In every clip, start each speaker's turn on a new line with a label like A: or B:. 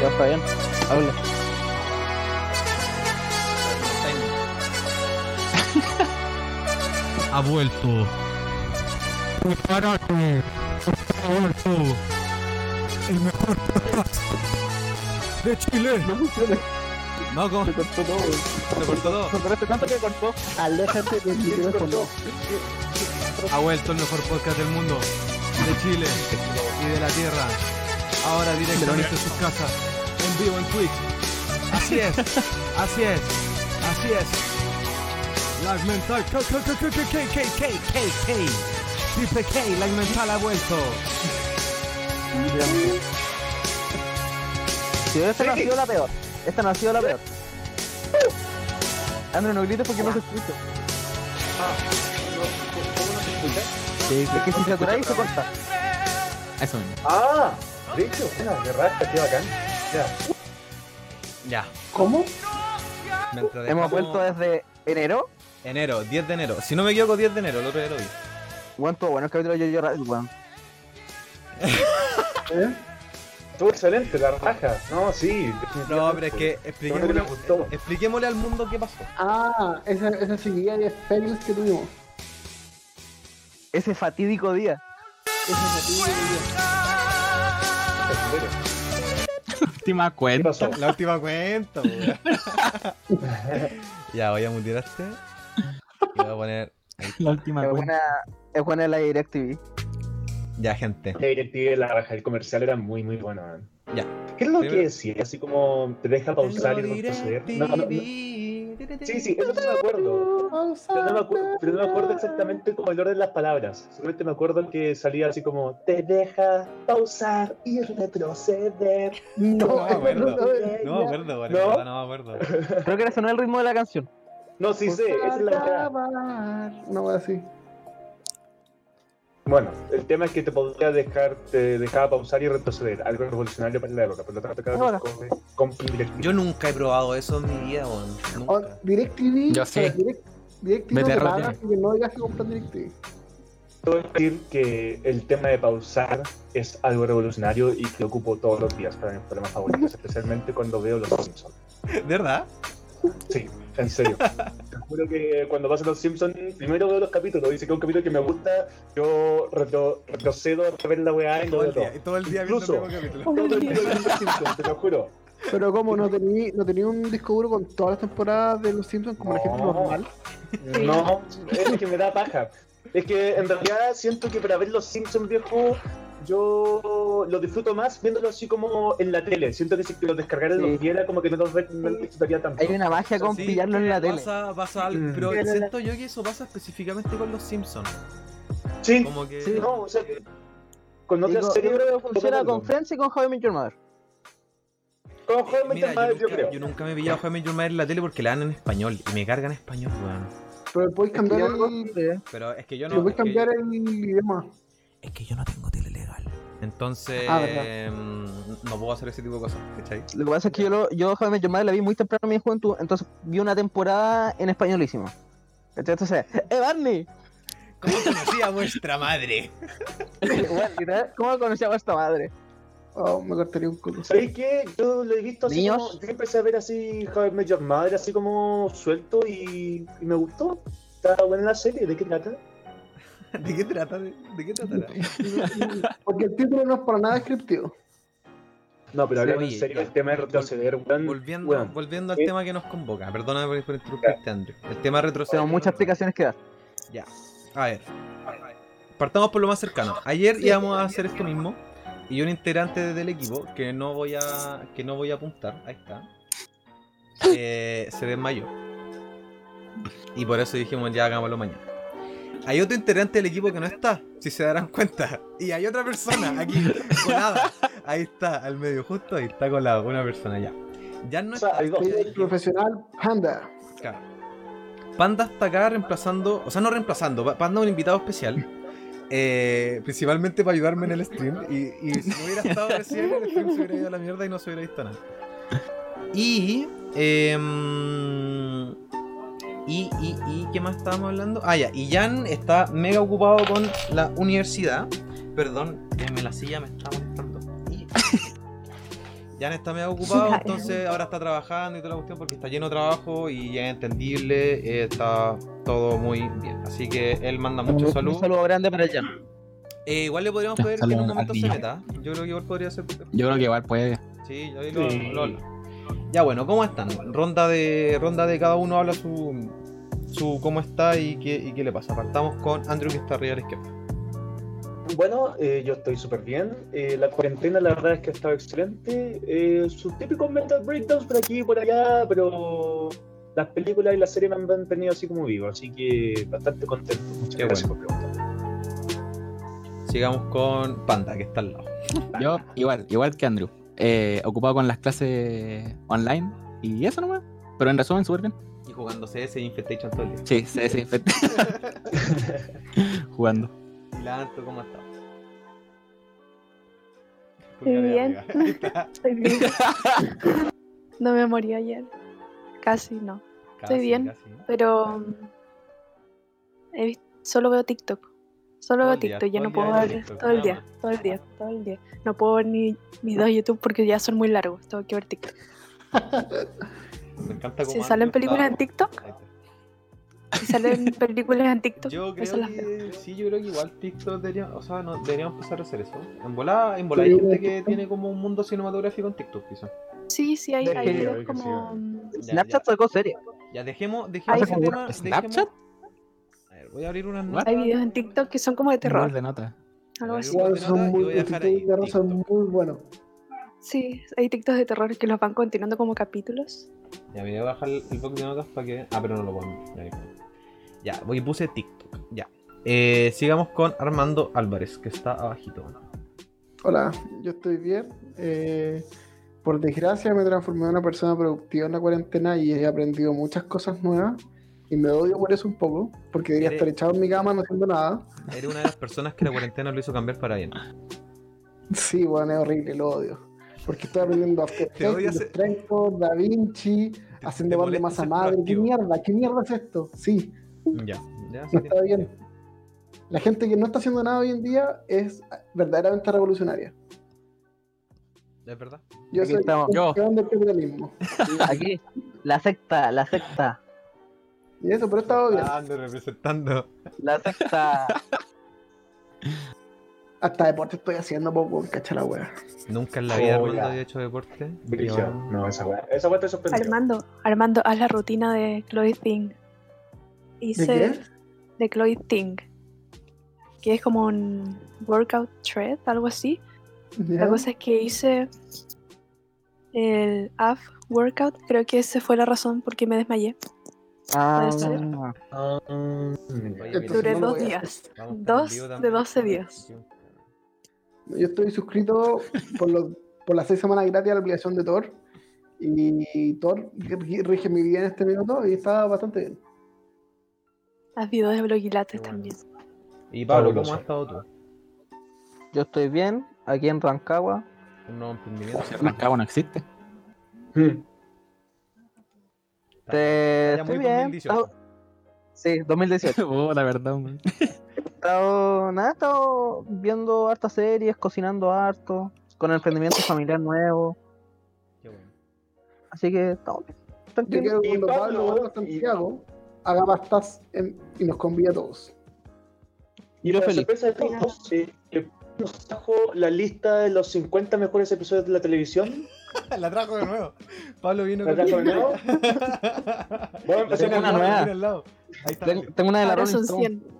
A: Ya, Fabián, habla.
B: Ha vuelto. Prepárate. Ha vuelto.
C: El mejor podcast de Chile.
B: No, ¿cómo?
A: Se cortó todo.
B: Se cortó todo.
A: Se cortó tanto que cortó. Aléjate del micrófono.
B: Ha vuelto el mejor podcast del mundo. De Chile y de la Tierra. Ahora directamente de sus casas. En vivo en Twitch. Así es. Así es. Así es. Lag mental. K, K, K, K, K, K, K, K, K, K. Triple K. Lag mental ha vuelto.
A: Si esta no ha sido la peor. Esta no ha sido la peor. Andrew, no grites porque no se escucha. Sí, es que si saturáis se corta.
D: Eso mismo.
E: Ah, de hecho, bueno, de racha, qué bacán. Ya.
B: Ya.
E: ¿Cómo?
B: Mientras
A: Hemos
B: dejamos-
A: vuelto desde enero.
B: Enero, 10 de enero. Si no me equivoco, 10 de enero, el otro día lo vi.
A: Bueno, todo bueno el capítulo de Yo-Yo Rabbit, weón.
E: ¿Eh? Estuvo excelente, la raja. No, sí. definitivamente.
B: No, pero es que
E: No, no
B: expliquémosle,
E: le gustó.
B: expliquémosle al mundo qué pasó.
F: Ah, esa, esa seguida de fails que tuvimos.
A: Ese fatídico día.
F: Esa fatiga del día.
D: Última
E: ¿Qué
D: cuenta.
E: pasó?
B: La última cuenta, weón. Ya, voy a mutear este. Y voy a poner.
D: La última
A: Es
D: cuenta.
A: buena, es buena la DirecTV.
B: Ya, gente.
E: La directiva de la raja, el comercial era muy, muy bueno. man.
B: Ya.
E: ¿Qué es lo
B: Primero-
E: que decía? Así como te deja pausar y retroceder. No, no, no. Sí, sí, eso sí me acuerdo. Pero no, me acu- pero no me acuerdo exactamente como el orden de las palabras. Solamente me acuerdo que salía así como te deja pausar y retroceder.
F: No,
B: No,
F: eso
B: bueno.
F: no sabía.
B: No me acuerdo, weón, en
E: No.
B: verdad no me acuerdo.
A: Creo que era sonó el ritmo de la canción.
E: No, sí sé, esa es la verdad.
F: No, así.
E: Bueno, el tema es que te podía dejar, te dejaba pausar y retroceder, algo revolucionario para la época, por lo tanto cada
A: Ahora.
E: vez con, con Play Directive.
B: Yo nunca he probado eso en mi vida, weón.
F: O
B: Nunca.
F: DirecTV.
D: Yo
F: o
D: sí.
F: Direct,
D: Vete
F: DirecTV no
D: a
F: te
D: rato.
F: paga, así que no digas que compras DirecTV.
E: Puedo decir que el tema de pausar es algo revolucionario y que ocupo todos los días para mis problemas favoritos, especialmente cuando veo Los Simpsons.
B: ¿De verdad?
E: Sí, en serio. Te juro que cuando pasan Los Simpsons, primero veo los capítulos, dice que es un capítulo que me gusta, yo retro- retrocedo a ver la weá y lo
B: Todo
E: veo
B: el
E: todo.
B: día, todo el día
E: Incluso-
B: viendo el mismo capítulo.
E: Todo el día veo Los Simpsons, te lo juro.
F: Pero como no tenía no tenía un disco duro con todas las temporadas de Los Simpsons como la gente
E: No.
F: normal.
E: No, es que me da paja. Es que en realidad siento que para ver los Simpsons viejo, yo lo disfruto más viéndolo así como en la tele. Siento que si los descargara y
A: Sí.
E: los viera, como que no los, re- no los disfrutaría tanto.
A: Hay una magia con
B: Sí,
A: pillarlo en la tele.
B: Pasa, pasa algo,
E: Mm.
B: pero siento yo que eso pasa específicamente con los Simpsons.
E: Sí,
B: Como que.
E: sí, no, o sea, con
A: Y con-
E: otras series
A: yo creo que funciona
E: totalmente.
A: con Friends y con How I Met Your Mother.
E: Con Joven
B: Mira, yo,
E: Madre, yo
B: nunca,
E: creo.
B: yo nunca me he pillado Jaime Your Mother en la tele porque la dan en español y me cargan español, weón.
F: Pero puedes cambiar
A: Yo no
F: el.
A: sé.
B: Pero es que yo
F: pero
B: no.
F: puedes
B: Es que,
F: cambiar el idioma.
B: es que yo no tengo tele legal. Entonces,
F: Ah, verdad.
B: em, no puedo hacer ese tipo de cosas, ¿cachai?
A: Lo que pasa es que yo, lo, yo How I Met Your Mother la vi muy temprano en mi juventud, entonces vi una temporada en españolísimo. Entonces, ¡eh, Barney!
B: ¿Cómo conocí a vuestra madre?
A: Bueno, literal, ¿Cómo conocía a esta madre?
F: Oh, me cortaría un coco.
E: ¿Sabéis qué? Yo lo he visto así
A: Niños.
E: como... Yo empecé a ver así Joven Major Madre, así como suelto y, y me gustó. Está buena la serie, ¿de qué trata?
B: ¿De qué trata? ¿De, de qué tratará?
F: Porque el título no es para nada descriptivo.
E: No,
B: Sí,
E: pero hablando
B: oye,
E: en serio,
B: ya.
E: el tema de retroceder, weón.
B: Volviendo,
E: weón.
B: volviendo al
E: Eh.
B: tema que nos convoca. Perdóname por, por interrumpirte, Andrew. El tema retroceder.
A: Tengo muchas explicaciones que dar.
B: Ya. A ver. Partamos por lo más cercano. Ayer íbamos a hacer esto mismo. Y un integrante del equipo, que no voy a. que no voy a apuntar, ahí está. eh, se desmayó. Y por eso dijimos ya hagámoslo mañana. Hay otro integrante del equipo que no está, si se darán cuenta. Y hay otra persona aquí, colada. Ahí está, al medio, justo ahí está colado, una persona ya. Ya no
E: O sea,
B: está.
E: hay dos.
B: ya
F: Soy el
B: dijimos-
F: profesional Panda.
B: Claro. Panda está acá reemplazando, o sea, no reemplazando, pa- Panda es un invitado especial. eh, principalmente para ayudarme en el stream. Y, y si no hubiera estado recién, el stream se hubiera ido a la mierda y no se hubiera visto nada. Y. em, y, y, y, ¿qué más estábamos hablando? Ah, ya, y Jan está mega ocupado con la universidad. Perdón, déjenme la silla, me está molestando. Y- Jan está mega ocupado, entonces ahora está trabajando y toda la cuestión porque está lleno de trabajo y es entendible, eh, está todo muy bien. Así que él manda mucho
A: Un-
B: salud.
A: Un saludo grande para el Jan.
B: Eh, igual le podríamos
D: Ya,
B: pedir que en un
D: saludos
B: momento
D: al
B: se
D: niño.
B: meta. Yo creo que igual podría ser.
D: Yo creo que igual puede.
B: Sí, ahí lo,
E: Sí.
B: lo habla. Ya bueno, ¿cómo están? Ronda de ronda de cada uno habla su, su cómo está y qué, y qué le pasa. Partamos con Andrew que está arriba a la izquierda.
E: Bueno, eh, yo estoy súper bien. Eh, la cuarentena, la verdad es que ha estado excelente. Eh, sus típicos mental breakdowns por aquí y por allá, pero las películas y las series me han mantenido así como vivo, así que bastante contento. Muchas
B: Qué
E: gracias por preguntar.
B: Sigamos con Panda que está al lado.
D: Yo igual, igual que Andrew. Eh, ocupado con las clases online y eso nomás. Pero en resumen, súper bien.
B: Y jugando CS e Infestation todo el día.
D: Sí, se desinfecta. Jugando.
B: Y la Anto, ¿cómo está?
G: Estoy bien. Estoy bien. No me morí ayer. Casi no. Estoy bien. Pero mm, he vis- solo veo TikTok. Solo
B: Todo
G: veo
B: el día,
G: TikTok,
B: todo
G: ya no
B: el día
G: puedo
B: veo
G: ver
B: TikTok,
G: todo el
B: nada
G: día, todo el día, todo el día. No puedo ver ni videos de YouTube porque ya son muy largos, tengo que ver TikTok.
B: Me encanta cómo
G: Si
B: Anto
G: salen
B: está-
G: películas en TikTok,
B: Ahí está.
G: si salen películas en TikTok,
B: Yo creo
G: eso las veo.
B: que sí, yo creo que igual TikTok debería, o sea, no, deberíamos empezar a hacer eso. En volada, en volada hay
F: Sí,
B: gente
F: en
B: que
F: TikTok.
B: tiene como un mundo cinematográfico en TikTok, quizás.
G: Sí, sí, hay,
E: Sí,
G: hay
E: obvio
G: videos
E: que sí,
G: como...
E: obvio.
G: mm,
A: Snapchat sacó serie.
B: Ya dejemos, dejemos
G: Ay,
B: ese
D: ¿seguro?
B: tema.
D: ¿Snapchat?
B: dejemos- A ver, voy a abrir unas
D: What?
B: notas.
G: Hay videos en TikTok que son como de
D: Terror.
G: terror,
D: de nota.
G: algo así.
B: Igual
F: Igual
B: son
F: son
B: muy-
F: muy
B: voy a dejar ahí,
F: buenos. Son
B: TikTok.
F: muy buenos.
G: Sí, hay TikToks de terror que los van continuando como capítulos.
B: Ya me voy a bajar el el box de notas para que. Ah, pero no lo puedo. abrir. Ya, voy puse TikTok. Ya. Eh, sigamos con Armando Álvarez, que está abajito.
F: Hola, yo estoy bien. Eh, por desgracia me transformé en una persona productiva en la cuarentena y he aprendido muchas cosas nuevas. Y me odio por eso un poco, porque debería
B: Eres-
F: estar echado en mi cama no haciendo nada.
B: Eres una de las personas que la cuarentena lo hizo cambiar para bien.
F: Sí, bueno, es horrible, lo odio. Porque estoy aprendiendo After
B: Te odia
F: Effects,
B: ese-
F: Illustrator, Da Vinci, haciendo pan de
B: molesta
F: masa
B: ser
F: madre. ¿Qué
B: proactivo.
F: mierda? ¿Qué mierda es esto? Sí,
B: Ya, ya sí
F: no está
B: tiene-
F: bien. La gente que no está haciendo nada hoy en día es verdaderamente revolucionaria.
B: Es verdad.
F: Yo
A: Aquí
F: soy
A: estamos.
D: Yo.
F: campeón del capitalismo.
A: Aquí, la secta, la secta,
F: Y eso, pero estaba bien.
B: Ando Ah, representando.
A: la secta.
F: Hasta deporte estoy haciendo, po, weón, cacha la wea.
B: Nunca en la vida
E: Oh,
B: Armando
E: ya.
B: había hecho deporte.
E: Brigio. No, esa weá. Esa weá te sorprendió.
G: Armando, Armando, haz la rutina de Chloe Ting.
F: ¿De
G: Hice
F: qué?
G: de Chloe Ting, que es como un workout thread, algo así. La
F: Ya.
G: cosa es que hice el AF workout, creo que esa fue la razón por qué me desmayé.
A: Ah,
G: Puede ser.
E: Ah, mm, ya.
B: Oye, mira,
G: Duré
F: no lo
G: dos
F: voy a
G: días,
B: vamos con el
G: dos
B: vivo
G: de
B: también.
G: 12 días.
F: Yo estoy suscrito por, los, por las seis semanas gratis a la aplicación de Tor. Y Tor rige mi vida en este minuto y está bastante bien.
G: Haz videos de bloguilates
B: Qué bueno.
G: también.
B: Y Pablo, ¿cómo
E: Fabuloso.
B: has estado tú?
A: Yo estoy bien, aquí en Rancagua.
B: Un nuevo emprendimiento.
D: Si Rancagua no existe.
E: Mm.
A: Te...
B: Ya muy
A: Estoy bien.
B: 2018.
A: estaba- Sí, 2018.
D: Oh, la verdad, hombre.
A: He estado, nada, he estado viendo hartas series, cocinando harto, con emprendimiento familiar nuevo.
B: Qué bueno.
A: Así que estamos bien.
F: Yo
A: Tranquilo.
F: quiero que
E: Y
F: cuando
E: Pablo,
F: Pablo vuelva a
E: y-
F: Santiago, haga pastas en- y nos convida a todos.
E: Y
A: Yo
E: la
A: feliz.
E: sorpresa de todos eh, que nos trajo la lista de los 50 mejores episodios de la televisión.
B: La trajo de nuevo. Pablo vino
E: La trajo de nuevo. Bueno,
B: La tiene
E: empecemos
B: al
A: una
B: lado,
A: nueva.
B: la tiene al lado. Ahí está.
A: Ten- Tengo una de las
G: Ahora
A: Ah, Rolling
G: son
A: Stones.
G: 100.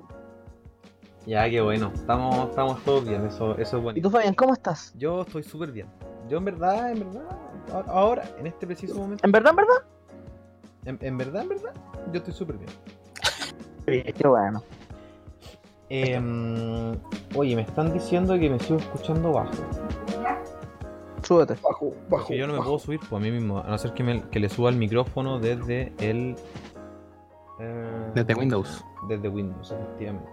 B: Ya, qué bueno. Estamos, estamos todos bien. Eso, eso es
A: ¿Y
B: bueno.
A: tú, Fabián, cómo estás?
B: Yo estoy súper bien. Yo en verdad, en verdad, a- ahora, en este preciso momento,
A: ¿En verdad, en verdad?
B: en, en verdad, en verdad, yo estoy súper bien.
A: Qué bueno.
B: Em, oye, me están diciendo que me sigo escuchando bajo.
A: Súbete.
F: Bajo, bajo.
B: Porque yo no me
F: bajo.
B: puedo subir por a mí mismo, a no ser que, me- que le suba el micrófono desde el Eh,
D: Desde Windows.
B: Desde Windows, efectivamente.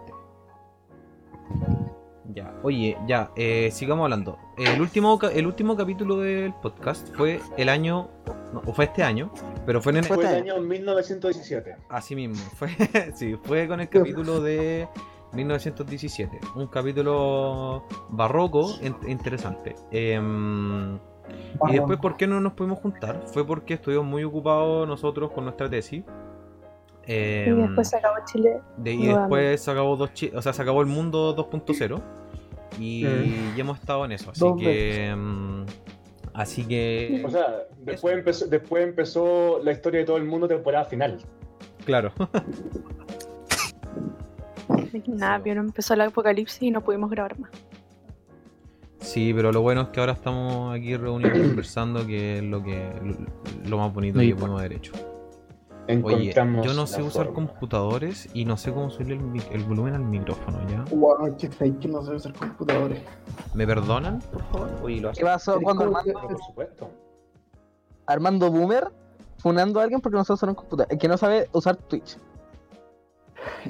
B: Ya, oye, ya, eh, sigamos hablando. El último, ca- el último capítulo del podcast fue el año. No, o fue este año, pero fue en el,
A: Fue-
E: Fue el año 1917.
B: Así mismo, fue, sí, fue con el capítulo de 1917. Un capítulo barroco in- interesante. Em, y después, ¿por qué no nos pudimos juntar? Fue porque estuvimos muy ocupados nosotros con nuestra tesis.
G: Y
B: Em,
G: después se acabó Chile.
B: de- y
G: Nuevamente.
B: después se acabó, dos chi- o sea, se acabó el mundo 2.0 y,
E: Mm.
B: y hemos estado en eso. Así
F: Dos
B: que. em, así que.
E: O sea, después empezó, después empezó la historia de todo el mundo, temporada final.
B: Claro.
G: Nada, pero empezó el apocalipsis y no pudimos grabar más.
B: Sí, pero lo bueno es que ahora estamos aquí reunidos conversando, que es lo que lo- lo más bonito
D: No
B: que
D: importa.
B: podemos haber hecho. Oye,
E: Encontramos
B: yo no
E: la
B: sé usar
E: forma.
B: computadores y no sé cómo subirle el, mic- el volumen al micrófono, ¿ya?
F: Wow, que sé que no sé usar computadores.
B: ¿Me perdonan, por favor? Oye, lo
A: ¿Qué
B: hace.
A: pasó cuando
F: Disculpe.
A: Armando,
E: Pero Por supuesto.
A: Armando Boomer funando a alguien porque no sabe usar un computador? El que no sabe usar Twitch.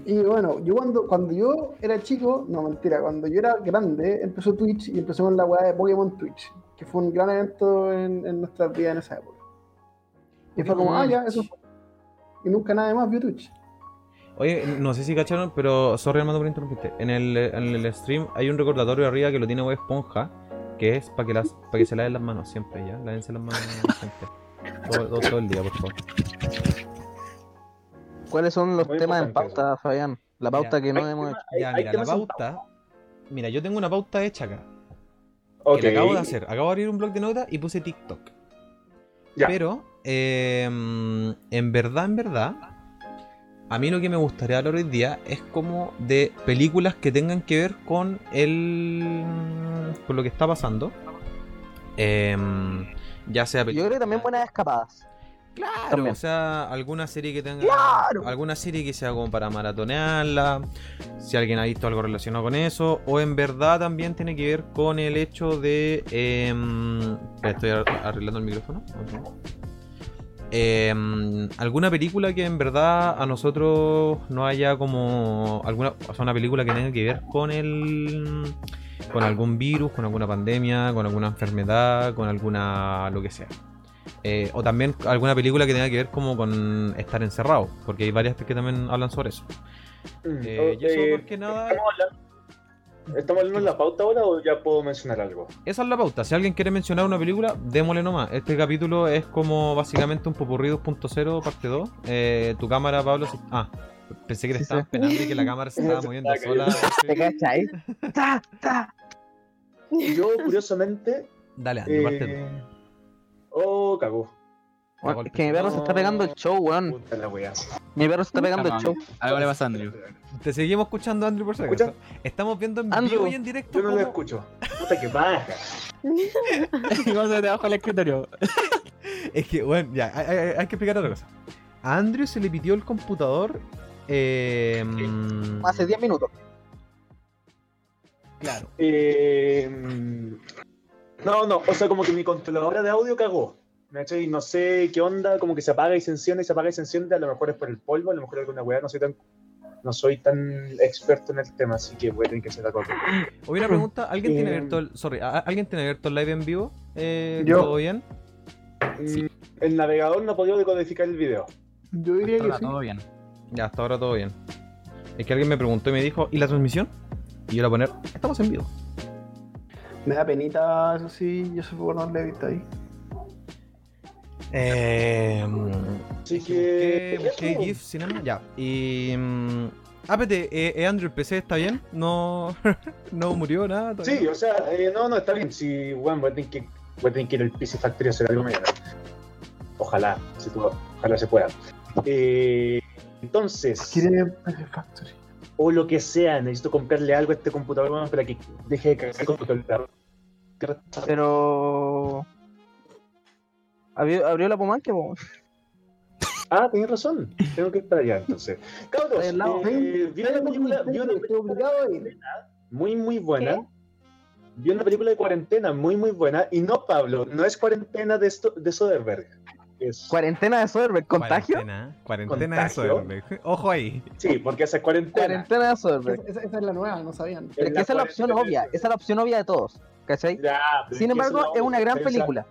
F: Y bueno, yo cuando, cuando yo era chico, no mentira, cuando yo era grande, empezó Twitch y empezó con la weá de Pokémon Twitch, que fue un gran evento en, en nuestras vidas en esa época. Y fue como, ah, ya, eso fue. Y nunca nadie más vio Twitch.
B: Oye, no sé si cacharon, pero sorry Armando por interrumpirte. En el, en el stream hay un recordatorio arriba que lo tiene Web Esponja, que es para que las para que se laven las manos siempre, ¿ya? Lávense las manos siempre. Todo, todo- todo el día, por favor.
A: ¿Cuáles son los
E: Muy
A: temas en
E: importante
A: pauta, Fabián? La pauta
B: Mira,
A: que no
E: hay
A: hemos
E: tema-
A: hecho.
B: Ya,
E: hay
B: mira, la
E: temas en
B: pauta. Mira, yo tengo una pauta hecha acá.
E: Ok.
B: que la acabo de hacer. Acabo de abrir un blog de notas y puse TikTok.
E: Ya.
B: Pero, eh, en verdad, en verdad, a mí lo que me gustaría hablar hoy día es como de películas que tengan que ver con el. con lo que está pasando. Eh, ya sea
A: Yo creo que también buenas escapadas.
B: Claro,
A: también.
B: o sea, alguna serie que tenga.
A: Claro.
B: Alguna serie que sea como para maratonearla. Si alguien ha visto algo relacionado con eso. O en verdad también tiene que ver con el hecho de. em, espera, estoy ar- arreglando el micrófono. un segundo. Em, alguna película que en verdad a nosotros no haya como. Alguna, o sea, una película que tenga que ver con el. Con algún virus, con alguna pandemia, con alguna enfermedad, con alguna. lo que sea. Eh, o también alguna película que tenga que ver como con estar encerrado, porque hay varias que también hablan sobre eso.
E: Mm,
B: Eh, y eso
E: eh,
B: más que nada-
E: ¿Estamos hablando, ¿estamos hablando de la pauta ahora o ya puedo mencionar algo?
B: Esa es la pauta. Si alguien quiere mencionar una película, démosle nomás. Este capítulo es como básicamente un popurrí 2.0, parte 2. Eh, tu cámara, Pablo. si- Ah, pensé que te
A: Sí,
B: estabas
A: sí.
B: penando y que la cámara se estaba moviendo
E: Ah, que-
A: ¿Te
B: sola.
A: cachai? ¡Ta, ta!
E: Yo, curiosamente.
B: Dale, Andy, parte tú.
E: eh, Oh, cagó.
A: Bueno, es que mi perro se está
E: No.
A: pegando el show, weón.
E: Puta la wea.
A: Mi perro se está pegando el
D: Ah,
A: show.
D: Algo le pasa a Andrew.
B: Te seguimos escuchando, Andrew, por si acaso.
E: ¿Escuchas?
B: Estamos viendo en
A: Andrew,
B: vivo y en directo.
E: Yo no lo
B: cómo-
E: escucho. Puta que baja.
D: Vamos a debajo del escritorio.
B: Es que, bueno, ya, hay, hay- hay que explicar otra cosa. A Andrew se le pidió el computador. eh, mm,
A: Hace 10 minutos.
B: Claro.
E: Eh, mm, no, no, o sea, como que mi controladora de audio cagó. ¿cachai? Y no sé qué onda, como que se apaga y se enciende y se apaga y se enciende. A lo mejor es por el polvo, a lo mejor alguna weá. No soy tan, no soy tan experto en el tema, así que voy a tener que hacer algo.
B: Hoy una pregunta, ¿alguien tiene
E: Eh,
B: abierto el. Sorry, ¿a- a- ¿alguien tiene abierto el live en vivo? Eh,
F: Yo.
B: ¿Todo bien?
E: Mm, El navegador no ha podido decodificar el video.
F: Yo diría que
D: Ahora
F: sí.
D: todo bien.
B: Ya, hasta ahora todo bien. Es que alguien me preguntó y me dijo, ¿y la transmisión? Y yo le voy a poner, estamos en vivo.
F: Me da penita, eso sí, yo sé por no le he visto ahí.
B: Eh,
E: Así
B: busqué,
E: que.
B: busqué GIF, Cinema, ya. Y. mm, ah, espérate, eh, eh, Andrew, el PC está bien, no, no murió nada. todavía
E: Sí, o sea, eh, no, no, está bien. Si, bueno, voy a tener que, voy a tener que ir al PC Factory a hacer algo mañana. Ojalá, si puedo, ojalá se pueda. Eh, entonces.
F: Quiere PC Factory.
E: o lo que sea, necesito comprarle algo a este computador weón, para que deje de cagar con computador.
A: Pero. Abrió, abrió la pomanque, po.
E: Ah, tenés razón. Tengo que ir para allá entonces. Cabros,
A: Ahí al lado.
E: eh, vi una película, vi una
F: Estoy
E: película
F: obligado a ir.
E: muy muy buena. Vi una película de cuarentena muy muy buena. Y no, Pablo, no es cuarentena de, esto, de Soderbergh. Es-
A: Cuarentena de Soderbergh, contagio.
B: Cuarentena, cuarentena
E: ¿Contagio?
B: eso, Hermes. Ojo ahí.
E: Sí, porque esa es cuarentena.
A: Cuarentena de Soderbergh.
F: Esa, esa es la nueva, no sabían.
A: Pero es que esa es la opción obvia, esa es la opción obvia de todos, ¿cachai?
E: Ya, pero
A: Sin
E: que esa
A: embargo,
E: la
A: es una gran
E: esa-
A: película.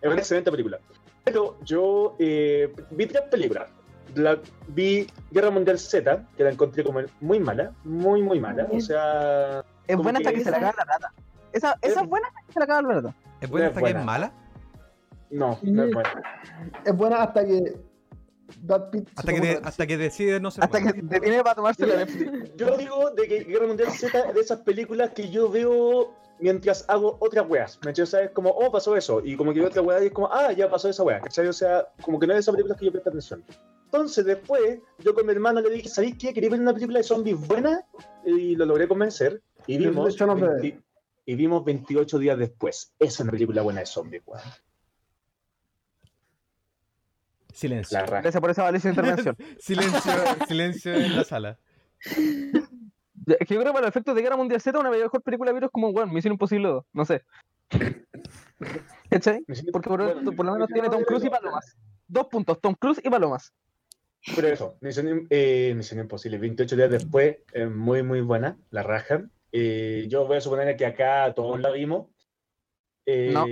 E: Es una excelente película. Pero yo eh, vi tres películas. La- vi Guerra Mundial Z, que la encontré como muy mala, muy, muy mala. O sea,
A: Es
E: como
A: buena hasta
E: que
A: que se la
E: esa-
A: caga la plata. Esa, esa es buena hasta que se la caga la plata.
B: ¿Es buena
E: No es
B: hasta que es
E: buena.
B: mala?
E: no, no es buena.
F: Es buena hasta que Brad Pitt se
B: Hasta que,
F: toma
B: te-
F: una
B: hasta que decides no ser
A: Hasta
B: buena.
A: que te tiene para tomarse la
E: Yo digo de que Guerra Mundial Z es de esas películas que yo veo mientras hago otras weas. ¿Me entiendes? O sea, es como, oh, pasó eso. Y como que veo otra wea y es como, ah, ya pasó esa wea. ¿Cachai? O sea, como que no es de esas películas que yo presto atención. Entonces, después, yo con mi hermano le dije, ¿sabéis qué? Quería ver una película de zombies buena. Y lo logré convencer. Y
F: Pero
E: vimos.
F: eso no fue.
E: 20 y vimos 28 días después. Esa es una película buena de zombies, weón.
B: Silencio.
E: La raja.
A: Gracias por esa valiosa intervención.
B: Silencio, silencio en la sala.
A: Es que yo creo que para los efectos de Guerra Mundial Z, una mejor película de virus como, bueno, Misión Imposible 2, no sé. ¿Cachai? Porque por,
E: Bueno,
A: por lo menos
E: yo
A: tiene
E: no
A: Tom
E: digo
A: Cruise y
E: nada.
A: Palomas. Dos puntos, Tom Cruise y Palomas.
E: Pero eso, Misión, Im- eh, Misión Imposible, 28 días después, eh, muy, muy buena, la raja. Eh, yo voy a suponer que acá todos la vimos. Eh,
A: No.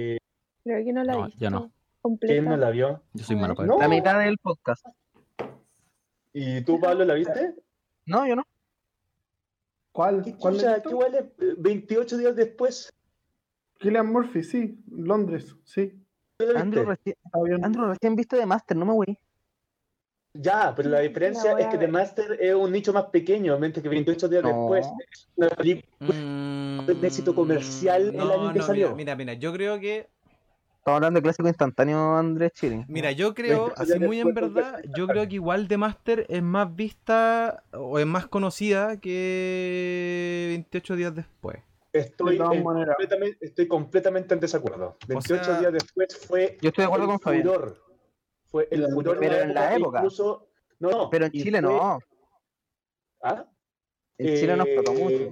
G: Creo que no la
D: No,
G: he
D: yo no.
G: visto completa.
E: ¿Quién no la vio?
D: Yo soy malo para
E: No.
A: La mitad del podcast.
E: ¿Y tú, Pablo, la viste?
A: No, yo no.
F: ¿Cuál?
E: ¿Qué
F: ¿Cuál es
E: chucha?
F: esto?
E: ¿Qué huele? Eh, 28 días después.
F: Killian Murphy, sí. Londres, sí.
E: ¿Tú la viste?
A: Andrew, reci-
F: Está bien.
A: Andrew recién visto de Master, no me voy.
E: Ya, pero la diferencia
G: La voy
E: es
G: a
E: que The
G: ver.
E: Master es un nicho más pequeño, mientras que 28 días
A: No.
E: después es una película.
B: Mm,
E: éxito comercial el año que
B: mira,
E: salió.
B: Mira, mira, yo creo que.
A: Estamos hablando de clásico instantáneo, Andrés Chile.
B: Mira, yo creo,
E: Entonces ya
B: así muy en
E: después
B: verdad,
E: volvés a
B: yo
E: sacar.
B: creo que igual The Master es más vista o es más conocida que 28 días después.
E: Estoy,
F: De todas
E: en-
F: maneras.
E: completamente, estoy completamente en desacuerdo. 28
B: sea,
E: días después fue
A: Yo estoy de acuerdo
E: el
A: con Fabián.
E: furor. Fue el furor de
A: Pero en la
E: e
A: época.
E: Incluso, no, no,
A: Pero en
E: y
A: Chile
E: fue-
A: no.
E: ¿Ah?
A: En Chile no
E: Eh,
A: explotó mucho.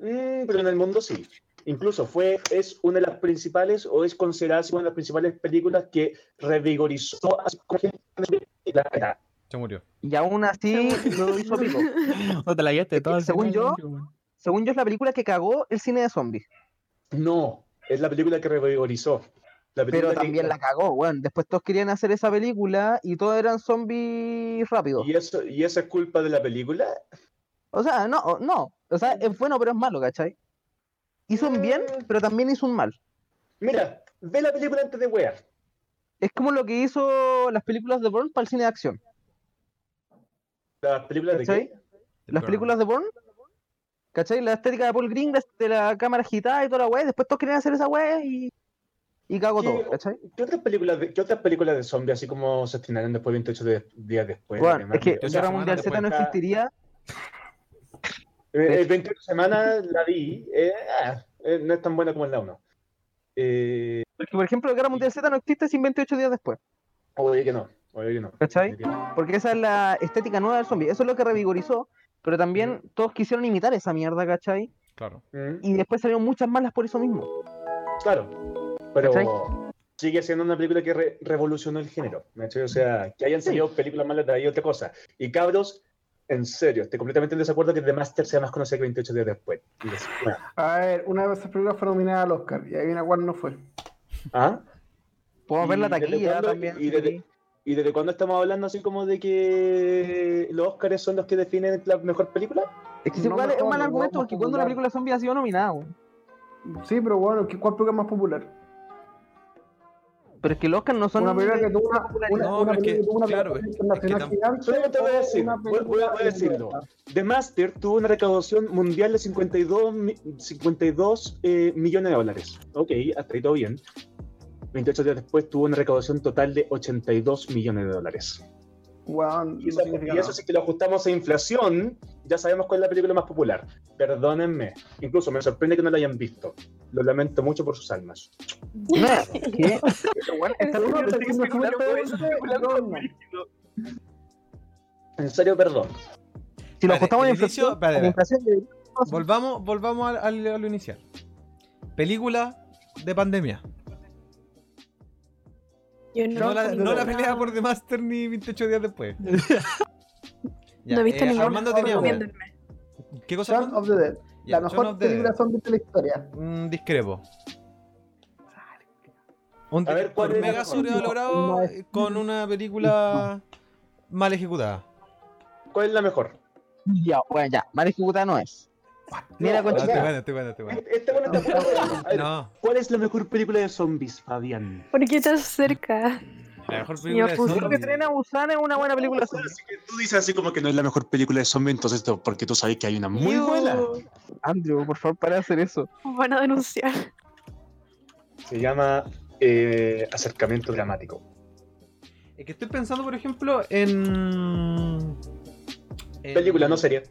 E: mm, pero en el mundo sí. Incluso fue, es una de las principales, o es considerada así una de las principales películas que revigorizó a su gente en la era.
B: Se murió.
A: Y aún así lo hizo pico.
D: No te la guiaste todo.
A: Según yo- Según yo, es la película que cagó el cine de zombies.
E: No, es la película que revigorizó. La
A: Pero
E: película que-
A: también la cagó, weón. Después todos querían hacer esa película y todos eran zombies rápidos.
E: ¿Y eso, ¿Y eso es culpa de la película?
A: O sea, no, o- no. O sea, es bueno, pero es malo, ¿cachai? Hizo un bien,
E: Eh.
A: pero también hizo un mal.
E: Mira, ve la película antes de wear.
A: Es como lo que hizo las películas de Bourne para el cine de acción.
E: ¿Las películas de
A: ¿Cachai?
E: qué?
A: Las películas de Bourne, ¿cachai? La estética de Paul Green, la- de la cámara agitada y toda la weá. y Después todos querían hacer esa weá y, y cagó
E: Sí,
A: todo, ¿cachai?
E: ¿Qué otras películas de, qué otras películas de zombies así como se estrenaron después 28 de- días después?
A: Bueno,
E: Además,
A: es que
B: sea,
E: o
A: Guerra
E: sea,
B: semana
A: Mundial Z no
E: después.
A: existiría.
E: eh, el 28 semanas la vi, eh, ah, eh, no es tan buena como en la 1. Eh,
A: Porque, por ejemplo, Guerra Mundial Z no existe sin 28 días después.
E: obvio que no, obvio que no.
A: ¿Cachai? Porque esa es la estética nueva del zombie. Eso es lo que revigorizó. Pero también todos quisieron imitar esa mierda, ¿cachai?
B: Claro.
E: Mm,
A: Y después salieron muchas malas por eso mismo.
E: claro, pero
A: ¿Cachai?
E: sigue siendo una película que re- revolucionó el género. ¿me cachai? O sea, que hayan salido películas malas de ahí otra cosa. Y cabros, en serio, estoy completamente en desacuerdo que The Master sea más conocida que 28 días después. Y es- ah, bueno,
F: A ver, una de esas películas fue nominada al Oscar y ahí una cual no fue.
E: ¿ah?
A: Podemos ver la
E: ¿Y desde
A: taquilla
E: cuándo-
A: también.
E: y desde- ¿Y desde cuándo estamos hablando así como de que los Oscars son los que definen la mejor película?
A: Es que
F: No
A: igual es un
F: mejor,
A: mal
F: no
A: argumento
F: más
A: porque cuando una
F: popular.
A: película zombie ha sido nominada, weón.
F: Sí, pero bueno, ¿qué- ¿cuál película es más popular?
A: Pero es que los Oscar no son.
F: Una película que
A: de-
F: tuvo una, una,
B: No,
F: una
B: pero es que,
F: película que tuvo una
B: claro,
F: producción
B: es- es
F: internacional
B: que tam-
F: gigante,
E: Solamente voy a
F: o
E: decir,
F: una
E: voy- voy- voy a
F: película
E: decirlo.
F: inglesa.
E: The Master tuvo una recaudación mundial de 52, mi- 52 eh, millones de dólares. Ok, hasta ahí todo bien. 28 días después tuvo una recaudación total de 82 millones de dólares.
F: Weón,
E: Y,
F: no
E: esa-
F: significa
E: y eso
F: nada.
E: sí que lo ajustamos a inflación, ya sabemos cuál es la película más popular. Perdónenme, incluso me sorprende que no la hayan visto. Lo lamento mucho por sus almas.
A: No, ¿qué? Weón, está
F: No,
A: bien,
F: pero
A: pero
F: es que no fue una película,
E: En serio, perdón.
A: Si lo
B: Espérate,
A: ajustamos a
B: el inicio-
A: inflación,
B: espérate,
A: a la inflación de-
B: Volvamos, volvamos al, al- a lo inicial. Película de pandemia.
G: Yo
B: No,
G: no,
B: la,
G: vi
B: no la
G: nada.
B: pelea por The Master ni 28 días después. Ya,
G: No he visto
B: eh,
G: ninguna.
B: Armando tenía una.
G: recomiéndenme.
B: ¿Qué cosa?
F: Shaun
B: Armando?
F: of the Dead.
B: Ya,
F: la
B: Shaun
F: mejor
B: of the Dead.
F: película zombie de la historia.
B: Mm, discrepo. Un
E: A ver, ¿cuál
B: por
E: es la
B: mega
E: mejor?
B: sobrevalorado
F: No,
B: eh, con una película mal ejecutada.
E: ¿Cuál es la mejor?
A: Ya, bueno, ya. Mal ejecutada no es. Mira,
E: No,
B: Ah,
E: o
A: concha.
B: te
E: sea,
B: bueno, te bueno, te bueno.
E: Este bueno está bueno. A ver,
B: No,
E: ¿Cuál es la mejor película de zombies, Fabián?
G: ¿Por qué estás cerca?
B: la mejor
G: Señor
B: película de
G: Fuzzy.
A: Lo que
B: zombies.
A: tienen a Busan es una buena película.
E: Así que tú dices así como que no es la mejor película de zombies, entonces no, porque tú sabes que hay una muy buena.
A: Andrew, por favor, para de hacer eso.
G: Nos Van a denunciar.
E: Se llama eh, Acercamiento Dramático.
B: Es que estoy pensando, por ejemplo, en. en-
E: Película, no serie.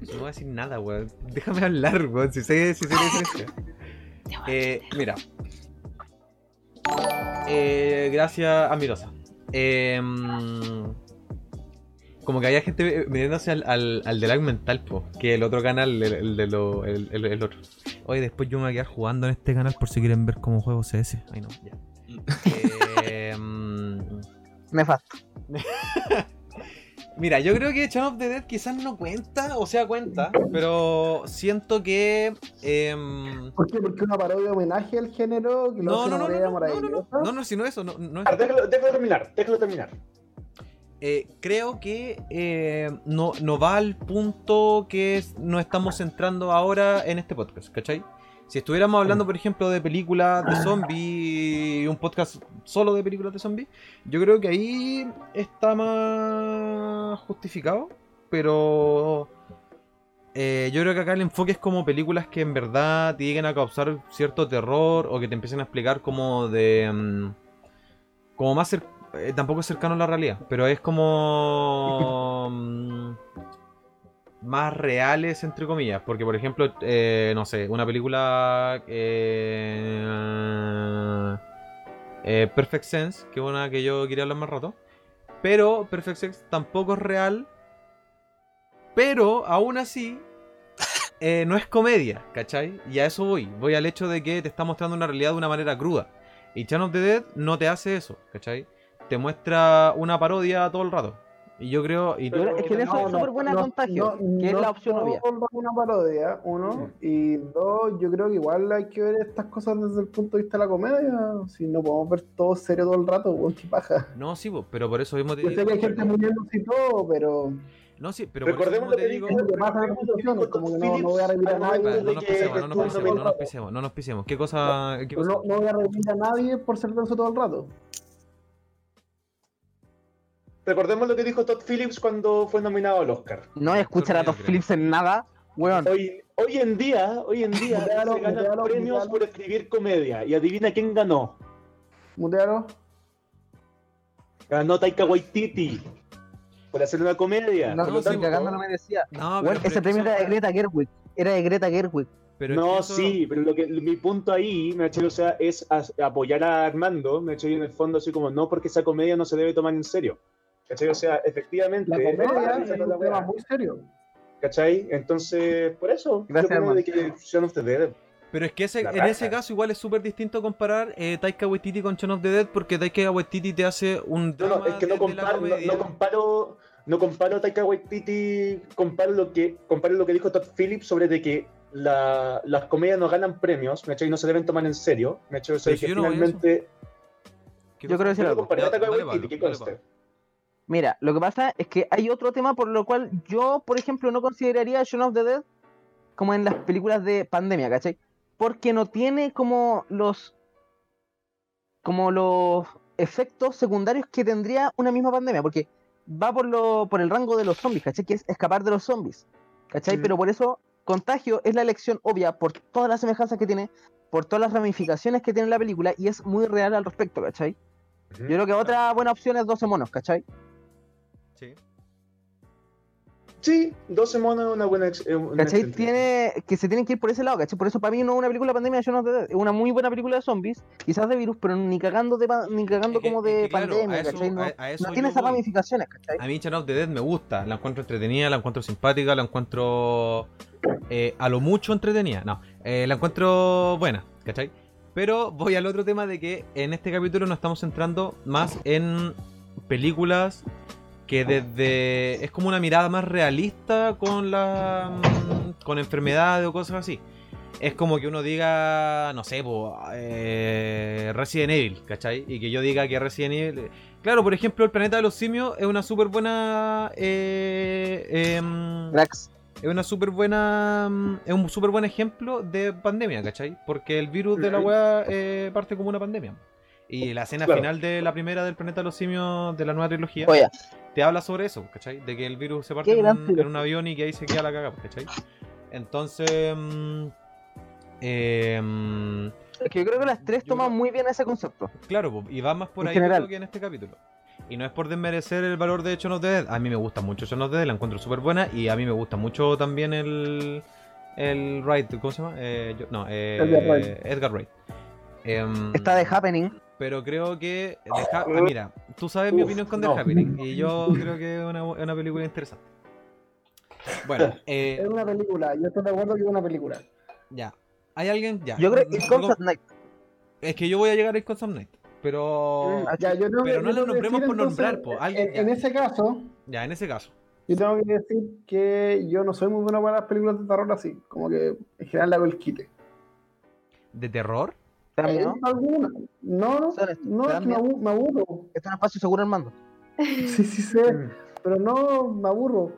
B: No voy a decir nada, weón. Déjame hablar, weón. Si sé, si sé la diferencia. Eh, mira. Eh, gracias, Amirosa. Eh, como que había gente midiéndose al, al, al de lag mental, po, que el otro canal, el, el de lo, el, el- el otro. Oye, después yo me voy a quedar jugando en este canal por si quieren ver cómo juego CS. Ay, no, ya. Eh, mm,
A: Nefasto.
B: Mira, yo creo que Shaun of the Dead quizás no cuenta, o sea, cuenta, pero siento que. em,
F: ¿Por qué? Porque una parodia de homenaje al género que lo
B: no,
F: hace
B: no,
F: una
B: no, no,
F: manera
B: no, no, no,
F: maravillosa.
B: no, no, no, si no eso, no, no
E: Ah,
B: eso.
E: déjalo, déjalo terminar, déjalo terminar.
B: Eh, creo que eh, no, no va al punto que es- nos estamos centrando ahora en este podcast, ¿cachai? Si estuviéramos hablando, por ejemplo, de películas de zombies, un podcast solo de películas de zombies, yo creo que ahí está más justificado, pero eh, yo creo que acá el enfoque es como películas que en verdad te lleguen a causar cierto terror o que te empiecen a explicar como de... mm, como más cercano eh, tampoco es cercano a la realidad, pero es como mm, más reales entre comillas, porque por ejemplo, eh, no sé, una película eh, eh, Perfect Sense, que es una que yo quería hablar más rato, pero Perfect Sense tampoco es real, pero aún así eh, no es comedia, ¿cachai? Y a eso voy, voy al hecho de que te está mostrando una realidad de una manera cruda. Y Chan of the Dead no te hace eso, ¿cachai? Te muestra una parodia todo el rato. Y yo creo. Y
E: Pero-
A: es que en eso
E: no,
A: es súper buena contagio, que es la opción
F: no,
A: obvia.
F: volvamos a una parodia, uno. Y dos, yo creo que igual hay que ver estas cosas desde el punto de vista de la comedia. Si no podemos ver todo serio todo el rato, weón, qué paja.
B: No, sí, po, pero por eso mismo te
F: Yo sé que hay gente
B: digo.
F: muriéndose y todo, pero
B: No, sí, pero por eso
E: Recordemos
B: mismo
E: la
B: te digo.
E: película.
F: es lo que pasa en las situaciones, como que no, no voy a revivir a nadie.
B: Espera, No nos
E: de que
B: pisemos, no nos pisemos,
E: estuvo
B: no nos
F: nominado.
B: pisemos, no nos pisemos. ¿Qué cosa.? qué
F: pero
B: cosa?
F: no, no voy a revivir a nadie por ser denso todo el rato.
E: Recordemos lo que dijo Todd Phillips cuando fue nominado al Oscar.
A: No escuchar a Top
B: Creo.
A: Phillips en nada, weón.
E: Hoy, hoy en día, hoy en día
F: Mutealo,
E: se ganan
F: mutealo,
E: premios
F: mutealo.
E: por escribir comedia. Y adivina quién ganó.
F: Mutealo.
E: Ganó Taika Waititi por hacer una comedia.
A: No,
E: Por
A: no,
E: lo
A: sí,
E: tanto-
A: cagando no merecía.
B: No,
A: Weón,
B: pero-
A: ese
B: pero-
A: premio era de Greta Gerwig. Era de Greta Gerwig.
B: pero es que
E: no,
B: eso-
E: sí, pero lo que mi punto ahí, me o sea, es as- apoyar a Armando, me y en el fondo así como no porque esa comedia no se debe tomar en serio. ¿Cachai? O sea, efectivamente.
F: La comedia
E: esa
F: es
E: es la
F: un tema
E: wea,
F: muy serio.
E: ¿Cachai? Entonces, por eso,
A: Gracias,
E: yo creo
A: hermano.
E: de que Shaun of the Dead
B: Pero es que ese,
E: La
B: en
E: raja.
B: ese caso igual es súper distinto comparar eh, Taika Waititi con Shaun of the Dead porque Taika Waititi te hace un
E: No,
B: drama
E: no, es que
B: desde
E: no
B: la
E: comparo, no,
B: comedia.
E: no comparo, no comparo Taika Waititi, comparo lo que, comparo lo que dijo Todd Phillips sobre de que la- las comedias no ganan premios, ¿me cachai? Y no se deben tomar en serio, ¿me cachai? O sea,
B: Pero si
E: que
B: yo no voy a
E: finalmente...
B: ¿Qué
A: Yo creo
B: cosa?
A: que sí
E: Yo
A: lo
E: no comparé a
B: Dale,
E: Taika
B: dale,
E: Waititi, que
B: Pablo, dale,
E: conste.
A: Mira, lo que pasa es que hay otro tema por lo cual yo, por ejemplo, no consideraría a Shaun of the Dead como en las películas de pandemia, ¿cachai? Porque no tiene como los como los efectos secundarios que tendría una misma pandemia, porque va por lo por el rango de los zombies, ¿cachai? Que es escapar de los zombies, ¿cachai?
E: Mm.
A: Pero por eso Contagio es la elección obvia por todas las semejanzas que tiene, por todas las ramificaciones que tiene la película y es muy real al respecto, ¿cachai? Yo creo que otra buena opción es 12 monos, ¿cachai?
B: Sí.
E: Sí, 12 monos es una buena... ex- es una
A: ¿Cachai?
E: excelente-
A: Tiene, que se tienen que ir por ese lado, ¿cachai? Por eso para mí no es una película de pandemia de Shaun of the Dead, es una muy buena película de zombies, quizás de virus, pero ni cagando de pa- ni cagando
B: Es que-
A: como
B: es
A: de
B: que claro,
A: pandemia,
B: a eso-
A: ¿cachai? No,
B: a- a eso
A: no tiene
B: yo
A: esas
B: voy. Ah,
A: ramificaciones, ¿cachai?
B: A mí Shaun of the Dead me gusta, la encuentro entretenida, la encuentro simpática, la encuentro eh, a lo mucho entretenida, no, eh, la encuentro buena, ¿cachai? Pero voy al otro tema de que en este capítulo nos estamos centrando más en películas que desde es como una mirada más realista con la mm, con enfermedades o cosas así. Es como que uno diga, no sé, po, eh, Resident Evil, ¿cachai? Y que yo diga que Resident Evil... eh, Claro, por ejemplo, El Planeta de los Simios es una súper buena... Eh, eh,
A: Drax.
B: Es una súper buena... mm, Es un súper buen ejemplo de pandemia, ¿cachai? Porque el virus de la
A: Mm,
B: weá eh, parte como una pandemia. Y la escena
E: Claro.
B: final de la primera del Planeta de los Simios de la nueva trilogía
A: Oye,
B: te habla sobre eso, ¿cachai? De que el virus se parte
A: Oh, Qué
B: en
A: gran
B: un,
A: filósofo.
B: en un avión y que ahí se queda la cagada, ¿cachai? Entonces. mm, eh, mm,
A: es que yo creo que las tres
B: Yo
A: toman
B: creo- Mm.
A: muy bien ese concepto.
B: claro, po, y va más por
A: En
B: ahí
A: general.
B: creo que en este capítulo. Y no es por desmerecer el valor de Shaun of the Dead. A mí me gusta mucho Shaun of the Dead, la encuentro súper buena. Y a mí me gusta mucho también el. El Wright, ¿cómo se llama? Eh, yo- no, eh,
F: Edgar Wright.
B: Edgar Wright. Em,
A: Está de happening.
B: pero creo que The Ha- ah, mira, tú sabes mi
E: Uf,
B: opinión con The
E: no.
B: Happening y yo creo que es una, es una película interesante. Bueno, eh,
F: Es una película, yo estoy de acuerdo que es una película.
B: ya. ¿Hay alguien? Ya.
A: Yo creo
B: No-
A: que
B: no-
A: Constant Night.
B: es que yo voy a llegar a Constant Night, pero
A: Mm.
F: Ya, yo tengo
B: Oh, Pero no la
F: yo tengo que
B: nombremos
F: decir,
B: por nombrar,
F: entonces,
B: po, alguien
F: en-
B: ya.
F: en ese caso,
B: ya en ese caso.
F: Yo tengo que decir que yo no soy muy bueno para las películas de terror así, como que en general la hago el quite.
B: ¿De terror?
A: También,
F: Eh,
A: ¿no?
F: alguna. No,
A: Son estas,
F: no,
A: te
F: es
A: dan
F: que me
A: miedo.
F: abu- me aburro.
A: Este es un espacio seguro, Armando.
F: Sí, sí sé, pero no me aburro.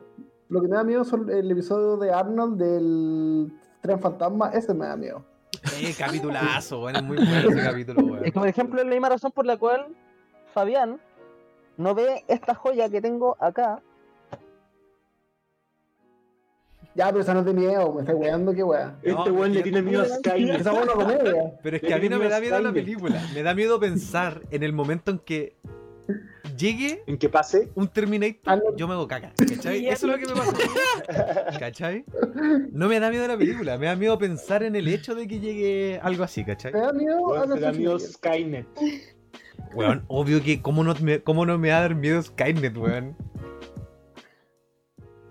F: Lo que me da miedo son el episodio de Arnold del tren fantasma, ese me da miedo.
B: Eh, capitulazo, bueno, es muy bueno ese capítulo,
A: Es
B: weón.
A: que, por ejemplo, es la misma razón por la cual Fabián no ve esta joya que tengo acá.
F: Ya, pero esa no es de miedo, me está weando, qué wea.
E: Este
B: No,
E: weón
B: yo-
E: le tiene miedo a Skynet.
F: Esa es una comedia.
B: Pero es que a mí no me da miedo la
E: Skynet.
B: película, me da miedo pensar en el momento en que llegue
E: ¿En qué pase?
B: un
F: Ah,
B: Terminator,
F: no.
B: yo me hago caca. ¿Cachai? Eso es lo que me pasa. ¿Cachai? No me da miedo la película, me da miedo pensar en el hecho de que llegue algo así, ¿cachai?
F: Me da miedo
E: Weón,
F: Arnold
E: te da miedo
F: Schwarzenegger.
E: Skynet.
B: Weón, obvio que cómo no me, cómo no me va a dar miedo Skynet, weón.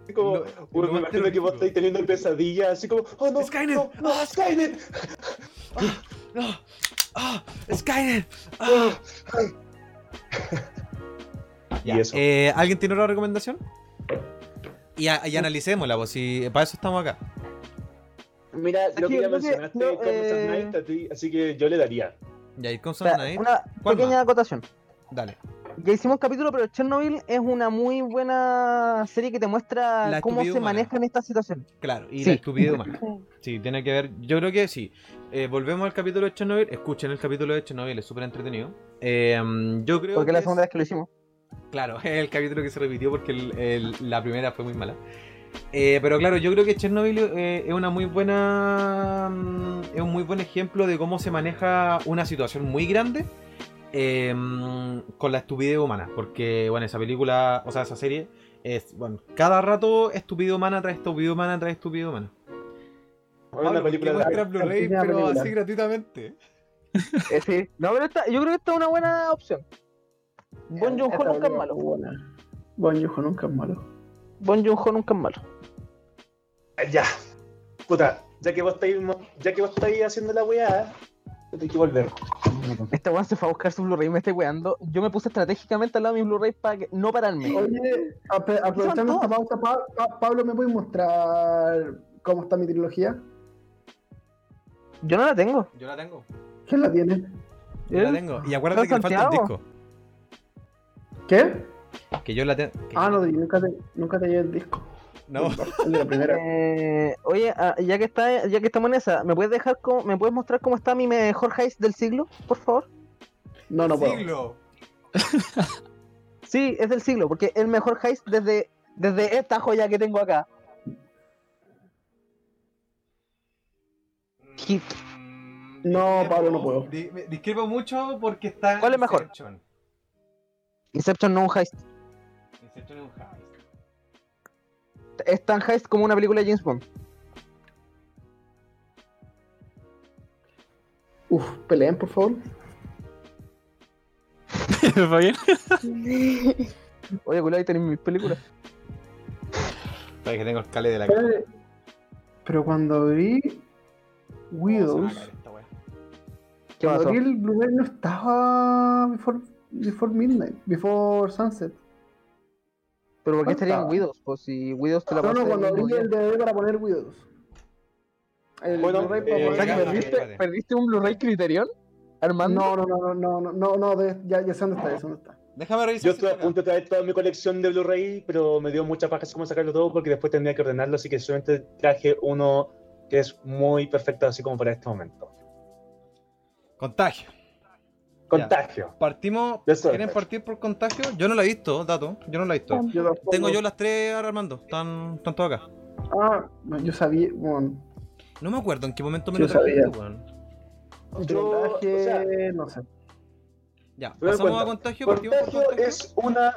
E: Así como,
B: No,
E: weón,
B: no
E: me
B: más
E: imagino que vos
B: terrorífico.
E: estáis teniendo pesadillas, así como, oh no,
B: Skynet.
E: no, no, Skynet.
B: ¡No! ¡Ah! ¡Skynet!
E: Ah.
B: Ya,
E: Y eso.
B: eh, ¿Alguien tiene otra recomendación? Y, a- y analicémosla, pues si para eso estamos acá.
E: Mira,
A: Aquí
E: lo que
A: yo
E: ya
A: creo que-
E: mencionaste
A: no,
E: con Constant
A: eh,
E: Night a ti, así que yo le daría.
B: Ya, ir con
A: O sea,
B: Night.
A: una
B: ¿Cuál
A: pequeña
B: más?
A: acotación.
B: Dale.
A: Ya hicimos capítulo, pero Chernobyl es una muy buena serie que te muestra
B: La
A: cómo se
B: estupidez humana.
A: manejan estas situaciones.
B: Claro, y
A: Sí.
B: la estupidez humana.
G: Sí.
B: Sí, tiene que ver. Yo creo que sí. Eh, volvemos al capítulo de Chernobyl. Escuchen el capítulo de Chernobyl, es súper entretenido. Eh, yo creo
A: Porque
B: que
A: es la
B: es-
A: segunda vez que lo hicimos.
B: Claro, es el capítulo que se repitió porque el- el- la primera fue muy mala. Eh, pero claro, yo creo que Chernobyl eh, es una muy buena. mm, Es un muy buen ejemplo de cómo se maneja una situación muy grande eh, mm, con la estupidez humana. Porque, bueno, esa película, o sea, esa serie, es, bueno, cada rato estupidez humana trae estupidez humana trae estupidez humana.
E: Bueno, una
B: Pablo,
E: película
B: ¿por
E: de
B: qué muestras Blu-ray,
F: Argentina
B: pero
F: película.
B: así gratuitamente.
A: Eh, sí. No, pero esta- yo creo que esta es una buena opción. Bon Joon-ho
F: Esa
A: nunca es
F: película
A: malo.
F: buena. Bon Joon-ho nunca es malo.
A: Bon Joon-ho nunca es malo.
E: Ya. Puta, ya que vos estáis, mo- ya que vos estáis haciendo la weá, yo tengo que volver.
A: Este weón se fue a buscar su Blu-ray, me está weando. Yo me puse estratégicamente al lado de mis Blu-rays para que- no pararme.
F: Oye, ape- aprovechando
A: Son
F: esta pausa, Pa- Pa- Pablo, ¿me puedes mostrar cómo está mi trilogía?
A: Yo no la tengo.
B: Yo la tengo.
F: ¿Quién la tiene?
B: Yo la
A: ¿Eh?
B: tengo. Y acuérdate que
A: ¿Está
B: le falta un
A: Santiago?
B: disco.
F: ¿Qué?
B: Que yo la tengo.
F: Ah, no, yo nunca te, nunca te llevé el disco.
B: No.
F: El de la primera.
A: Eh, oye, ah, ya que está, ya que estamos en esa, ¿me puedes dejar cómo- me puedes mostrar cómo está mi mejor heist del siglo, por favor?
F: No, no puedo.
B: Siglo.
A: Sí, es del siglo, porque el mejor heist desde, desde esta joya que tengo acá. Hit.
F: No, Pablo, no puedo.
B: Mm, Di- me- discrepo mucho porque está.
A: ¿Cuál es mejor?
B: Inception.
A: Inception no es un heist.
B: Inception es un heist.
A: Es tan heist como una película de James Bond.
F: Uf, peleen, por favor.
D: Fabián.
A: Oye, culo, ahí tenéis mis películas.
B: Espera que tengo el cale de la cara.
F: Pero,
B: Ah,
F: pero cuando abrí Widows,
B: esta wea.
A: ¿Qué pasó?
F: Cuando vi el Blueberry no estaba before, before Midnight, Before Sunset.
A: ¿Pero por qué
F: ¿Cuánta?
A: estarían Widows? Pues si Widows te la
F: Ah, No, no,
A: pasaste
F: cuando
A: el mismo
F: abrí
A: día.
F: el DVD para poner Widows. El
E: Bueno,
F: Blu-ray
E: eh,
F: para
A: O
F: poner-
A: sea que
B: Espérate,
A: perdiste,
B: espérate.
A: perdiste un Blu-ray Criterion, Armando.
F: No, no, no, no, no, no, no, no, de- ya, ya sé dónde está, ya sé dónde está.
B: Déjame revisar.
E: Yo
B: si
E: estoy a
B: está
E: punto de traer toda mi colección de Blu-ray, pero me dio mucha paja cómo sacarlo todo porque después tendría que ordenarlo, así que solamente traje uno que es muy perfecto así como para este momento.
B: acá. Contagio.
E: Contagio.
B: Partimos.
E: Eso es.
B: ¿Quieren partir por contagio? Yo no la he visto, dato. Yo no la he visto.
G: Tampoco.
F: Yo tampoco-
B: Tengo yo las tres ahora, Armando. Están, están todas acá.
F: Ah, no, yo sabía, bueno.
B: No me acuerdo en qué momento me
F: Yo
B: lo trajiste,
F: sabía.
B: weón.
E: Yo, o
F: Yo, eh,
E: sea,
F: no sé.
B: Ya,
E: me doy
B: pasamos a
E: cuenta.
B: contagio. Partimos por
E: Contagio
B: contagio.
E: es una.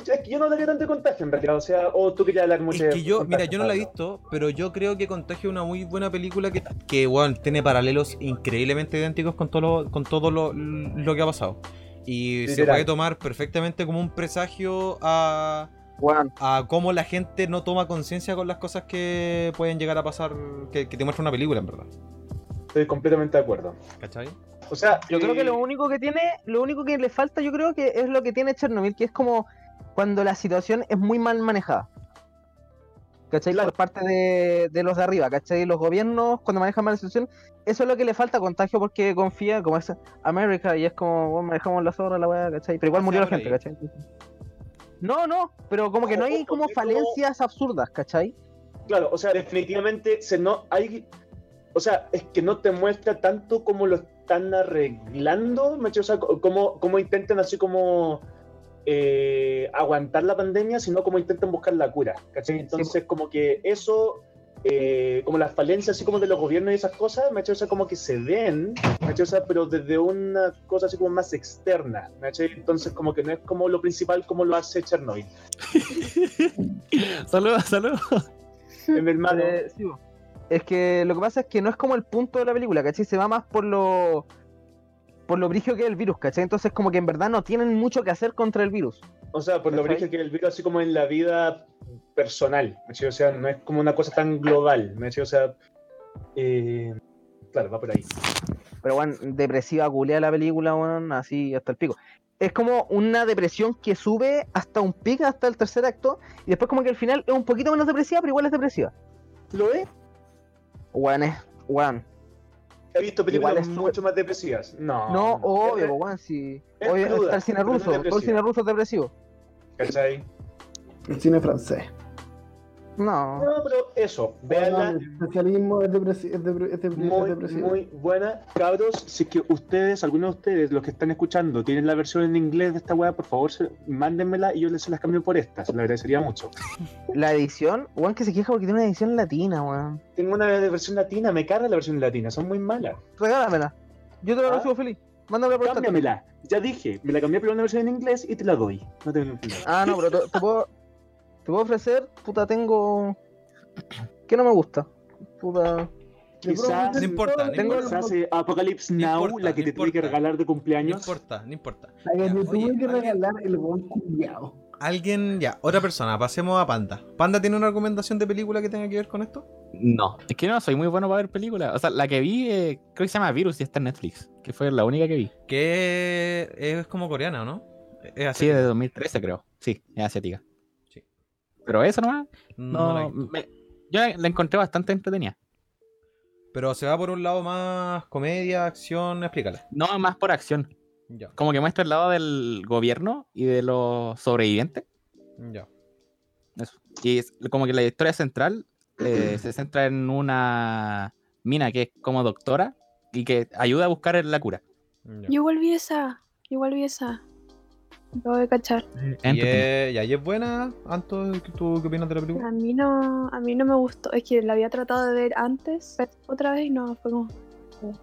E: Es que yo no hablaría tanto de contagio en realidad, o sea, o tú querías hablar mucho
B: Es
E: de
B: que yo,
E: Contagio,
B: mira, yo no la he
E: Pablo.
B: visto, pero yo creo que Contagio es una muy buena película que, que weón, tiene paralelos increíblemente idénticos con todo lo, con todo lo, lo que ha pasado. Y se
E: Literal.
B: puede tomar perfectamente como un presagio a,
A: Weón,
B: a cómo la gente no toma conciencia con las cosas que pueden llegar a pasar, que, que te muestra una película, en verdad.
E: Estoy completamente de acuerdo.
B: ¿Cachai?
E: O sea,
A: yo creo que
E: eh,
A: lo único que tiene, lo único que le falta, yo creo que es lo que tiene Chernobyl, que es como cuando la situación es muy mal manejada. ¿Cachai?
E: Claro.
A: Por parte de, de los de arriba, ¿cachai? Los gobiernos, cuando manejan mal la situación, eso es lo que le falta a contagio porque confía, como es América, y es como, bueno, manejamos la zorra, la weá, ¿cachai? Pero igual murió la gente, ¿cachai? No, no, pero como que no hay como falencias absurdas, ¿cachai?
E: Claro, o sea, definitivamente se no hay. O sea, es que no te muestra tanto como lo están arreglando, macho, o sea, co- como, como intentan así como eh, aguantar la pandemia, sino como intentan buscar la cura, ¿cachai? Entonces, como que eso, eh, como las falencias así como de los gobiernos y esas cosas, macho, o sea, como que se ven, macho, o sea, pero desde una cosa así como más externa, macho, entonces como que no es como lo principal como lo hace Chernobyl.
D: Saludos, saludos.
E: Eh, Mi hermano,
A: Eh, sí, bo. es que lo que pasa es que no es como el punto de la película, ¿cachai? Se va más por lo. por lo brigio que es el virus, ¿cachai? Entonces, como que en verdad no tienen mucho que hacer contra el virus.
E: O sea, por lo
A: ¿Cachai?
E: brillo que el virus, así como en la vida personal, ¿cachai? O sea, no es como una cosa tan global, ¿cachai? O sea, eh, claro, va por ahí.
A: Pero, bueno, depresiva, culea la película, weón, así hasta el pico. Es como una depresión que sube hasta un pico, hasta el tercer acto, y después, como que al final es un poquito menos depresiva, pero igual es depresiva. ¿Lo es? Weón, es. Weón.
E: He visto
A: Igual
E: películas
A: es súper-
E: mucho más depresivas. No.
A: No, obvio,
E: Es-
A: po, weón, si.
E: es
A: Obvio,
E: cruda,
A: está el cine
E: pero no es
A: ruso, todo el
E: depresiva.
A: cine ruso es depresivo.
E: ¿Cachai?
F: El cine francés.
A: No.
E: No, pero eso, véanla.
F: el especialismo es, depresi- es depre- es depre- es
E: Muy,
F: depresivo.
E: muy buena. Cabros, si es que ustedes, algunos de ustedes, los que están escuchando, tienen la versión en inglés de esta weá, por favor, se- mándenmela y yo les se las cambio por esta. Se lo agradecería mucho.
A: La edición, weón que se queja porque tiene una edición latina, weón.
E: Tengo una versión latina, me carga la versión latina, son muy malas.
A: Regálamela. Yo te la
E: ¿Ah?
A: recibo feliz. Mándame por esta.
E: Cámbiamela. Ya dije, me la cambié por una versión en inglés y te la doy. No tengo ningún problema.
A: Ah, no, pero te, te puedo. Te puedo ofrecer, puta, tengo. ¿Qué no me gusta? Puta.
F: Yo creo que
E: Quizás-
F: es
B: No importa,
F: todo
B: no
F: lo que-
B: importa.
E: Quizás eh, Apocalypse
B: No
E: Now,
B: importa,
E: la que
B: no
E: te tuve que
B: importa.
E: regalar de
B: No
E: cumpleaños.
B: importa, no importa.
F: La que
B: Ya,
F: me
B: oye,
F: tuve que
B: ¿alguien-
F: regalar el buen culiao.
B: Alguien, ya, otra persona, pasemos a Panda. ¿Panda tiene una recomendación de película que tenga que ver con esto?
D: No, es que no soy muy bueno para ver películas. O sea, la que vi, eh, creo que se llama Virus y está en Netflix, que fue la única que vi.
B: Que es como coreana, ¿o ¿no? Es
D: Sí,
B: así.
D: de 2013 creo. Sí, es asiática.
B: Sí.
D: Pero eso nomás,
B: No
D: no,
B: la he visto.
D: me- yo la, la encontré bastante entretenida.
B: Pero se va por un lado más comedia, acción, explícala.
D: No más por acción.
B: Ya,
D: Como que muestra el lado del gobierno y de los sobrevivientes.
B: ya.
D: Y es como que la historia central eh, se centra en una mina que es como doctora y que ayuda a buscar la cura.
B: ya.
G: Yo igual vi esa. yo Igual vi esa. Acabo de cachar.
B: Y,
D: Entretenida.
B: es, ya, y es buena, Anto, ¿tú qué opinas de la película?
G: A mí no, a mí no me gustó. Es que la había tratado de ver antes, pero otra vez y no, fue como.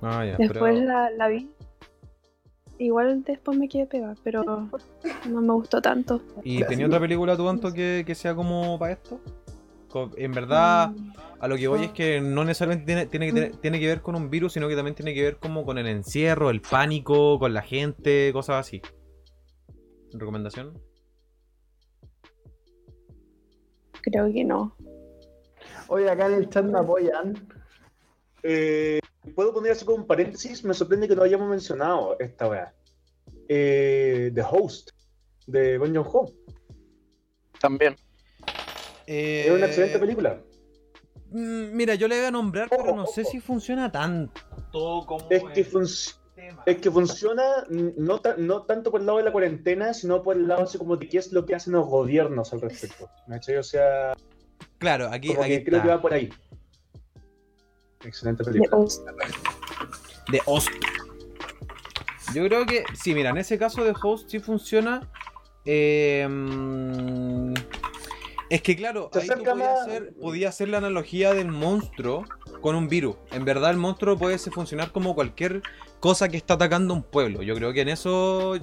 B: Ah, ya,
G: Después
B: pero...
G: la, la vi. Igual después me quedé pegada, pero no me gustó tanto.
B: ¿Y tenía otra película tú, Anto, que, que sea como para esto? Co- En verdad,
G: Mm,
B: a lo que voy es que no necesariamente tiene, tiene, que, tener- tiene que ver con un virus, sino que también tiene que ver como con el encierro, el pánico, con la gente, cosas así. ¿Recomendación?
G: Creo que no.
F: Oye, acá en el chat me apoyan.
E: Eh, Puedo poner así como un paréntesis, me sorprende que no hayamos mencionado esta weá. Eh, The Host, de Bon Joon Ho.
A: También.
E: Es una
B: Eh,
E: excelente película.
B: Mm, Mira, yo le voy a nombrar, pero no sé si funciona tanto como.
E: Es que,
B: el
E: func-
B: tema.
E: es que funciona no, ta- no tanto por el lado de la cuarentena, sino por el lado así como de qué es lo que hacen los gobiernos al respecto. ¿Cachai? O sea,
B: Claro, aquí,
E: como
B: aquí
E: que creo que va
B: está.
E: por ahí. Excelente
G: De
E: película.
G: Oz.
B: De Host. Yo creo que, sí, mira, en ese caso de Host sí funciona. Eh, mm, es que, claro,
E: Se
B: ahí tú
E: acerca
B: podías
E: más-
B: hacer, podías hacer la analogía del monstruo con un virus. En verdad, el monstruo puede ser- funcionar como cualquier cosa que está atacando un pueblo. Yo creo que en eso eh,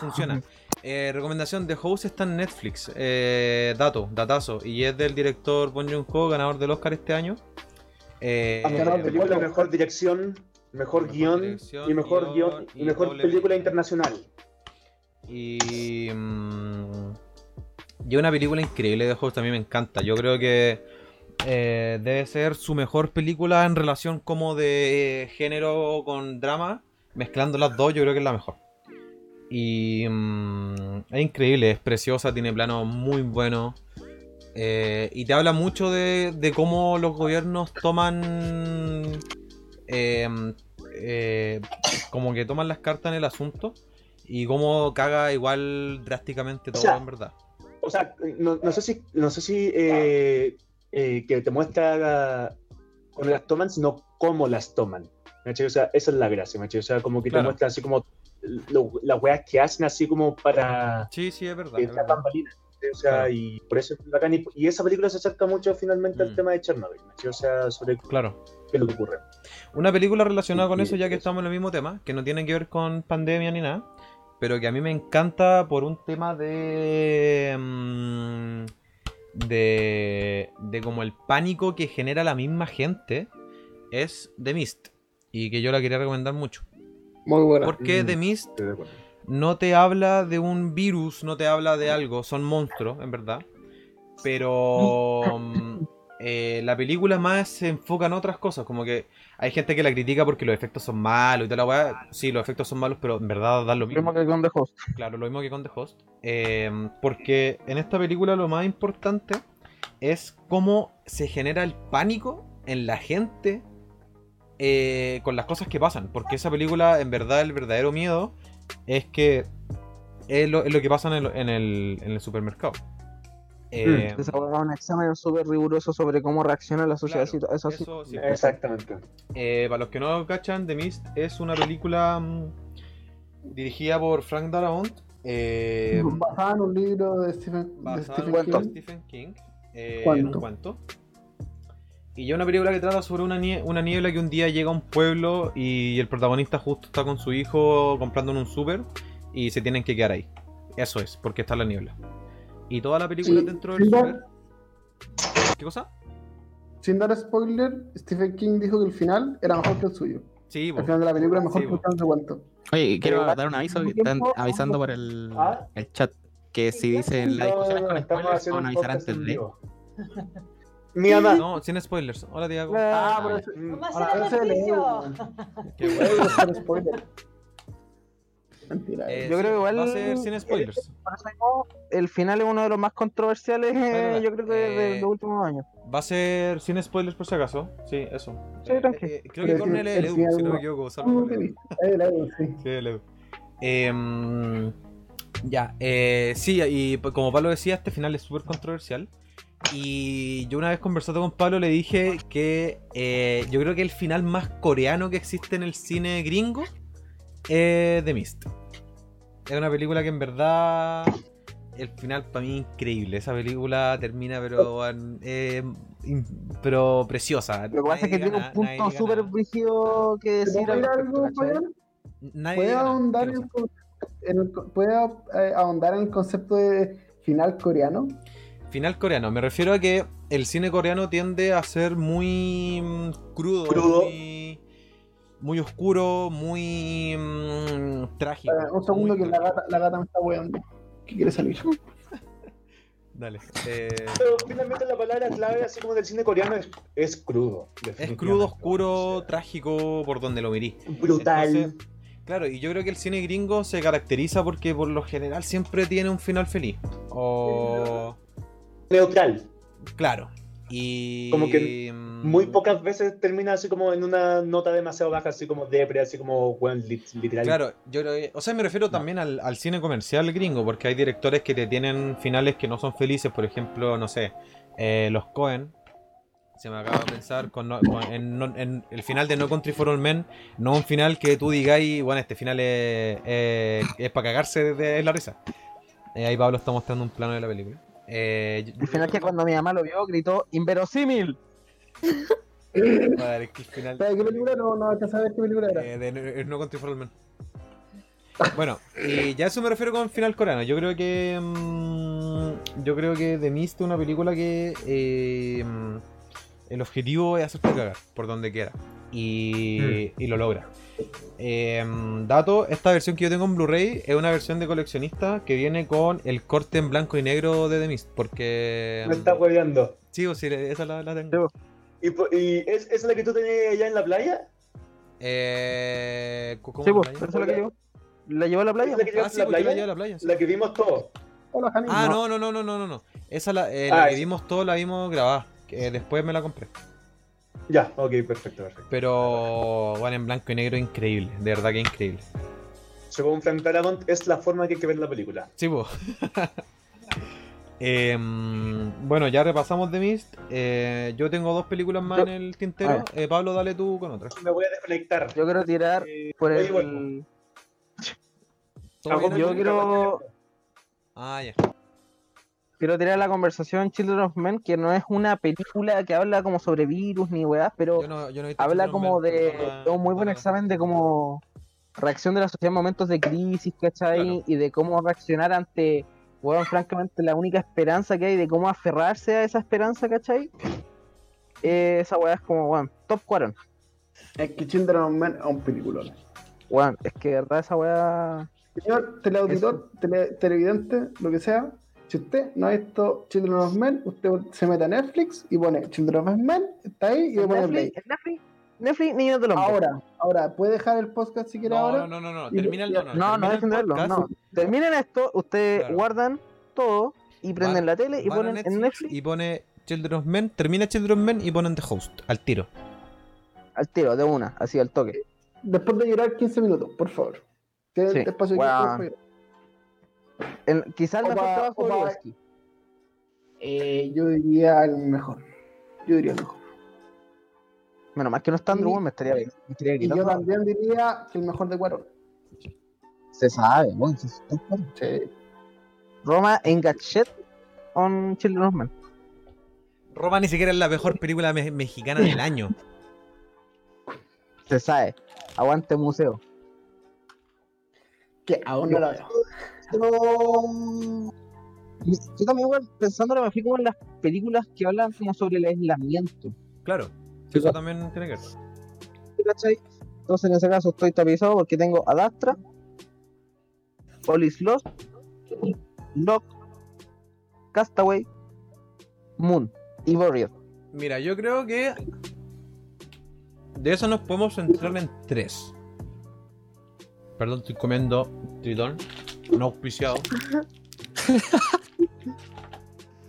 B: funciona. Eh, recomendación de Host está en Netflix. Eh, dato, datazo. Y es del director Bon Joon-ho, ganador del Oscar este año. Eh,
E: Ah, mejor película, mejor dirección, mejor,
B: Mejor
E: guión
B: dirección,
E: y mejor
B: guión,
E: guión y
B: y
E: mejor
B: doble-
E: película internacional.
B: Y. mm, y una película increíble de Host, a mí me encanta. Yo creo que eh, debe ser su mejor película en relación como de eh, género con drama. Mezclando las dos, yo creo que es la mejor. Y. mm, es increíble, es preciosa, tiene planos muy buenos. Eh, y te habla mucho de, de cómo los gobiernos toman. eh, eh, como que toman las cartas en el asunto. Y cómo caga igual drásticamente todo,
E: sea,
B: en verdad.
E: O sea, no, no sé si, no sé si eh, eh, que te muestra la- cuando las toman, sino cómo las toman. ¿cachai? O sea, esa es la gracia, ¿cachai? O sea, como que
B: Claro.
E: te muestra así como lo- las weas que hacen así como para
B: Sí, sí, es verdad.
E: que
B: es
E: sea
B: verdad.
E: bambalina. ¿cachai? O sea,
B: Claro.
E: y por eso es bacán. Y, y esa película se acerca mucho finalmente al
B: Mm.
E: tema de Chernobyl, ¿cachai? O sea, sobre qué
B: Claro.
E: es lo que ocurre.
B: Una película relacionada con
E: Sí,
B: eso, ya que
E: eso.
B: estamos en el mismo tema, que no tiene que ver con pandemia ni nada, pero que a mí me encanta por un tema de. mm, de. de como el pánico que genera la misma gente, es The Mist. Y que yo la quería recomendar mucho.
F: Muy buena.
B: Porque
E: Mm.
B: The Mist
E: Estoy de acuerdo.
B: no te habla de un virus, no te habla de algo, son monstruos, en verdad. Pero mm, eh, la película más se enfoca en otras cosas, como que hay gente que la critica porque los efectos son malos y tal la weá. Sí, los efectos son malos, pero en verdad da lo
A: Lo mismo
B: mismo.
A: que con The Host.
B: Claro, lo mismo que con The Host. Eh, porque en esta película lo más importante es cómo se genera el pánico en la gente eh, con las cosas que pasan. Porque esa película, en verdad, el verdadero miedo es que es lo, es lo que pasa en el, en el- en el supermercado. Eh,
A: Esa hueá es un examen súper riguroso sobre cómo reacciona la sociedad
B: Claro,
A: a esas
B: eso
E: pues.
B: sí.
E: Exactamente.
B: Eh, para los que no lo cachan, The Mist es una película mm, dirigida por Frank Darabont. eh,
F: Basada en un libro de Stephen, de
B: basado en un
F: Stephen
A: Cuento.
F: King.
B: Stephen King, eh, en
F: Cuento.
B: un cuento. Y ya una película que trata sobre una, nie- una niebla que un día llega a un pueblo y el protagonista justo está con su hijo comprando en un súper y se tienen que quedar ahí. Eso es, porque está la niebla. Y toda la película
F: Sí,
B: dentro del
F: sí,
B: súper. ¿Qué cosa?
F: Sin dar spoiler, Stephen King dijo que el final era mejor que el suyo.
B: Sí,
F: El
B: po.
F: final de la película era
B: Sí,
F: mejor que
B: bo.
F: el final de cuento.
D: Oye, y quiero
E: igual,
D: dar un aviso,
F: al
D: que
F: mismo
D: están
F: tiempo,
D: avisando por el,
E: ¿Ah?
D: el chat que si dicen las discusiones con spoilers, van a avisar
E: podcast
D: antes
E: en
D: de.
E: vivo. Mi mamá.
B: Ah, No, sin spoilers. Hola, Diego.
F: Ah, por
D: ya.
F: eso.
E: Mm.
H: Vamos a
F: Ahora,
H: hacer
F: eso es
H: ejercicio.
B: Qué bueno.
F: Voy a hacer spoiler. Mentira.
B: Eh,
A: Yo creo que igual-
B: Va a ser sin spoilers.
A: Por eso mismo, el final es uno de los más controversiales, eh,
B: Verdad.
A: yo creo que de, de
B: Eh,
A: los últimos años.
B: Va a ser sin spoilers por si acaso. Sí, eso.
A: Sí,
B: Eh,
A: tranqui.
B: eh, creo que
F: Sí,
B: Cornel es
F: sí,
B: el Edu,
F: sí,
B: si no me
F: algo.
B: equivoco. Salvo
F: No,
B: el
F: te
B: Edu.
F: vi. Eh, la vi, sí.
B: Sí, el Edu. Em, ya, eh, sí, y pues como Pablo decía, este final es súper controversial. Y yo una vez conversando con Pablo le dije que eh, yo creo que el final más coreano que existe en el cine gringo es The Mist. Es una película que en verdad el final para mí es increíble. Esa película termina pero, weón, eh, in- pero preciosa.
A: Lo que pasa es que
B: Nadie
A: tiene
B: diga
A: un
B: nada, nadie
A: punto
B: diga
A: súper
B: nada.
A: brígido que decir.
F: ¿Puedo
A: al
F: ir
A: respecto,
F: algo,
A: ¿cachai?
F: Fabián?
B: Nadie
F: ¿Puede
B: diga nada.
F: ahondar,
B: ¿Qué
F: en,
B: cosa?
F: el con- en el con- puede, eh, ahondar en el concepto de final coreano? Eh,
B: Final coreano, me refiero a que el cine coreano tiende a ser muy mm, crudo,
E: Crudo.
B: Muy, muy oscuro, muy mm, trágico.
F: Eh, un segundo
B: muy
F: que la
B: trágico.
F: Eh, gata, la gata me está weando. Que quiere salir.
B: Dale. Eh,
E: Pero finalmente la palabra clave, así como del cine coreano, es, es crudo.
B: es crudo,
E: definitivamente.
B: oscuro, trágico, por donde lo mirís.
E: Brutal.
B: Entonces, claro, y yo creo que el cine gringo se caracteriza porque por lo general siempre tiene un final feliz. O.
E: neutral.
B: Claro. Y.
E: Como que
B: Mm.
E: Muy pocas veces termina así como en una nota demasiado baja, así como depre, así como, weón, lit- literal.
B: Claro, yo creo que- O sea, me refiero también al, al cine comercial gringo, porque hay directores que te tienen finales que no son felices, por ejemplo, no sé, eh, los Cohen. Se me acaba de pensar con, No- con- en, No- en el final de No Country for All Men, no un final que tú digáis, bueno, este final es, eh, es, para cagarse de la risa. Eh, ahí Pablo está mostrando un plano de la película. Eh, yo-
A: El final que cuando mi mamá lo vio gritó inverosímil.
B: a ver, ¿qué final?
F: ¿Sabes qué película? No, no alcanzaba a ver qué película era.
B: Eh, de No- eh, No Country for Old Men. Bueno, y ya a eso me refiero con final coreano. Yo creo que. mm, yo creo que The Mist es una película que. eh, mm, el objetivo es hacerte cagar por donde quiera. Y, y lo logra. Eh, mm, dato: esta versión que yo tengo en Blu-ray es una versión de coleccionista que viene con el corte en blanco y negro de The Mist. Porque.
E: Me está hueveando.
B: Sí, o sí, esa la, la tengo.
E: ¿Y, po- y es, esa es la que tú tenías allá en la playa?
B: Eh, ¿Cómo
A: Sí,
B: la
A: pues,
B: playa?
A: pero eso es lo que llevó. ¿La llevó a la playa? pues.
E: ¿Es la que
B: Ah,
E: llevaste
B: sí,
E: a la
B: porque la
E: playa?
B: llevé a la playa. sí.
E: La que vimos todos.
F: Hola, Janine.
B: Ah, no, no, no, no, no, no. no. Esa la, eh,
E: Ah,
B: la que
E: esa.
B: vimos todos la vimos grabada. que eh, después me la compré.
E: Ya, ok, perfecto, perfecto.
B: Pero, bueno, en blanco y negro increíble. De verdad que increíble.
E: Según Frank Darabont, es la forma que hay que ver la película.
B: Sí, po. Em, bueno, ya repasamos The Mist. Eh, yo tengo dos películas más en el
A: a
B: tintero.
A: ver.
B: Eh, Pablo, dale tú con otra.
E: Me voy a desconectar.
A: Yo quiero tirar
E: Eh,
A: por
E: oye, bueno,
A: el.
B: ¿Todo
E: ¿cómo
B: bien?
A: Ah, yo
E: te-
A: quiero-
B: Ah, ya.
A: Quiero tirar la conversación Children of Men, que no es una película que habla como sobre virus ni weas, pero
B: Yo no, yo no he visto
A: habla
B: Children of
A: como
B: Men,
A: de,
B: no la-
A: de un muy buen
B: no la-
A: examen de cómo reacción de la sociedad en momentos de crisis, ¿cachai?
B: Claro.
A: Y de cómo reaccionar ante, bueno, francamente, la única esperanza que hay, de cómo aferrarse a esa esperanza, ¿cachai? Eh, esa weá es como, bueno, top 4.
F: Es que Children of Men es un peliculón.
A: Bueno, es que de verdad esa weá...
F: Señor teleauditor, tele- televidente, lo que sea, si usted no ha visto Children of Men, usted se mete a Netflix y pone Children of Men, está ahí y le pone play.
A: Netflix, Netflix, Netflix, niños del hombre.
F: Ahora, ahora, ¿puede dejar el podcast si quiere
B: No,
F: ahora?
B: no, no, no, no.
F: Y-
B: Termina el
F: no,
A: No, no
B: termina el
A: dejen de verlo.
B: podcast.
A: No. Terminen esto, ustedes
B: Claro.
A: guardan todo y prenden
B: Van-
A: la tele y
B: van a
A: ponen en Netflix
B: y pone Children of Men, termina Children of Men y ponen The Host al tiro.
A: al tiro, de una, así al toque.
F: Después de llorar 15 minutos, por favor. Tiene
A: Sí,
F: espacio de
A: weón.
F: 15 minutos.
A: En- quizás la
F: Opa,
A: faltaba
F: opa.
A: Jodorowsky.
F: Eh, yo diría el mejor. Yo diría el mejor.
A: Menos mal que no está Andrew,
F: Y-
A: Wong, me estaría, me estaría
F: Y
A: gritando.
F: yo también diría que el mejor de Cuarón.
A: Se sabe, bueno, se-
F: Sí.
A: Roma en Gadget on Children of Men.
B: Roma ni siquiera es la mejor película me- mexicana del año.
A: Se sabe. Aguante museo.
F: Que aún no la veo.
A: Pero... Yo también, weón, pensándolo, me fui como en las películas que hablan como sobre el aislamiento.
B: Claro, sí, eso también tiene que ver.
A: ¿cachai? Entonces en ese caso estoy tapizado porque tengo Adastra, Olis Lost, Lock, Castaway, Moon y Warrior.
B: Mira, yo creo que de eso nos podemos centrar en tres. Perdón, estoy comiendo tritón, no auspiciado.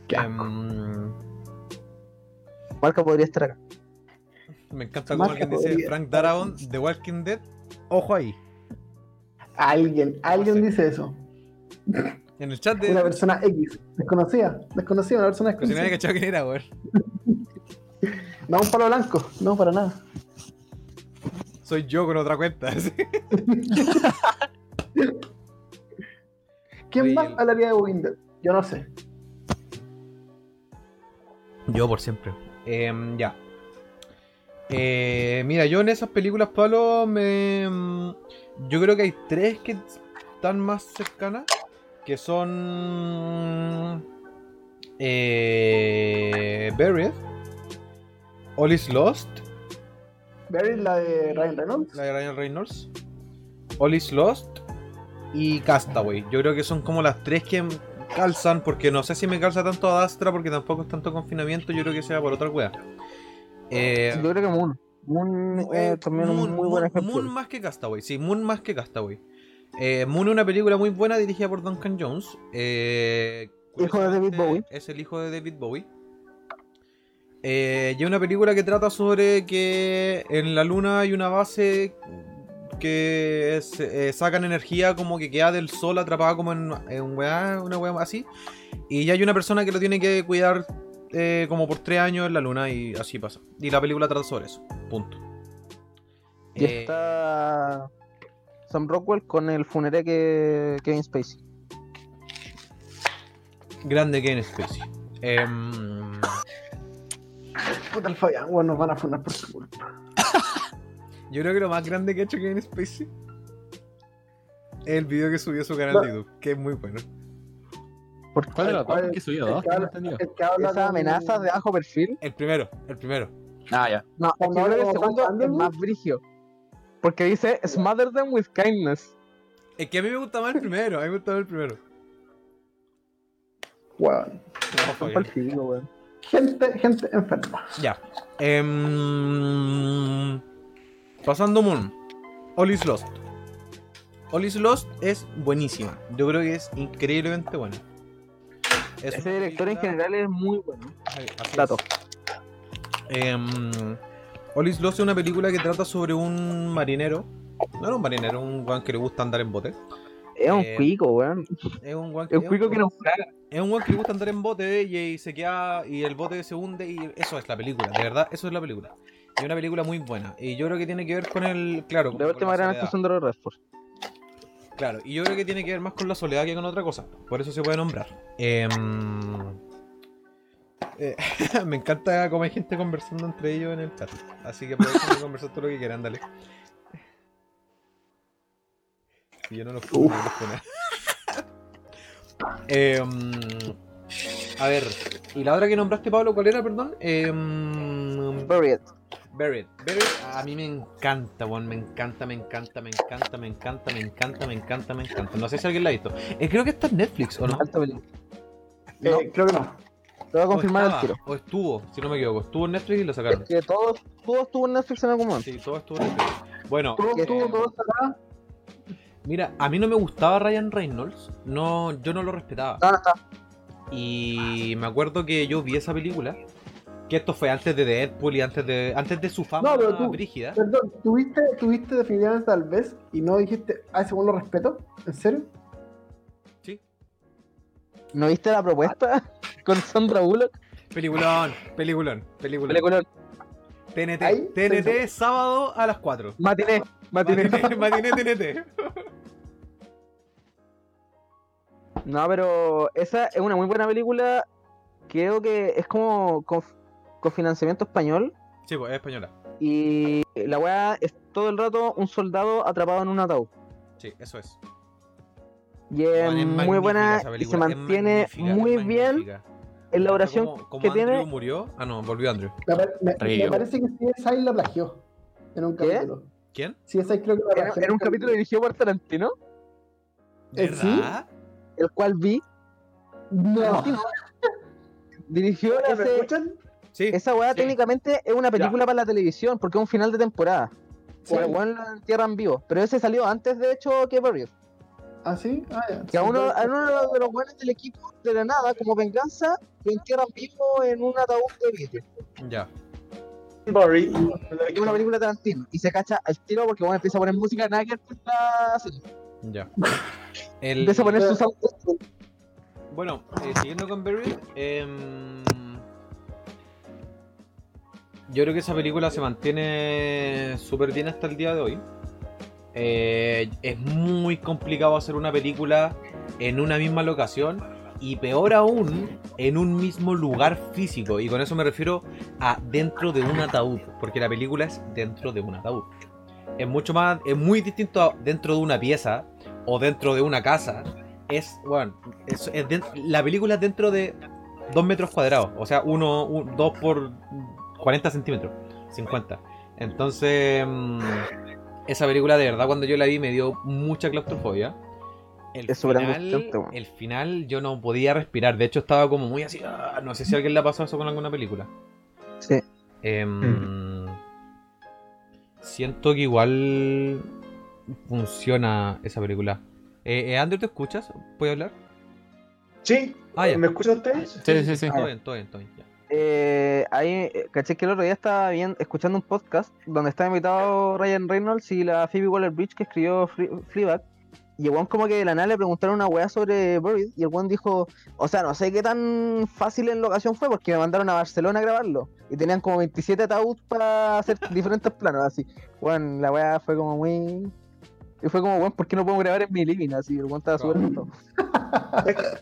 F: Qué asco.
B: Em,
A: Marca podría estar acá.
B: me encanta
F: Más
B: como alguien
F: que
B: dice
F: podría.
B: Frank Darabont, The Walking Dead. Ojo ahí.
F: Alguien, alguien
B: Sí.
F: dice eso.
B: En el chat de.
F: Una persona X, desconocida, desconocida, una persona
B: Pero si nadie
F: desconocida.
B: cachaba quién era, weón.
F: No, un palo blanco, no, para nada.
B: Soy yo con otra cuenta. así.
F: ¿Quién
B: Oye,
F: más
B: el-
F: hablaría de Walking Dead? Yo no sé.
B: Yo por siempre. Em, ya. Eh, mira, yo en esas películas, Pablo, me. mm, Yo creo que hay tres que están más cercanas. Que son. Eh, Buried. All is Lost.
F: Barry, la de Ryan Reynolds.
B: La de Ryan Reynolds. All is Lost. Y Castaway. Yo creo que son como las tres que calzan, porque no sé si me calza tanto a Dastra, porque tampoco es tanto confinamiento, yo creo que sea por otra wea. Eh,
A: Yo creo que Moon. Moon eh, también es un muy buen
B: Moon,
A: ejemplo.
B: Moon más que Castaway, sí, Moon más que Castaway. Eh, Moon es una película muy buena dirigida por Duncan Jones. eh,
A: Hijo de David
B: curiosamente, Es el hijo de David Bowie. Eh, y es una película que trata sobre que en la luna hay una base que es- eh, sacan energía como que queda del sol atrapada como en, en un weá, una weá así. Y ya hay una persona que lo tiene que cuidar eh, como por tres años en la luna y así pasa. Y la película trata sobre eso. Punto.
A: Y
B: Eh,
A: está Sam Rockwell con el funeral que Kevin Spacey.
B: Grande Kevin Spacey. Em,
F: Puta el Fabián, weón, nos van a funar por su culpa.
B: yo creo que lo más grande que ha hecho Kevin Spacey es el video que subió a su canal de YouTube, que es muy bueno.
A: ¿Por
D: ¿Cuál de los dos?
F: ¿Cuál?
D: ¿Qué subió?
F: El
D: ¿Dos?
F: que
D: No
F: habla-
D: entendió.
F: el que habla
A: Esas
F: con-
A: amenazas de bajo perfil.
B: El primero, el primero.
D: Ah, ya.
A: No, es que
F: Cuando
A: yo creo que el
F: habla como
A: segundo es
F: Hans Andersen.
A: más brigio. Porque dice smother them with kindness.
B: Es que a mí me gusta más el primero, a mí me gusta más el primero.
F: Weón.
B: No,
A: Son
B: Fabián.
A: pa'l pico, weón.
F: Gente, gente enferma.
B: Ya. Em, pasando Moon. All is Lost. All is Lost es buenísima. Yo creo que es increíblemente buena. Es
A: Ese
B: una
A: director en
B: película-
A: general es muy bueno.
B: Así es.
A: Dato.
B: Em, All is Lost es una película que trata sobre un marinero. No era un marinero, un guan que le gusta andar en bote.
A: Es un
B: Eh,
A: cuico, weón.
B: Es un guan
A: Es un cuico que no
B: Es un weón que le gusta andar en bote y, eh, y se queda y el bote se hunde y eso es la película, de verdad, eso es la película. Y es una película muy buena. Y yo creo que tiene que ver con el. Claro, con
A: La última
B: la
A: gran
B: soledad.
A: actuación de los Redford.
B: Claro, y yo creo que tiene que ver más con la soledad que con otra cosa. Por eso se puede nombrar. Em, eh, me encanta cómo hay gente conversando entre ellos en el chat. Así que pueden conversar todo lo que quieran, dale. Si yo no los puedo Em, A ver, y la otra que nombraste, Pablo, ¿cuál era, perdón? Em,
A: Buried.
B: Buried. Buried, a mí me encanta, weón. Me encanta, me encanta, me encanta, me encanta, me encanta, me encanta, me encanta. No sé si alguien la ha visto. Eh, creo que está en Netflix, ¿o no?
A: Alta película.
F: Eh,
A: No.
F: Creo que no.
A: Te voy a
B: O
A: confirmar
B: estaba,
A: el tiro.
B: O estuvo, si no me equivoco. Estuvo en Netflix y la sacaron.
A: Que todos, todos estuvo en Netflix en algún momento.
B: Sí, todo estuvo en Netflix. Bueno,
F: Todo,
B: eh,
F: todo, todo está acá.
B: mira, a mí no me gustaba Ryan Reynolds. No, yo no lo respetaba.
A: No, no está.
B: Y me acuerdo que yo vi esa película. Que esto fue antes de Deadpool y antes de antes de su fama
F: No, pero tú-
B: brígida.
F: Perdón, ¿tuviste, tuviste definitivamente tal vez y no dijiste, ah, ese weón lo respeto? ¿En serio?
A: ¿No viste la propuesta con Sandra Bullock?
B: Peliculón, peliculón, peliculón.
A: Peliculón.
B: TNT,
F: Ahí,
B: TNT, sábado a las 4.
A: Matiné, matiné.
B: Matiné, matiné TNT.
A: No, pero esa es una muy buena película. Creo que es como con, con financiamiento español.
B: Sí, pues es española.
A: Y la weá es todo el rato un soldado atrapado en un ataúd.
B: Sí, eso es.
A: Y es
B: Bueno, es
A: Eh, muy
B: magnífica
A: buena
B: esa
A: y
B: película,
A: se
B: es
A: mantiene
B: magnífica, es
A: muy bien
B: magnífica.
A: en la oración
B: Como- como
A: que
B: Andrew
A: tiene.
B: murió. Ah, no, volvió Andrew.
F: Me, pare- me- me
D: Río.
F: parece que CSI la plagió en un
A: ¿Qué?
F: capítulo.
B: ¿Quién?
F: CSI creo que la
A: Era,
F: plagió.
A: era un capítulo dirigido por Tarantino,
B: ¿De
F: ¿Eh, sí?
B: ¿Verdad?
A: el cual vi.
F: No.
A: Dirigió
E: ¿Me
A: ese,
E: escuchan?
B: Sí.
A: esa weá
B: Sí.
A: técnicamente es una película para la televisión porque es un final de temporada.
F: Sí.
A: O el weón lo entierran vivo. Pero ese salió antes de hecho que Buried.
F: ¿Ah, sí? Ah, ya.
A: Que a uno, a uno de los buenos del equipo de la nada, como venganza, lo entierran vivo en un ataúd de vidrio.
B: Ya.
E: Barry.
A: Es una película de Tarantino. Y se cacha al tiro porque bueno, empieza a poner música nada que ver con la serie.
B: Ya. El-
A: Empieza a poner su sound.
B: Bueno, eh, siguiendo con Buried, em, yo creo que esa película se mantiene súper bien hasta el día de hoy. Eh, es muy complicado hacer una película en una misma locación y peor aún en un mismo lugar físico. Y con eso me refiero a dentro de un ataúd, porque la película es dentro de un ataúd. Es mucho más, es muy distinto a dentro de una pieza o dentro de una casa. Es, bueno, es- es den- la película es dentro de 2 metros cuadrados, o sea, 1, 2 por 40 centímetros, 50. Entonces, mm, esa película de verdad cuando yo la vi me dio mucha claustrofobia. El
A: Es
B: final,
A: sobreangustiante, weón.
B: el final yo no podía respirar. De hecho, estaba como muy así. "Ah", no sé si a alguien le ha pasado eso con alguna película.
A: Sí.
B: Em, Siento que igual funciona esa película. Eh, eh, Andrew, ¿te escuchas? ¿Puedo hablar?
E: ¿Sí?
B: Ah, ya.
E: ¿Me escuchan ustedes?
D: Sí, sí, sí.
B: Todo bien, todo bien, todo bien. ya.
A: Eh, ahí, eh, caché que el otro día estaba bien, escuchando un podcast donde estaba invitado Ryan Reynolds y la Phoebe Waller-Bridge que escribió Fle- Fleabag. Y el weón como que de la nada le preguntaron una weá sobre Buried y el weón dijo, o sea, no sé qué tan fácil en locación fue porque me mandaron a Barcelona a grabarlo y tenían como 27 ataúd para hacer diferentes planos, así. Weón, la weá fue como muy... Y fue como, weón, ¿por qué no podemos grabar en mi living? Así, el weón estaba súper roto.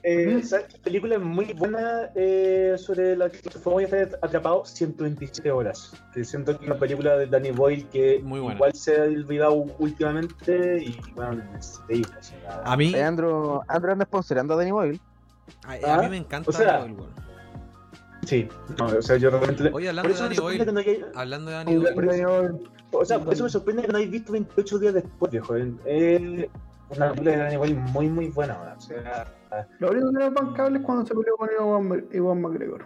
E: Eh, ¿Sabes qué película es muy buena eh, sobre la claustrofobia de estar atrapado 127 horas? Que siento que es una película de Danny Boyle que
B: Muy buena.
E: igual se ha olvidado últimamente y bueno, es increíble. o sea,
B: A mí,
A: Eh, Andrew, Andrew anda sponsoreando a Danny Boyle.
B: a, a mí me encanta
E: ¿Ah? O sea,
B: Danny Boyle, weón.
E: Sí, no, o sea, yo realmente...
B: Oye,
E: Por
B: hablando de
E: eso me
B: Danny
E: sorprende
B: Boyle,
E: que no haya...
B: hablando de Danny Boyle,
E: Por eso- O sea, por eso me sorprende que no hayáis visto 28 días después, viejo. Eh, una película de Danny Boyle muy, muy buena. weón. O sea,
F: Lo único que no es bancable es cuando se peleó con Iwan, Mac- Iwan McGregor.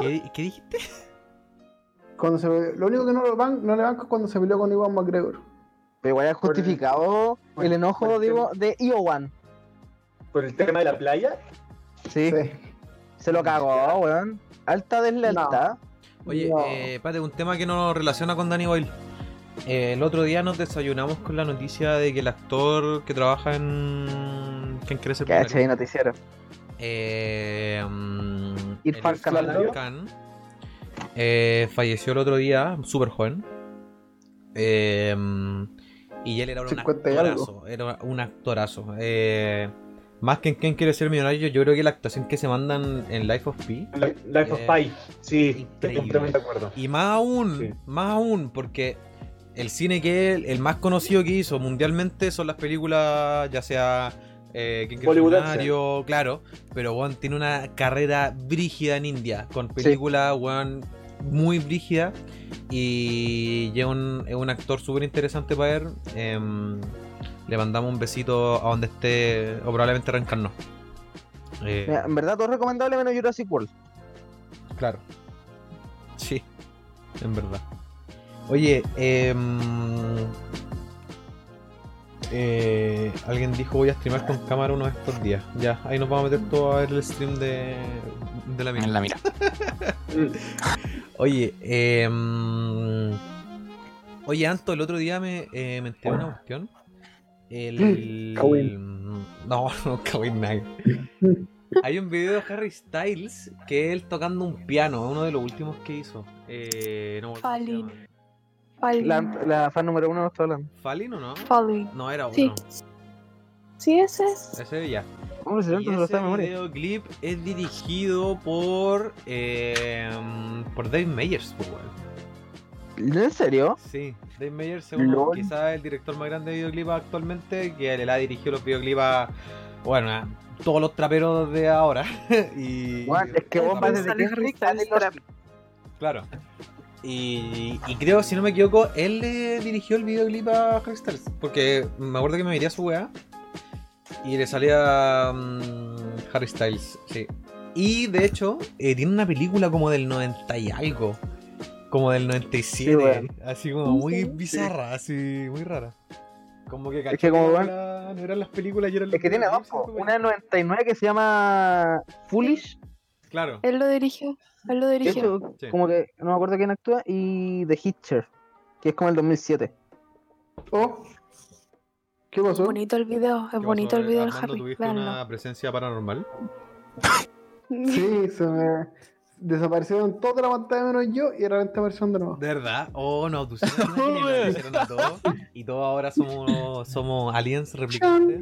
B: ¿qué, qué dijiste?
F: Cuando se peleó- lo único que no, lo ban- no le banco es cuando se peleó con Iwan McGregor.
A: Pero igual es
E: Por el-
A: justificado
E: por-
A: el enojo
E: por el
A: digo, de Iowan.
E: por el tema de la playa,
A: Sí,
F: Sí.
A: se lo cagó, weón. Alta deslealtad.
B: Oye,
F: No.
B: eh, espérate, un tema que nos relaciona con Danny Boyle. Eh, el otro día nos desayunamos con la noticia de que el actor que trabaja en. ¿Quién crece
A: Que
B: primero?
A: ahí noticiero.
B: Eh, mm,
A: Irfan
B: el
A: Khan.
B: Khan, eh, falleció el otro día, súper joven. Eh, mm, y él era un
F: 50 y algo.
B: actorazo. Era un actorazo. Eh, más que en quien quiere ser millonario, yo creo que la actuación que se mandan en Life of Pi.
E: Life of
B: Eh,
E: Pi. Sí, estoy
B: increíble.
E: completamente de acuerdo.
B: Y más aún,
E: Sí.
B: más aún, porque el cine que él, el más conocido que hizo mundialmente son las películas, ya sea eh, Quién quiere ser
E: Bollywood
B: millonario, claro, pero Juan tiene una carrera brígida en India, con películas, Juan, muy brígida, y es un, es un actor súper interesante para ver. em, le mandamos un besito a donde esté, o probablemente reencarnó. Eh,
A: Mira, en verdad todo es recomendable menos Jurassic World.
B: Claro. Sí, en verdad. Oye, em, eh, alguien dijo voy a streamar con cámara uno de estos días. Ya, ahí nos vamos a meter todo a ver el stream de, de la mina.
D: En la mira.
B: Oye, em, oye Anto, el otro día me, eh, me enteré de una cuestión.
A: Mm,
B: El, no, no Kawin Knight. Hay un video de Harry Styles que él tocando un piano, uno de los últimos que hizo. Eh, no, me acuerdo cómo se
G: Fallin.
B: llama.
G: Falling.
A: La, la fan número uno no está hablando.
B: ¿Fallin o no?
G: Falling.
B: No, era uno.
G: Sí. Sí, ese es.
B: Ese ya.
A: Hombre, si no,
B: Y
A: entonces lo
B: ese
A: está de memoria.
B: videoclip es dirigido por em, por Dave Meyers, po, weón.
A: ¿En serio?
B: Sí, Dave Meyers es uno,
A: Lol.
B: quizás el director más grande de videoclips actualmente, que le ha dirigido los videoclips a, bueno, a todos los traperos de ahora. y,
A: Weón, es que
G: Ay,
A: vos vas desde
G: Gonzalo Harry
A: Kendrick a
G: Styles
A: Taylor
G: trap.
A: Swift.
B: Claro. Y, y creo, si no me equivoco, él le dirigió el videoclip a Harry Styles, porque me acuerdo que me metí a su weá y le salía mm, Harry Styles, sí. Y de hecho, eh, tiene una película como del 90 y algo, como del 97,
A: Sí, weón.
B: así como muy
G: Sí.
B: bizarra, así muy rara. Como que,
A: que
B: cachó
A: como van-
B: la- no eran las películas y eran
A: Es que tiene dos, po. una de 99 que se llama Foolish,
B: Claro.
G: Él lo dirigió. Él lo
A: que
G: dirigió.
A: eso,
B: Sí.
A: como que no me acuerdo quién actúa, y The Hitcher, que es como el 2007.
F: Oh. ¿Qué
G: Es
F: pasó?
G: bonito el video. Es
B: ¿Qué
G: bonito
B: pasó,
G: el video del
B: eh, Armando?
G: Harry.
B: ¿Tuviste una presencia paranormal?
G: véanlo.
F: Sí, se me desaparecieron toda la pantalla menos yo y de repente aparecieron de nuevo.
B: ¿De verdad? Oh, no, tú sabes que nos hicieron a todos y todos ahora somos, somos aliens replicantes.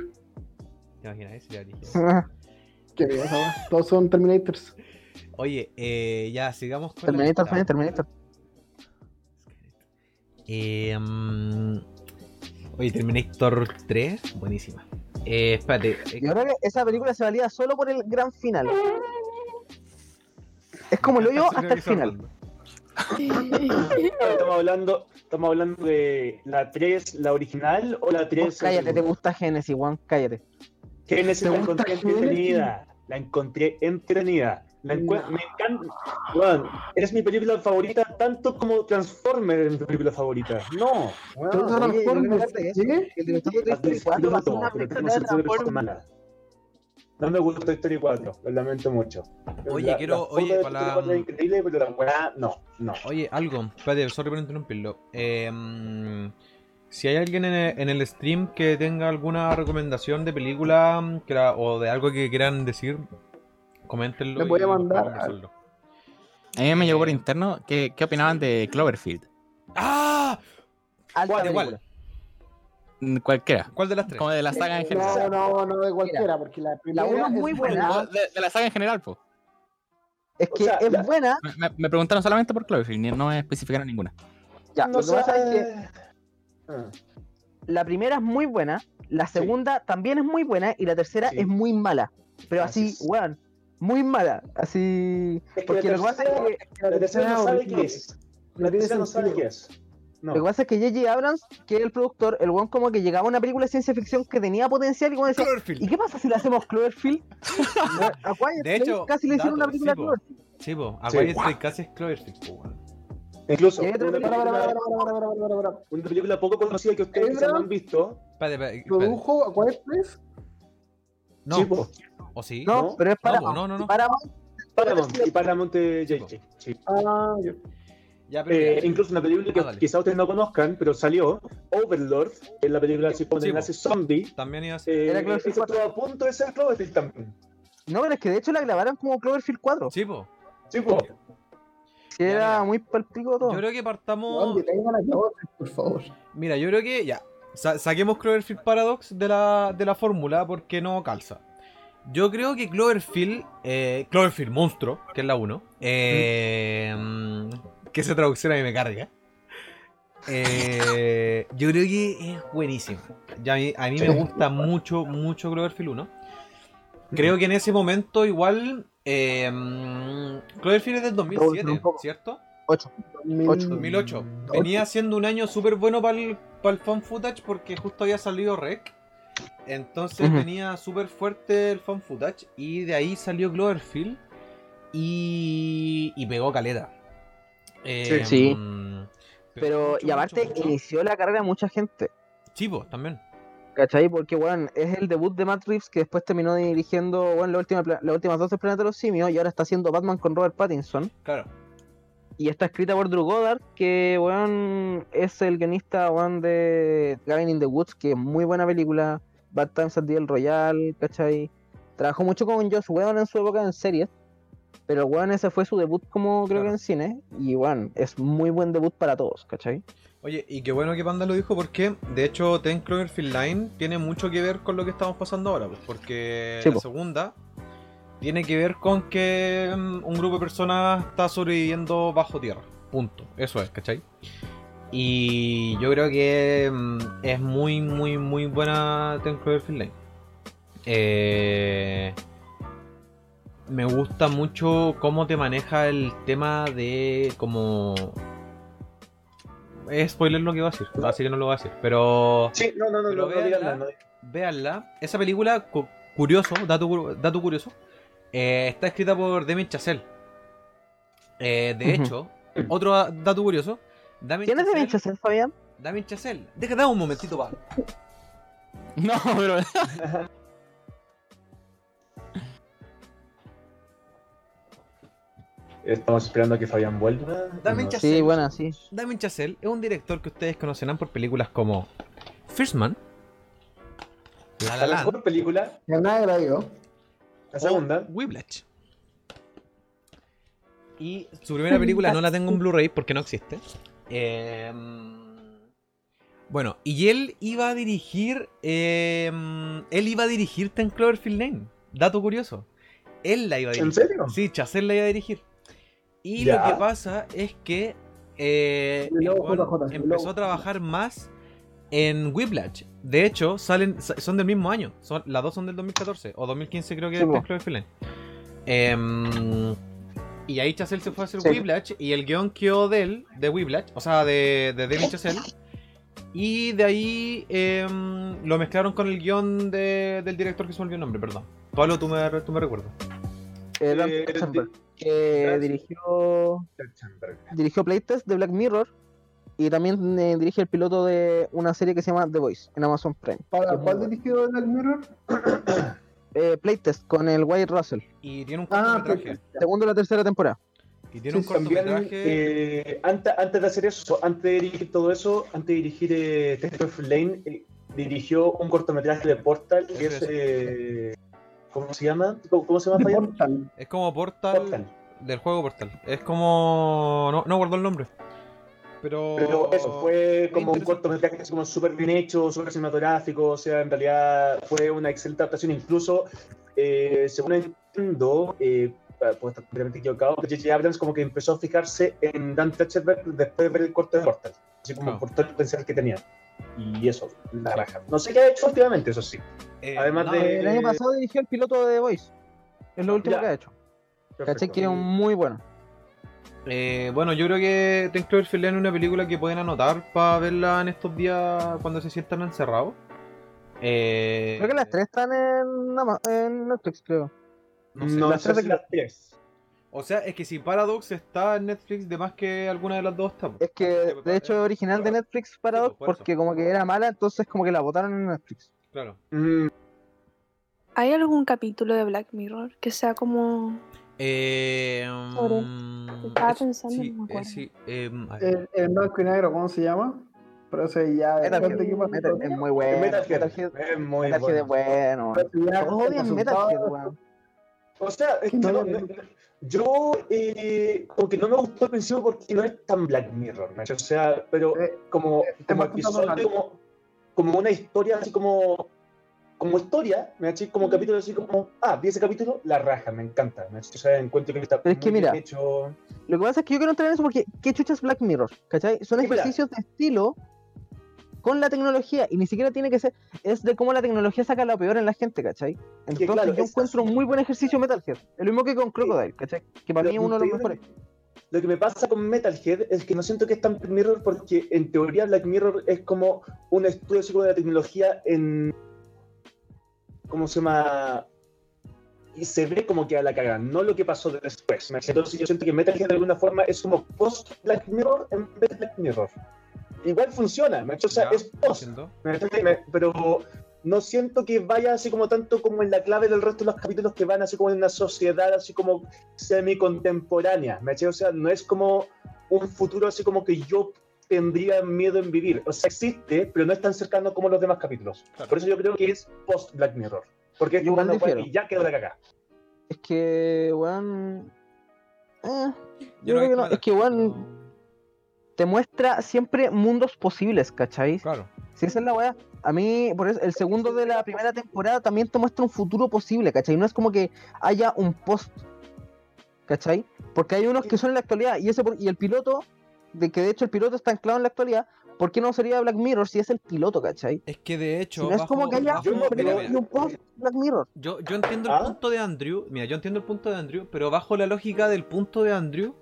B: ¿Te imaginas? Ahí Sería brígido.
F: Qué bien, esa weá. Todos son Terminators.
B: Oye, eh, ya, sigamos con la
A: Terminator,
B: lista.
A: fan, Terminator.
B: Eh, mm, oye, Terminator 3, buenísima. Eh, espérate. eh,
A: Yo creo que esa película se valía solo por el gran final. Es como lo yo
B: creo
A: hasta
B: que
A: el
B: se va
A: final.
B: armando.
E: Estamos hablando, estamos hablando de la 3, la original o la 3.
A: Vos cállate, te gusta Genesis, Juan, cállate.
E: Genesis
A: ¿Te
E: la
A: gusta
E: encontré
A: Genesis?
E: entretenida. La encontré entretenida. La encue- Me encanta. Weón, eres mi película favorita tanto como Transformers es mi película favorita. No. weón.
F: Todos esos
A: oye,
F: Transformers,
A: yo me acuerdo de eso.
F: ¿sí?
A: El de Toy
E: Hasta el
A: Story 4 va a ser
E: minuto,
A: una
E: pero
A: película
E: tenemos
A: de
E: el Super
A: Transformers.
E: Semana. No me gusta Toy Story 4, lo lamento mucho.
B: Oye, quiero-
E: foto
B: oye,
E: de
B: para
E: Toy
B: la-
E: Story 4 es increíble, pero la weá, no, no.
B: Oye, algo. Espérate, sorry por interrumpirlo. Eh, mm, si hay alguien en el, en el stream que tenga alguna recomendación de película mm, que la- o de algo que quieran decir, coméntenlo.
F: Le
B: y
F: voy a
B: vamos
F: mandar a-
B: conversarlo.
D: A mí me llegó por interno que, qué opinaban de Cloverfield.
B: ¡Ah!
A: Alta
B: ¿Cuál, de
A: película.
B: cuál?
D: Mm, Cualquiera.
B: ¿Cuál de las tres?
D: Como de la saga en general.
F: No, no, no de cualquiera, porque la primera
A: uno es muy buena.
F: mala.
D: De, de la saga en general, po.
A: Es
E: O
A: que
E: sea,
A: es
E: la-
A: buena.
D: Me, me preguntaron solamente por Cloverfield, ni- no me especificaron ninguna.
A: Ya,
E: No
A: lo que pasa es que
E: sé. Ah,
A: la primera es muy buena, la segunda también es muy buena y la tercera
E: Sí.
A: es muy mala. Pero
E: Así
A: así,
E: es.
A: weón, muy mala. Así.
E: Es que
A: Porque
E: la
A: lo que pasa es
E: tercera-
A: que.
E: La tercera no sabe qué
F: horrible.
E: es. La
F: tiene
E: tercera no sabe
F: sentido.
E: qué es. No.
A: Lo que pasa es que J.J. Abrams, que es el productor, el weón como que llegaba a una película de ciencia ficción que tenía potencial y como decía,
B: Cloverfield.
A: ¿y qué pasa si le hacemos Cloverfield? a Quiet
B: De hecho,
A: Place casi le hicieron
B: dato,
A: una película
B: sí, po.
A: Cloverfield.
B: Sí, po, A
E: Sí.
B: Quiet Place casi es Cloverfield, po, weón.
E: Incluso,
A: Y hay
E: una
A: otra película-
E: película,
F: Para, para, para, para, para, para, para, para, para.
E: una película poco conocida que ustedes quizás no han visto.
B: Espérate, espérate, espérate.
F: Produjo a Quiet Place.
B: No,
E: Chipo,
B: ¿o sí?
A: No,
E: No,
A: pero es para Eh,
B: po, no, no, no.
A: Paramount.
E: Paramount y Paramount de JJ. Sí.
F: Ah, yo.
B: pues. Ya, pero
E: Eh,
B: ya.
E: incluso una película que
B: Ah, dale.
E: quizás ustedes no conozcan, pero salió, Overlord, que es la película así como de
B: Sí, pues. po.
E: nazi zombie.
B: También iba a ser.
E: Eh,
A: Era Cloverfield
E: esa estuvo a punto de ser Cloverfield también.
A: No, pero es que de hecho la grabaron como Cloverfield 4.
B: Sí, po.
E: Sí, pues. po.
A: Que
B: Ya,
A: era
B: mira.
A: muy palpico todo.
B: Yo creo que partamos.
F: Juan, detengan a Clover, por favor.
B: Mira, yo creo que ya. sa- saquemos Cloverfield Paradox de la, de la fórmula porque no calza. Yo creo que Cloverfield, eh, Cloverfield Monstruo, que es la 1, eh, mm, que esa traducción a mí me carga. Eh, yo creo que es buenísimo. Ya a, mí, a mí me gusta mucho, mucho Cloverfield 1. Creo que en ese momento igual... eh, mm, Cloverfield es del 2007,
A: un poco.
B: ¿cierto?
A: 2008.
B: 2008.
F: Mm,
B: Venía siendo un año súper bueno para el, fan footage porque justo había salido Rec. Entonces
A: Ujú.
B: venía súper fuerte el fan footage y de ahí salió Cloverfield y, y pegó caleta. Eh,
A: Sí.
B: mm, pegó
A: Pero,
B: mucho,
A: y aparte,
B: mucho, mucho.
A: inició la carrera de mucha gente.
B: Sí, po, también.
A: ¿Cachai? Porque, weón, es el debut de Matt Reeves que después terminó dirigiendo, weón, la última, pla- las últimas dos del Planeta de los Simios y ahora está haciendo Batman con Robert Pattinson.
B: Claro.
A: Y está escrita por Drew Goddard, que, weón, es el guionista, weón, de Gavin in the Woods, que es muy buena película. Bad Times at the El Royal, ¿cachai? Trabajó mucho con Josh Whedon en su época en series. Pero, weón, ese fue su debut como, creo
B: Claro.
A: que en cine. Y, weón, es muy buen debut para todos, ¿cachai?
B: Oye, y qué bueno que Panda lo dijo porque, de hecho, Ten Cloverfield Line tiene mucho que ver con lo que estamos pasando ahora, pues, porque
A: Sí,
B: la
A: po.
B: segunda tiene que ver con que mm, un grupo de personas está sobreviviendo bajo tierra. Punto. Eso es, ¿cachai? Y yo creo que mm, es muy, muy, muy buena Ten Cloverfield Line. Eh, me gusta mucho cómo te maneja el tema de como... Es spoiler lo que va a decir, así que no lo voy a decir. Pero
E: Sí, no, no, no,
B: Pero
E: no, no
B: véanla.
E: digan nada. no digan-
B: véanla. Esa película, cu- curioso, dato, cur- dato curioso, eh, está escrita por Damien Chazelle. Eh, de
A: Ujú.
B: hecho, otro a- dato curioso. Damien
A: ¿Quién es de
B: Chazelle-
A: Manchester, Fabián?
B: Damien Chazelle. Deja, dame un momentito, va.
D: No, pero.
E: Estamos esperando a que Fabián vuelva.
B: Dame
E: No.
B: chas-
A: Sí, buena, sí.
B: Damien Chazelle es un director que ustedes conocerán por películas como First Man, La La Oh,
E: La
B: Land,
E: mejor película,
F: Ya nadie la vio.
E: la segunda.
B: Whiplash. Y su primera película no la tengo en Blu-ray porque no existe. Eh, bueno, y él iba a dirigir. eh, él iba a dirigir Ten Cloverfield Lane. Dato curioso. Él la iba a dirigir.
E: ¿En serio?
B: Sí, Chazelle la iba a dirigir. Y
E: Ya.
B: lo que pasa es que eh,
F: Y
B: el
F: luego
B: weón
F: JJ, y
B: empezó
F: luego-
B: a trabajar más en Whiplash. De hecho, salen, sa- son del mismo año. Son, las dos son del 2014 o 2015 creo que
A: Sí,
B: es
A: po.
B: Cloverfield Lane. Em, Y ahí Chazelle se fue a hacer
F: Sí.
B: Whiplash y el guión quedó de él, de Whiplash, o sea, de, de Demi Chazelle. Y de ahí em, lo mezclaron con el guión de- del director que se me olvidó el nombre, perdón. Pablo, tú me, tú me recuerdas.
A: Eh, Dan
E: Eh,
A: Katzenberg,
E: di-
A: que
E: Katzenberg.
A: dirigió,
E: Katzenberg.
A: dirigió Playtest de Black Mirror y también eh, dirige el piloto de una serie que se llama The Voice en Amazon Prime.
F: ¿Para cuál dirigió Black Mirror?
A: Eh, Playtest con el Wyatt Russell.
B: Y tiene un
F: Ah,
B: cortometraje.
F: perfecto.
A: Segundo o la tercera temporada.
B: y tiene un
F: sí, también,
B: cortometraje.
E: Eh, antes, antes de hacer eso, antes de dirigir todo eso, antes de dirigir eh, Test of Lane, eh, dirigió un cortometraje de Portal que es.
B: Eso
E: eh, ¿Cómo se llama? ¿Cómo, cómo se llama? Fabián?
F: pues, Portal.
B: es como Portal,
E: Portal.
B: del juego Portal. Es como. No, no guardo el nombre. Pero.
E: Pero
A: Oh,
E: eso, fue como un
B: interesante.
E: cortometraje así como súper bien hecho, súper cinematográfico, o sea, en realidad fue una excelente adaptación, incluso, eh, según entiendo, eh, ah, puedo estar completamente equivocado, pero J.J. Abrams como que empezó a fijarse en Dan Trachtenberg después de ver el corte de Portal, así como
B: Claro.
E: por todo el potencial que tenía, y eso, la raja. No sé qué ha hecho últimamente, eso sí.
B: Eh,
E: además
B: no,
E: de-
A: El año pasado dirigió el piloto de The Voice. Es lo último
E: Ya.
A: que ha hecho. ¿Cachai?
E: Perfecto.
A: Que es un muy bueno.
B: Eh, bueno, yo creo que Ten Cloverfield Lane es una película que pueden anotar para verla en estos días cuando se sientan encerrados. Eh,
A: Creo que las tres están en, Ama- en Netflix, creo.
B: No sé.
E: No
A: Las
E: sé
A: tres
E: si las tres.
B: O sea, es que si Paradox está en Netflix, de más que alguna de las dos está. pues. Ah, po.
A: Es que, de hecho, es original de Netflix Paradox,
B: eh, por eso.
A: porque como que era mala, entonces como que la botaron en Netflix.
B: Claro.
E: Mm,
G: ¿Hay algún capítulo de Black Mirror que sea como
B: Eh,
G: Sobre.
B: mm,
G: Estaba
B: es-
G: pensando,
B: sí,
G: no me acuerdo.
B: eh, sí, em, a ver.
F: El, el blanco y negro, ¿cómo se llama? Pero ese ya.
A: Metal
F: depende
A: Gear.
F: qué pasó.
A: Metal- es muy bueno.
E: Metal Gear.
A: Gear-
E: Es muy
A: Metal Gear
E: bueno.
A: es bueno.
F: Ya,
A: Todos odian
F: resultado-
A: Metal Gear, weón.
E: O sea, es
F: Que
E: que
F: no
E: no-
F: haya-
E: no- yo eh, como que no me gustó al principio porque no es tan Black Mirror, ¿no? O sea, pero
F: Eh,
E: como,
F: eh, te
E: como
F: muestro todo mal.
E: episodio, como, como una historia así como como historia, ¿me cachai? Como capítulo así como, ah, vi ese capítulo, la raja, me encanta, ¿me cachai? O sea, encuentro que está
A: Pero es que
E: muy bien
A: mira,
E: hecho.
A: Lo que pasa es que yo quiero entrar en eso porque, ¿qué chuchas Black Mirror? ¿Cachai? Son
E: Sí, claro.
A: ejercicios de estilo con la tecnología y ni siquiera tiene que ser. Es de cómo la tecnología saca lo peor en la gente, ¿cachai? Entonces
E: claro,
A: yo
E: es-
A: encuentro un muy buen ejercicio Metal Gear. Es lo mismo que con Crocodile, ¿cachai? Que para
E: Lo
A: mí es uno de los
E: que te digo-
A: mejores.
E: Lo que me pasa con Metalhead es que no siento que es tan Black Mirror porque en teoría Black Mirror es como un estudio así como de la tecnología en... ¿Cómo se llama? Y se ve como que a la caga, no lo que pasó después. ¿me cachai? Entonces yo siento que Metalhead de alguna forma es como post-Black Mirror en vez de Black Mirror. Igual funciona, ¿me cachai? o sea,
B: Ya,
E: es post,
B: entiendo.
E: ¿me cachai? Me- pero no siento que vaya así como tanto como en la clave del resto de los capítulos que van así como en una sociedad así como semi-contemporánea, ¿me cachai? O sea, no es como un futuro así como que yo tendría miedo en vivir. O sea, existe, pero no es tan cercano como los demás capítulos.
B: Claro.
E: Por eso yo creo que es post-Black Mirror. Porque es
A: Yo
E: como
A: igual
E: una wea
A: difiero.
E: que ya quedó la cagada.
A: Es que, weón. eh,
B: Yo
A: yo
B: no he
A: creo que no.
B: visto Metal
A: Es que,
B: Gear,
A: weón, te muestra siempre mundos posibles, ¿cachai?
B: pero- Claro.
A: Si esa es la weá, a mí, por eso, el segundo de la primera temporada también te muestra un futuro posible, ¿cachai? No es como que haya un post, ¿cachai? Porque hay unos que son en la actualidad y ese por- y el piloto, de que de hecho el piloto está anclado en la actualidad, ¿por qué no sería Black Mirror si es el piloto, ¿cachai?
B: Es que de hecho.
A: Si no es
B: bajo-
A: como que haya
B: bajo-
E: yo
A: un
E: no
B: mira,
A: pre
E: creo-
B: mira.
A: y un post Black Mirror.
B: Yo, yo entiendo el
E: ¿Ah?
B: punto de Andrew, mira, yo entiendo el punto de Andrew, pero bajo la lógica del punto de Andrew,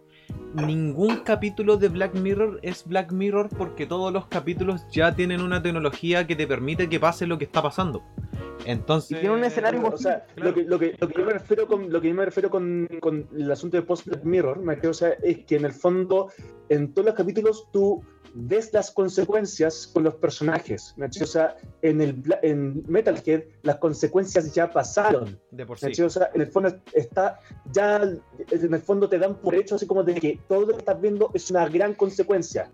B: ningún capítulo de Black Mirror es Black Mirror porque todos los capítulos ya tienen una tecnología que te permite que pase lo que está pasando.
A: Y
B: Entonces,
A: tiene un escenario
E: O sea,
B: Claro.
E: lo, que, lo, que, lo que yo me refiero con lo que yo me refiero con, con el asunto de post Black Mirror, me creo, o sea, es que en el fondo en todos los capítulos tú ves las consecuencias con los personajes, ¿me entiendes? O sea, en el Bla- en Metalhead las consecuencias ya pasaron,
B: de por
E: ¿me
B: sí.
E: entiendes? O sea, en el fondo está ya en el fondo te dan por hecho así como de que todo lo que estás viendo es una gran consecuencia.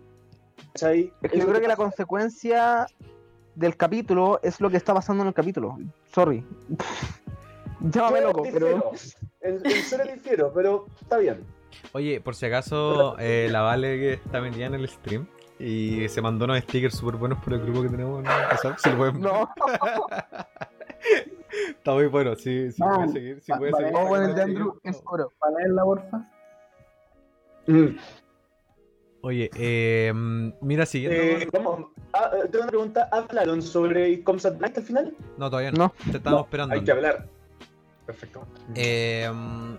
E: ¿Cachai?
A: Es que yo
E: lo
A: creo que la
E: pasa.
A: consecuencia del capítulo es lo que está pasando en el capítulo. Sorry. Llámame
E: Yo
A: loco, pero...
E: difiero, En, en serio difiero, pero está bien.
B: Oye, por si acaso, eh, la Vale que está metida en el stream y se mandó unos stickers súper buenos por el grupo que tenemos en WhatsApp, si lo pueden ver.
A: No,
B: Está muy bueno, sí, sí,
F: No,
B: puede seguir, sí,
F: va-
B: puede
F: vale,
B: seguir.
A: no, bueno, el de
B: sacando
A: Andrew
B: stickers.
A: es oro.
F: ¿Para leerla, porfa?
E: Mm.
B: Oye, eh, mira, siguiendo
E: Eh, vamos, ah, eh, tengo una pregunta. ¿Hablaron sobre Comsat Night al final?
B: No, todavía no.
A: No.
B: Te estábamos
E: Hay
B: esperando.
E: que hablar. Perfecto.
B: Eh,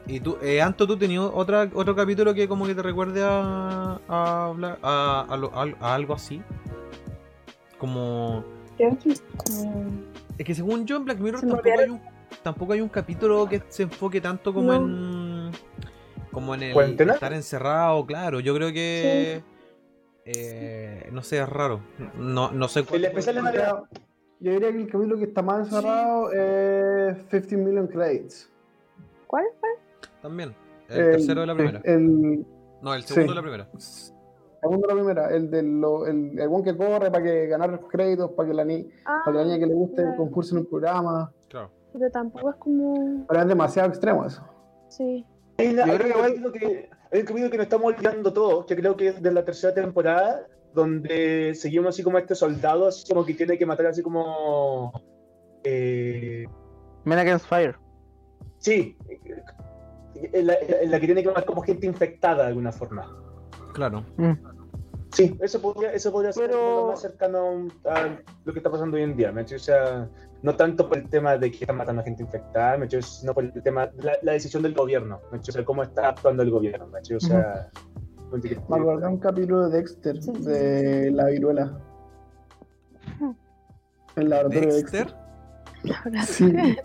B: y tú, eh, Anto, ¿tú tenías otra, otro capítulo que como que te recuerde a, a, hablar- a, a lo- a- a algo así? Como...
G: Creo que es como-
B: Es que según yo en Black Mirror
G: Se me
B: tampoco hay, un, tampoco hay un capítulo que se enfoque tanto como
G: No.
B: en... Como en el
E: ¿Cuarentena?
B: estar encerrado, claro. Yo creo que... eh, no sé, es raro. No, no sé
E: El
B: cuál-
E: especial de
F: O sea,
E: Navidad.
F: Yo diría que el capítulo que está más
B: Sí.
F: encerrado es 15 Million Credits.
G: ¿Cuál?
B: También. El, tercero de la primera.
F: El
B: no, el
F: Eh, sí.
B: segundo de la primera.
F: segundo de la primera, el del lo- el, el buen que corre para que ganar los créditos, para que la, ni,
G: Ah,
F: para que la niña que le guste
G: claro.
F: concurse en un programa.
B: Claro.
G: pero tampoco es como.
F: Pero es demasiado extremo eso.
G: Sí.
E: Hay, una-
A: Yo
E: hay
A: creo
E: un capítulo que, hay un capítulo que nos estamos olvidando todos, que creo que es de la tercera temporada, donde seguimos así como a este soldado, así como que tiene que matar así como... eh,
A: Men Against Fire.
E: sí, en la, en la que tiene que matar como gente infectada de alguna forma.
B: Claro.
E: Sí, eso podría, eso podría ser
A: Pero-
E: lo más cercano a lo que está pasando hoy en día, ¿me entiendes? O sea, no tanto por el tema de que están matando a gente infectada, ¿me entiendes? Sino por el tema, la, la decisión del gobierno, ¿me entiendes? O sea, cómo está actuando el gobierno, ¿me entiendes? O sea...
F: Me acordé de un capítulo de Dexter,
G: Sí, sí,
F: de la viruela. El laboratorio de Dexter.
B: Dexter.
F: Sí.
E: El
A: La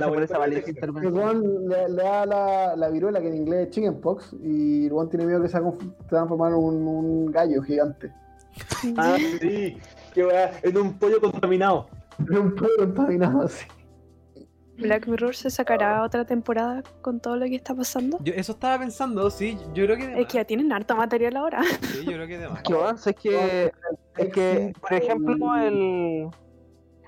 E: laboratorio
A: pobreza
E: de
A: vale
E: Dexter.
F: El weón le, le da la, la viruela, que en inglés es chickenpox, y el weón tiene miedo que se va a conf- transformar en un, un gallo gigante.
E: Ah, sí, que va en un pollo contaminado.
F: Era un pueblo contaminado así.
G: Black Mirror se sacará otra temporada con todo lo que está pasando.
B: Yo eso estaba pensando, sí. Yo creo que de
G: Es que ya tienen harto material ahora.
B: más. Sí, yo creo que de más.
A: Que bueno, es que, es que, por ejemplo, el,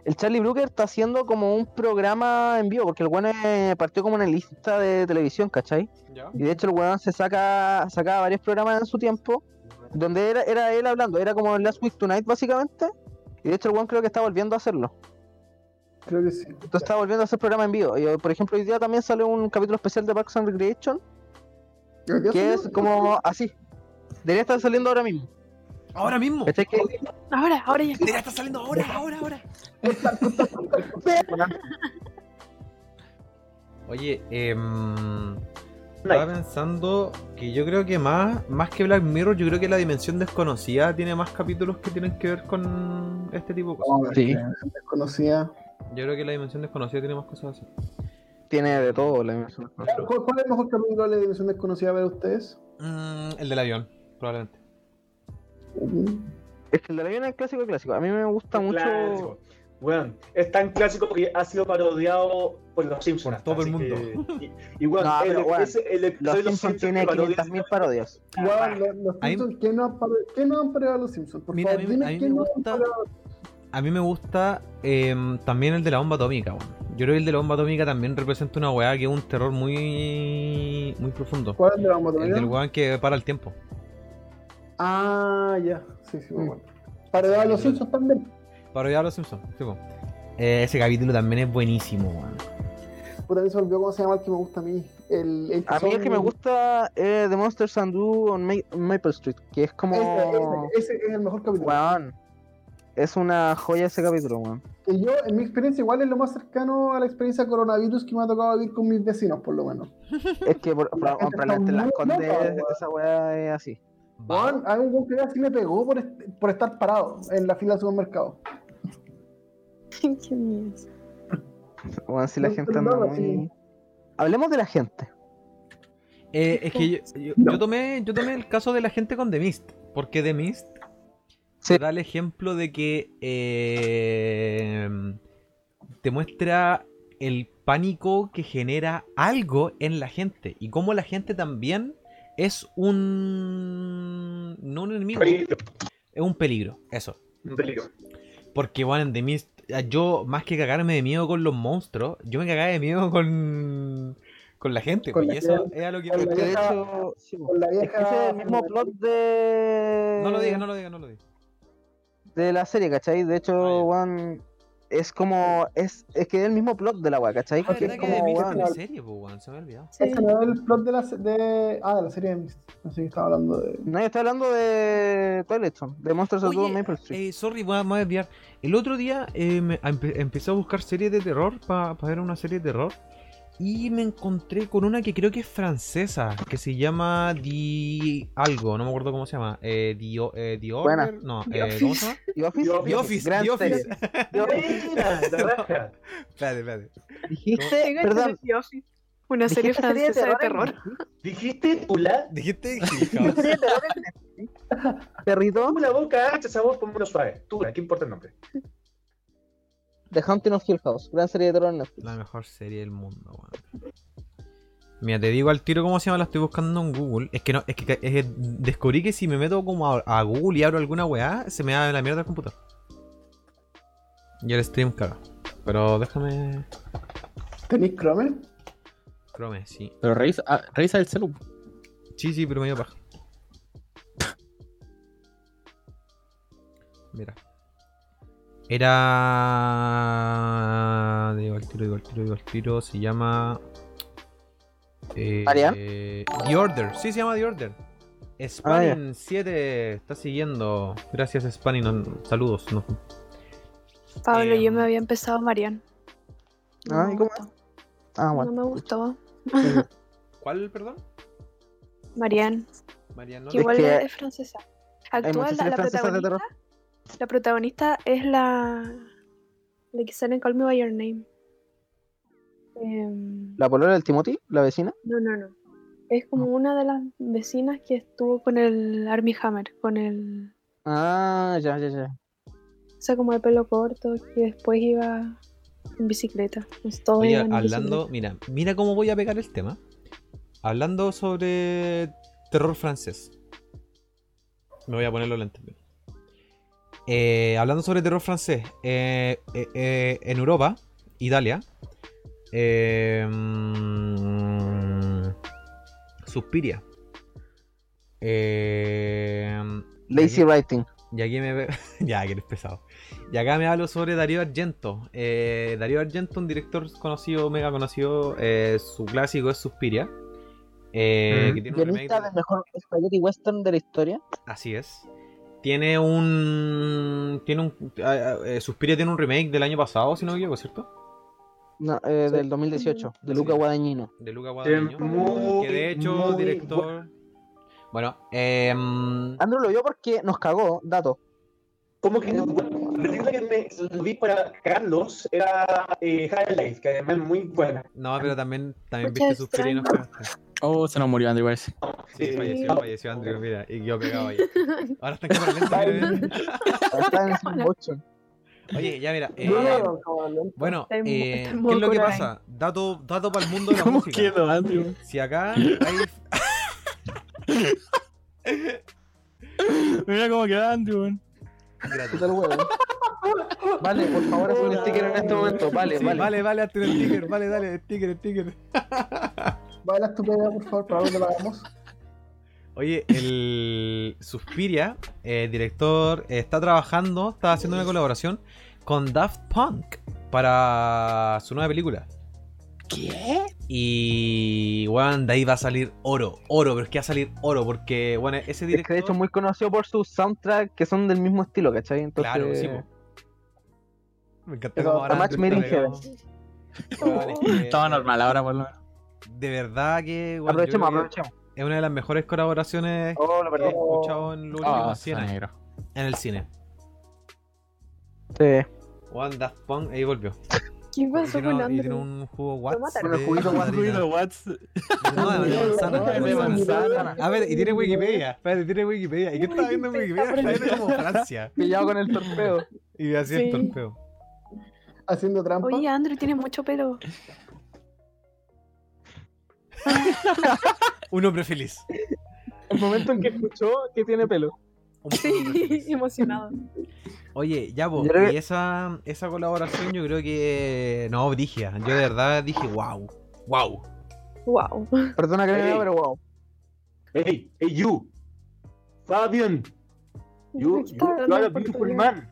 A: el Charlie Brooker está haciendo como un programa en vivo, porque el weón eh, partió como una lista de televisión, ¿cachai?
B: ¿Ya?
A: Y de hecho el weón se saca, sacaba varios programas en su tiempo, donde era, era él hablando, era como Last Week Tonight básicamente. Y de hecho el weón creo que está volviendo a hacerlo.
F: Creo que sí.
A: Entonces está volviendo a hacer programa en vivo. Y, eh, por ejemplo, hoy día también sale un capítulo especial de Parks and Recreation, que es como así. Debería estar saliendo ahora mismo.
B: Ahora mismo.
A: ¿Cachai? Que-
G: Ahora, ahora ya.
B: Mira, está saliendo ahora, ahora, ahora. Oye, eh, estaba pensando que yo creo que más, más que Black Mirror, yo creo que la dimensión desconocida tiene más capítulos que tienen que ver con este tipo de cosas.
A: Sí.
F: Desconocida.
B: Yo creo que la dimensión desconocida tiene más cosas así.
A: Tiene de todo la dimensión.
F: ¿Cuál, cuál es el mejor capítulo de la dimensión desconocida para ustedes?
B: Mm, el del avión, probablemente.
A: Es que el de la avión es el clásico clásico. A mí me gusta mucho.
E: Clásico. Bueno, es tan clásico porque ha sido parodiado por los Simpsons. hasta,
B: Todo el
E: así
B: mundo.
E: que- y, y bueno,
A: No, pero,
E: el,
A: bueno,
E: ese- el
A: Los
E: episodio de los
A: Simpsons tiene
E: que parodia-
A: 500.000 parodias.
F: Guau, lo- los
B: Ah, A mí-
F: Simpsons, ¿qué no han pare- qué no han parado los Simpsons? Por
B: Mira,
F: favor,
B: a mí-
F: dime
B: a mí
F: qué
B: me
F: no han
B: gusta-
F: parado.
B: A mí me gusta em, también el de la bomba atómica, weón. Yo creo que el de la bomba atómica también representa una weá que es un terror muy, muy profundo.
F: ¿Cuál es el de la moto?
B: El del weón que para el tiempo.
F: Ah, ya. Sí, sí, muy bueno. Paredado a los Simpsons también.
B: Parodiar a los Simpsons, sí, po. Eh, Ese capítulo también es buenísimo, weón.
F: Puta, a mí se me olvidó cómo se llama el que me gusta a mí. El, el
A: A mí el que me
F: son-
A: gusta es The Monsters and Do on Ma- Maple Street, que es como.
F: Ese, ese- ese es el mejor capítulo.
A: Weón. Es una joya ese capítulo, weón.
F: Que yo, en mi experiencia, igual es lo más cercano a la experiencia coronavirus que me ha tocado vivir con mis vecinos, por lo menos.
A: Es que por,
F: La gente
A: probablemente
F: está
A: las
F: muy
A: condes,
F: loca, weón.
A: esa weá es así.
F: Weón, hay un weón que así me pegó por, est- por estar parado en la fila del supermercado.
G: Qué miedo.
A: Weón, si la
F: No,
A: gente
F: pero
A: anda
F: no,
A: muy.
F: sí.
A: Hablemos de la gente.
B: Eh, es que yo, yo-
F: No.
B: yo tomé, yo tomé el caso de la gente con The Mist. Porque The Mist
A: Sí.
B: te da el ejemplo de que eh, te muestra el pánico que genera algo en la gente. Y cómo la gente también es un. No un enemigo, es
E: Peligro,
B: un peligro. Eso.
E: un peligro.
B: Porque, bueno, en The Mist, eh, yo más que cagarme de miedo con los monstruos, yo me cagaba de miedo con, con la gente.
F: Con
B: pues,
F: la
B: y eso es a lo que
F: con
A: Es
F: la
A: que de
F: vieja-
A: hecho. sí, weón.
F: Con la
A: Es que
F: vieja.
A: ese es el mismo plot de.
B: No lo digas, no lo digas, no lo digas.
A: de la serie, ¿cachai? De hecho,
B: Ah, ya.
A: weón, es como. Es, es que es el mismo plot de la weá, ¿cachai?
B: Ah,
A: que es
B: verdad que The
A: como,
B: Mist es
A: weón,
B: una serie, pues, weón, se me ha olvidado.
G: Sí.
F: Ese no es el plot de la, se- de, ah, de la serie de Mist. Así que estaba hablando de.
A: No, yo estoy hablando de Twilight Zone, de Monsters of
B: Oye,
A: Doom Maple Street.
B: Eh, sorry, voy a, me voy a desviar. El otro día eh, me- empe- empecé a buscar series de terror para ver una serie de terror. Y me encontré con una que creo que es francesa, que se llama Di... algo, no me acuerdo cómo se llama. Eh, Di... eh, Di
A: Buena.
B: Order, no,
A: Di
B: eh, ¿cómo se llama?
A: The Office.
B: The Office,
A: Gran
B: The Office.
A: serie.
E: Buena, la raja.
B: Espérate, espérate.
A: Dijiste, perdón,
G: Una
A: dijiste
G: serie
A: serie
G: francesa de terror.
A: en-
E: ¿Dijiste tula?
B: Dijiste Hill House.
A: serie de terror en Netflix. Perrito,
E: Ponme la boca ancha, sabor, ponme suave. Tula, ¿qué importa el nombre?
A: The Haunting of Hill House, gran serie de terror en Netflix.
B: La mejor serie del mundo, weón. Mira, te digo al tiro cómo se llama, la estoy buscando en Google. Es que no, es que, ca- es que descubrí que si me meto como a, a Google y abro alguna weá, se me da la mierda el computador. Y el stream caga. Pero déjame.
F: ¿Tenéis Chrome?
B: Chrome, sí.
D: Pero revisa, ah, revisa el celu.
B: Sí, sí, pero me dio paja. Mira. Era. Digo al tiro, digo al tiro, digo al tiro. Se llama. Eh,
A: ¿Arián?
B: eh, The Order. Sí, se llama The Order. Spanning 7 está siguiendo. Gracias, Spanning. no- saludos. No.
G: Pablo, yo
B: Em.
G: me había empezado Marian.
A: Ah,
G: me
A: ¿y cómo
G: gustó.
A: Ah, bueno.
G: No me gustó.
B: ¿Cuál, perdón?
G: Marian,
B: Mariano.
G: que igual
A: que
G: es francesa.
A: Hay
G: Actúa
A: muchas
G: la,
A: series
G: la
A: francesas de
G: protagonista.
A: terror.
G: La protagonista es la. La que sale en Call Me By Your Name. Em,
A: La polola del Timothy, la vecina.
G: No, no, no. Es como una de las vecinas que estuvo con el Army Hammer, con el.
A: Ah, ya, ya, ya.
G: O sea, como de pelo corto, que después iba en bicicleta. Pues todo
B: Oye,
G: iba en
B: hablando, mira, mira cómo voy a pegar el tema. Hablando sobre terror francés. Me voy a poner los lentes. mira. Eh, hablando sobre terror francés, eh, eh, eh, en Europa, Italia, eh, mm, Suspiria. Eh,
A: Lazy Writing.
B: y aquí me. ve- ya, que eres pesado. Y acá me hablo sobre Darío Argento. Eh, Darío Argento, un director conocido, mega conocido. eh, su clásico es Suspiria. eh,
E: Mm.
B: que tiene un remake
A: Guionista
B: de-
A: del mejor spaghetti western de la historia.
B: Así es. Tiene un. Tiene un. ah, ah, eh, Suspiria tiene un remake del año pasado, si no me equivoco, ¿cierto?
A: No, eh, Del 2018, de Luca
B: Sí.
A: Guadagnino.
B: De Luca
E: Es
B: Guadagnino.
E: muy,
B: Que de hecho,
E: muy bu-
B: director. Bueno, em,
A: Andrew lo vio porque nos cagó, dato.
E: ¿Cómo que no? La película que me lo vi para Carlos era eh, Highlight, que además es muy buena.
B: no, pero también, también
G: Muchas
B: viste Suspiria y nos cagaste.
D: Oh, se nos murió Andrew parece.
B: Sí,
E: Sí.
B: falleció, falleció Andrew, mira, y yo pegado ahí. Ahora está en cámara lenta,
E: Ay,
B: mira, mira.
A: Está en slow motion.
B: Oye, ya mira. eh,
F: No, no, no, cabrón.
B: bueno,
G: Está en mo-
B: eh, ¿qué
G: está en
B: es lo
G: modo
B: que
G: Coraline.
B: pasa? Dato, dato para el mundo de la música.
D: Andrew?
B: Si acá hay.
D: Mira cómo queda Andrew, weón.
A: Puta el huevo. Vale, por favor, haz un sticker en este momento. Vale,
B: Sí,
A: vale.
B: vale, vale, hazte el sticker, vale, dale, sticker, sticker.
F: Baila tu pega, por favor, para que la hagamos.
B: Oye, el Suspiria, eh, director, eh, está trabajando, está haciendo una colaboración con Daft Punk para su nueva película.
D: ¿Qué?
B: Y, weón, de ahí va a salir oro, oro, pero es que va a salir oro, porque, bueno, ese
A: Es que
B: director...
A: de hecho es muy conocido por sus soundtracks que son del mismo estilo, ¿cachai? Entonces,
B: Claro, sí, po. Me encanta
F: Pero
B: cómo ahora
A: The Match
B: Andrew
A: Made in
B: está pegado. Weón, es que-
D: Estaba normal ahora, por lo menos.
B: De verdad que, weón, yo
A: aprovechemos,
B: creo que
A: aprovechemos.
B: es una de las mejores colaboraciones
A: Oh, lo
B: que he
A: perdí.
B: escuchado en los
D: Ah,
B: últimos
D: está
B: 100 años
D: negro.
B: en el cine.
A: Sí.
B: One Daft Punk, ahí volvió.
G: ¿Quién
B: Y
G: pasó
B: tiene,
G: con
B: un- y
G: Andrew?
B: tiene un jugo Watts.
G: mataron.
B: de
A: Juguito Watts,
B: mandarina. No, de
F: Juguito
B: manzana,
F: Watts.
B: de manzana.
A: Manzana.
B: A ver, y tiene Wikipedia. Espérate, tiene Wikipedia. ¿Y qué estaba viendo en Wikipedia? Está viendo como Francia.
A: Pillado con el torpeo.
B: Y así
G: Sí.
B: el torpeo.
F: Haciendo trampa.
G: Oye, Andrew tiene mucho pelo.
B: Un hombre feliz.
A: El momento en que escuchó que tiene pelo.
B: Un hombre
G: Sí,
B: feliz.
G: emocionado.
B: Oye, ya vos,
A: Yo creo
B: y esa, esa colaboración yo creo que. No, brigia. Yo de verdad dije, wow. Wow.
G: Wow.
A: Perdona que
E: Ey.
A: no, pero wow.
E: Hey, hey, you. Fabian, you, you, you are a beautiful man.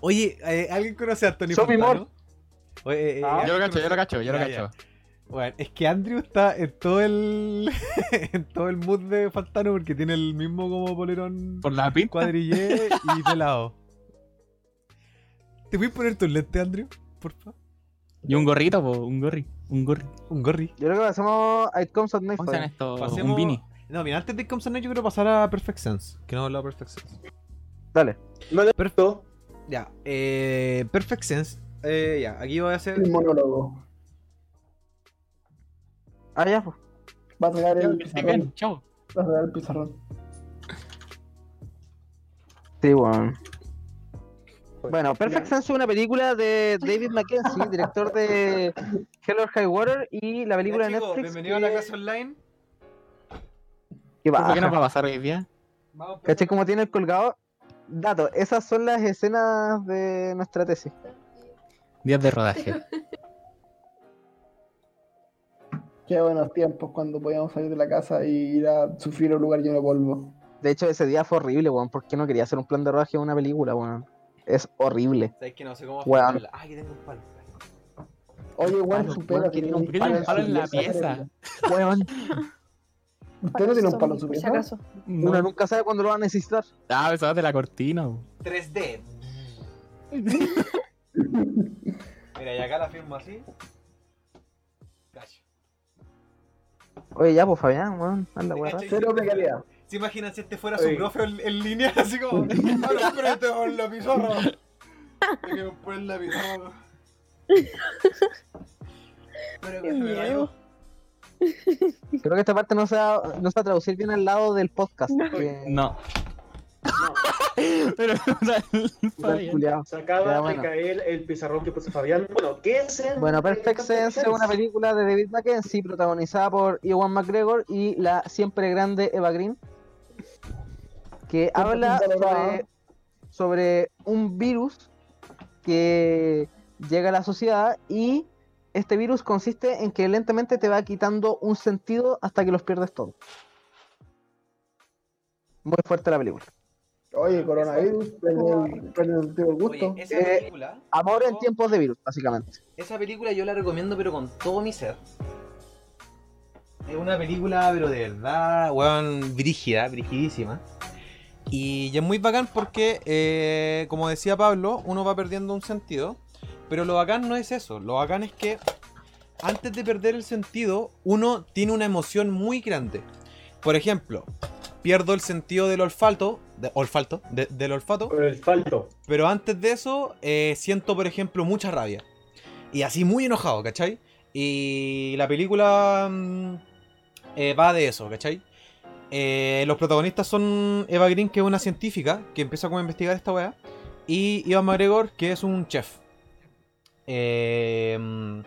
B: Oye, eh, ¿alguien conoce a Anthony
A: Soy mi
B: Montano? Oye, eh, eh,
E: Ah.
D: Yo lo
B: ¿alguien
D: cacho, yo lo
B: conoce-
D: cacho, yo lo
B: Ya, ya.
D: cacho.
B: Bueno, es que Andrew está en todo el. en todo el mood de Fantano porque tiene el mismo como polerón
D: Por la pinta.
B: cuadrillé y pelado. ¿Te voy a poner tus lentes, Andrew? Porfa.
D: Y un gorrito, po, un gorri. Un gorri. Un gorri.
A: Yo creo que pasamos a It Comes at Night.
D: ¿Cómo se llama esto?
B: Pasemos-
D: Un Vini.
B: No, mira, antes de It Comes at Night yo quiero pasar a Perfect Sense. Que no he hablado de Perfect Sense.
A: Dale.
E: Perfecto.
B: Ya, eh, Perfect Sense. Eh, ya, aquí voy a hacer.
F: El monólogo.
A: Ah, ya, pues.
F: Va a tragar el
D: Que se ven,
F: pizarrón.
D: chao.
F: Va a tragar el pizarrón.
A: Sí, weón. Bueno, Perfect Sense es una película de David Mackenzie, director de Hello High Water y la película de
B: Ya, chicos,
A: Netflix.
B: bienvenido a
A: que-
B: la clase online.
A: que
D: ¿Por
A: baja.
D: qué no va a pasar hoy día?
B: Vamos,
A: ¿Cachai cómo tiene el colgado? Dato, esas son las escenas de nuestra tesis.
D: Días de rodaje.
F: Qué buenos tiempos cuando podíamos salir de la casa y ir a sufrir a un lugar lleno de polvo.
A: De hecho, ese día fue horrible, weón, porque no quería hacer un plan de rodaje de una película, weón. Es horrible.
B: Sabes que no sé cómo
A: Weón.
B: afrontarla. Ay, que tengo un palo.
F: Oye,
A: Palo,
F: weón, supera.
A: weón, que tiene
D: un palo-
F: su
D: palo en la
F: pieza,
D: pieza.
F: creo.
A: Weón,
F: ¿Usted no tiene un palo en
G: Zombie,
F: su
G: por si
F: pieza?
G: acaso.
D: No.
A: uno nunca sabe cuándo lo va a necesitar.
D: Ah, eso de la cortina. po.
B: 3D. Mira, y acá la firmo así. Cacho.
A: Oye, ya, pues Fabián, weón, anda,
B: ¿Te
A: weón.
B: cachai?
F: Cero precariedad.
B: ¿Se imaginan si este fuera su
E: Oye.
B: profe en, en línea? Así como, ahora espérate con la pizarra. Tengo que poner la pizarra. Pero,
G: Qué
B: pero,
G: miedo.
A: Creo que esta parte no se, va, no se va a traducir bien al lado del podcast. que-
D: No. Pero
A: está
D: está
A: el
D: bien.
A: culiao.
E: Se acaba
A: Ya, bueno.
E: de caer el pizarrón que puso Fabián. Bueno, ¿qué es el-
A: Bueno, Perfect Sense es una película de David Mackenzie protagonizada por Ewan McGregor y la siempre grande Eva Green, que habla sobre, sobre un virus que llega a la sociedad y este virus consiste en que lentamente te va quitando un sentido hasta que los pierdes todos. Muy fuerte la película.
F: Oye, coronavirus, prende el- prende el tío el gusto.
B: Oye, esa
A: Eh,
B: película.
A: Amor en
B: yo-
A: tiempos de virus, básicamente.
B: Esa película yo la recomiendo, pero con todo mi ser. Es una película, pero de verdad, weón, brígida, brigidísima. Y, y es muy bacán porque, eh, como decía Pablo, uno va perdiendo un sentido. Pero lo bacán no es eso. Lo bacán es que antes de perder el sentido, uno tiene una emoción muy grande. Por ejemplo, pierdo el sentido del olfato, de- olfato, de- del olfato,
E: Por el falto.
B: pero antes de eso, eh, siento, por ejemplo, mucha rabia. Y así muy enojado, ¿cachai? Y la película mm, eh, va de eso, ¿cachai? Eh, los protagonistas son Eva Green, que es una científica, que empieza como a investigar esta weá, y Iván McGregor, que es un chef. Eh, mm,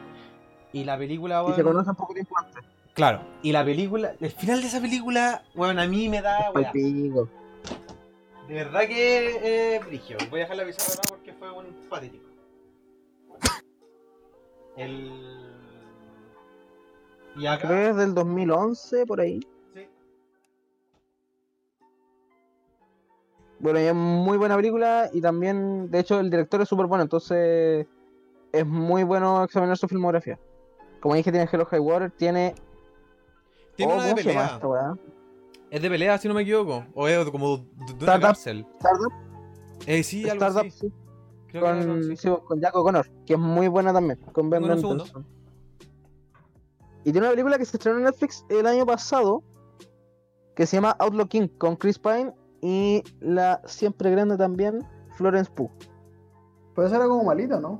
B: y la película...
A: Y se
B: weón,
A: conocen poco tiempo antes.
B: Claro, y la película, el final de esa película, bueno, a mí me da...
A: Pal
B: weá.
A: pico.
B: De verdad que es brigio. Voy a dejar la pizarra acá porque fue un patético. El. Y
A: Creo que es del 2011, por ahí.
B: Sí.
A: Bueno, y es muy buena película y también, de hecho, el director es súper bueno, entonces es muy bueno examinar su filmografía. Como dije, tiene Hello High Water, tiene...
B: Tiene
A: oh,
B: una de
A: ¿cómo se llama
B: pelea.
A: esta weá?
B: Es de pelea, si no me equivoco. O es como de, de una
A: Startup.
B: cárcel.
A: Startup,
B: Eh, sí, algo
A: Startup,
B: así.
A: sí,
B: Creo que era algo
A: con,
B: así.
A: sí, con Jack O'Connor, que es muy buena también, con Ben
B: Tengo un segundo.
A: Mendelsohn. Y tiene una película que se estrenó en Netflix el año pasado, que se llama Outlaw King, con Chris Pine y la siempre grande también, Florence Pugh.
F: Pero eso era como malito, ¿no?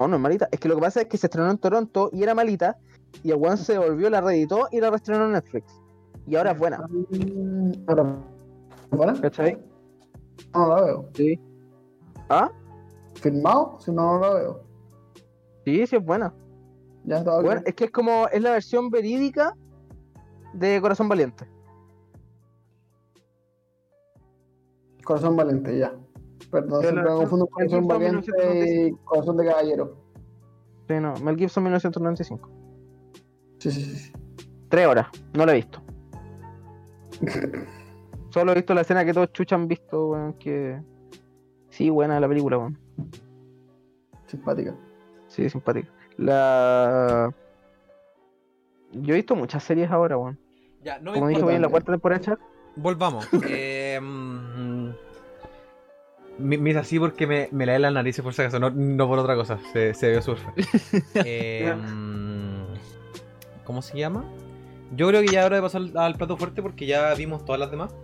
A: No, no es malita. Es que lo que pasa es que se estrenó en Toronto y era malita. Y el weón se volvió, la reeditó y la reestrenó en Netflix. Y ahora es buena.
F: Mm, Ahora, ¿Buena?
A: ¿Cachai?
F: No, no la veo.
A: Sí. ¿Ah?
F: ¿Firmado? Si no, no la veo.
A: Sí, sí es buena.
F: Ya estaba
A: Bueno, es que es como, es la versión verídica de Corazón Valiente.
F: Corazón Valiente, ya. Perdón,
A: Yo
F: siempre
A: la-
F: me confundo con
A: el
F: Corazón
A: tipo de
F: Valiente
A: 1995.
F: y Corazón de Caballero.
A: Sí, no, Mel Gibson 1995.
F: Sí, sí, sí.
A: Tres horas, no la he visto. Solo he visto la escena que todos chuchan han visto, weón, que... Sí, buena la película, weón.
F: Simpática.
A: Sí, simpática. La... Yo he visto muchas series ahora, weón.
B: Ya, no me
A: Como dije,
B: importa. Eh,
A: voy en la cuarta temporada de Chuck.
B: Volvamos. Eh, mm, Me, me hice así porque me, me lavé las narices por si acaso, no, no por otra cosa, se, se vio surfe. Eh, mm, ¿Cómo se llama? Yo creo que ya es hora de pasar al, al plato fuerte porque ya vimos todas las demás.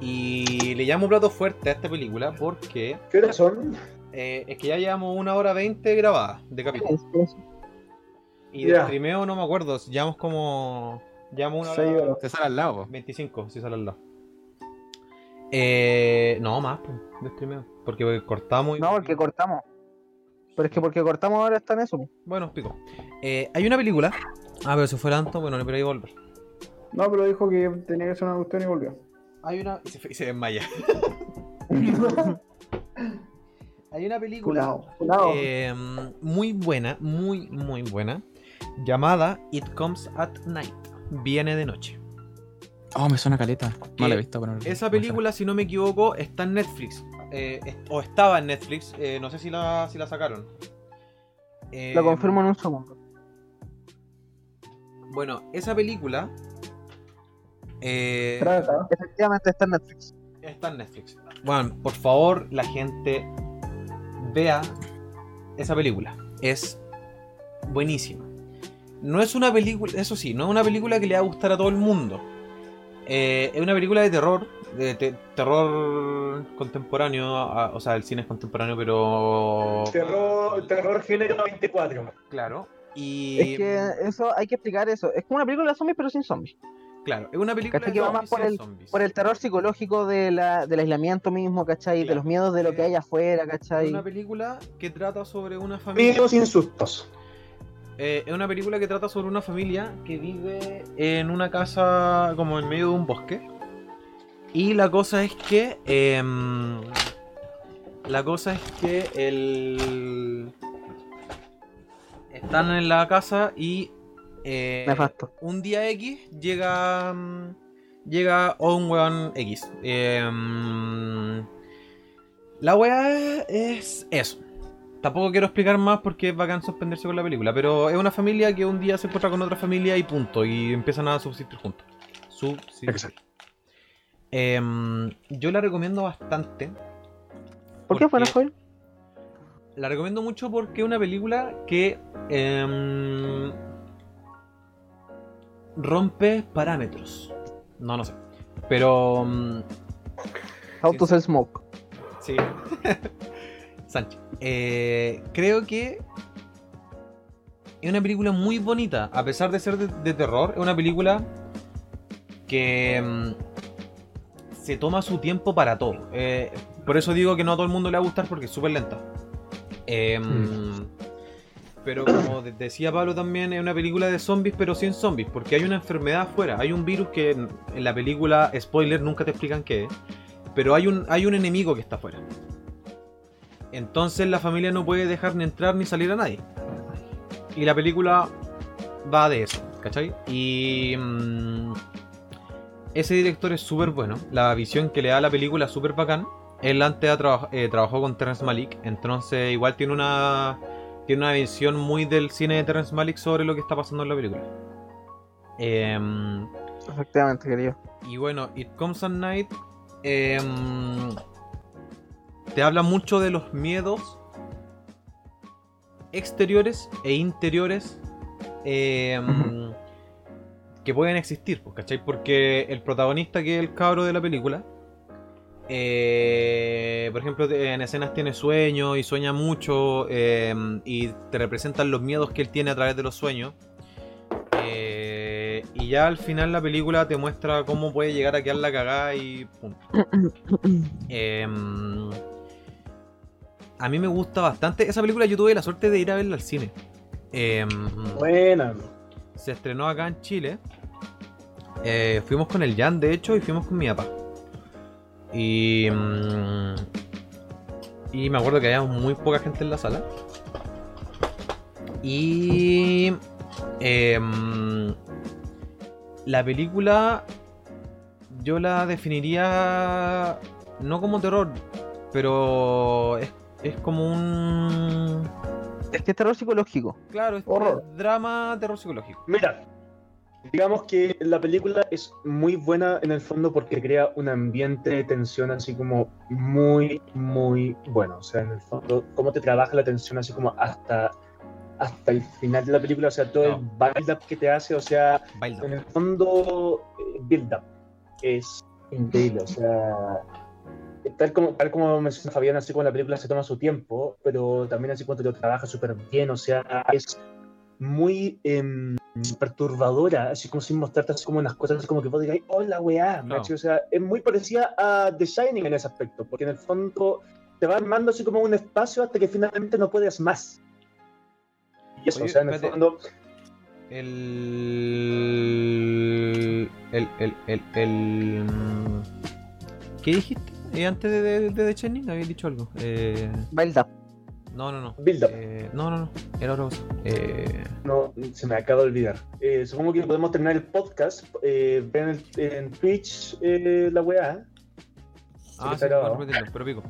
B: Y le llamo plato fuerte a esta película porque
E: ¿Qué horas son?
B: eh, es que ya llevamos una hora veinte grabada de capítulo.
F: Oh,
B: Y
E: Ya.
B: del primero no me acuerdo, llevamos como. Llevamos una
F: Seis
B: hora.
F: horas.
D: Te sale al lado. po.
B: 25, si sale al lado. Eh, no, más, pues, del primero. Porque cortamos. y-
A: No, porque cortamos. Pero es que porque cortamos ahora está en eso. po.
B: Bueno, pico. Eh, hay una película. Ah, pero se fue tanto, bueno, no, pero ahí volver.
F: No, pero dijo que tenía que ser una cuestión y volvió.
B: Hay una. Y se, fue- y se desmaya. Hay una película.
F: Fulado. Fulado.
B: eh, muy buena, muy, muy buena. Llamada It Comes at Night. Viene de noche.
D: Oh, me suena caleta. No la he visto, pero no-
B: Esa
D: no
B: película, si no me equivoco, está en Netflix. eh, est- o estaba en Netflix. eh, no sé si la, si la sacaron. Eh,
A: Lo confirmo en un segundo.
B: Bueno, esa película. eh,
F: Trata.
A: Efectivamente está en Netflix.
B: está en Netflix. Bueno, por favor, la gente vea esa película. Es buenísima. No es una película, eso sí, no es una película que le va a gustar a todo el mundo. Eh, es una película de terror, de te- terror contemporáneo, a- o sea, el cine es contemporáneo, pero...
E: Terror, terror género 24.
B: Claro. Y...
A: Es que eso hay que explicar eso. Es como una película de zombies, pero sin zombies.
B: Claro, es una película
A: ¿Cachai que va más por
B: sin
A: el-
B: zombies.
A: Por el terror psicológico de la, del aislamiento mismo, ¿cachai? De
B: Claro.
A: los miedos de lo que hay afuera,
B: Es
A: ¿cachai?
B: una película que trata sobre una familia...
E: Vídeos sin sustos.
B: Eh, es una película que trata sobre una familia que vive en una casa como en medio de un bosque. Y la cosa es que. em, la cosa es que el. Están en la casa y. eh,
A: Nefasto.
B: un día X llega. mm, Llega un weón X. Em, la weá es eso. Tampoco quiero explicar más porque es bacán suspenderse con la película, pero es una familia que un día se encuentra con otra familia y punto, y empiezan a subsistir juntos. Subsistir.
E: Exacto.
B: Em, yo la recomiendo bastante.
A: ¿Por qué fue
B: porque-
A: Joel?
B: la recomiendo mucho porque es una película que em, rompe parámetros. No, no sé. Pero. mm,
A: How to
B: sí.
A: Sell Smoke.
B: Sí. Sánchez. Eh, creo que es una película muy bonita. A pesar de ser de, de terror, es una película que mm, se toma su tiempo para todo. Eh, por eso digo que no a todo el mundo le va a gustar porque es súper lenta. Eh, Pero como de- decía Pablo también, es una película de zombies, pero sin zombies, porque hay una enfermedad afuera, hay un virus que en en la película, spoiler, nunca te explican qué es pero hay un, hay un enemigo que está afuera. Entonces la familia no puede dejar ni entrar ni salir a nadie. Y la película va de eso, ¿cachai? Y mm, ese director es súper bueno. La visión que le da a la película es súper bacán. Él antes ha traba- eh, trabajó con Terrence Malik, entonces igual tiene una, tiene una visión muy del cine de Terrence Malik sobre lo que está pasando en la película. Em,
A: Efectivamente, querido.
B: y bueno, It Comes at Night em, te habla mucho de los miedos exteriores e interiores em, que pueden existir, pues, ¿cachai? Porque el protagonista, que es el cabro de la película, eh, por ejemplo, te- en escenas tiene sueños y sueña mucho em, y te representan los miedos que él tiene a través de los sueños. Eh, y ya al final la película te muestra cómo puede llegar a quedar la cagada y punto. Em, a mí me gusta bastante. Esa película yo tuve la suerte de ir a verla al cine. Em,
E: Buena.
B: se estrenó acá en Chile. Eh, fuimos con el Jan, de hecho, y fuimos con mi papá. Y. mm, y me acuerdo que había muy poca gente en la sala. Y. em, la película. Yo la definiría. No como terror, pero. Es, es como un.
A: Es que es terror psicológico.
B: Claro, es
F: Horror.
B: drama terror psicológico.
E: Mira, Digamos que la película es muy buena en el fondo porque crea un ambiente de tensión así como muy, muy bueno. O sea, en el fondo, cómo te trabaja la tensión así como hasta, hasta el final de la película. O sea, todo el build-up que te hace, o sea,
B: Baila.
E: en el fondo, eh, build-up es increíble. O sea, tal como, tal como menciona Fabián, así como la película se toma su tiempo, pero también así cuando lo trabaja súper bien. O sea, es muy em, perturbadora, así como sin mostrarte así como unas cosas así como que vos digas, hola weá,
B: No.
E: ¿cachai? o sea, es muy parecida a The Shining en ese aspecto, porque en el fondo te va armando así como un espacio hasta que finalmente no puedes más. Y eso,
B: Oye,
E: o sea, en el
B: espérate.
E: fondo,
B: El. El. El. El. el- ¿Qué dijiste? Eh, antes de, de, de The Shining habías dicho algo. Eh,
A: Bailda.
B: no, no, no.
E: Build up.
B: Eh, no, no, no. Era otra cosa. Eh,
E: no, se me acaba de olvidar. Eh, supongo que podemos terminar el podcast, eh, ven el- en Twitch eh, la
B: ah,
E: weá.
B: sí,
E: está grabado.
B: puedo repetirlo, pero pico.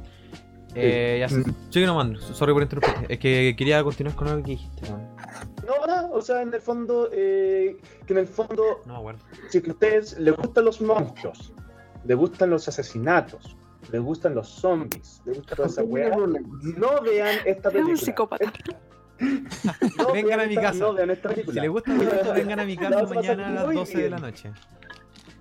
B: Eh, ya sé. Sigue nomás, sorry por interrumpir. Es que quería continuar con algo que dijiste. weón.
E: No, no, o sea, en el fondo, eh, que en el fondo
B: No me acuerdo.
E: si que a ustedes les gustan los monstruos, les gustan los asesinatos, les gustan los zombies, les gusta toda esa
F: Tiene
E: weá,
F: problemas.
E: no vean esta
G: Es un
E: película.
G: psicópata.
B: Vengan
E: No vean
B: a mi
E: esta-
B: casa.
E: No vean esta
B: Si
E: película.
B: les gusta, vengan a mi
E: La
B: casa
E: vas a pasar
B: mañana a las
E: muy
B: 12 de
E: bien.
B: la noche.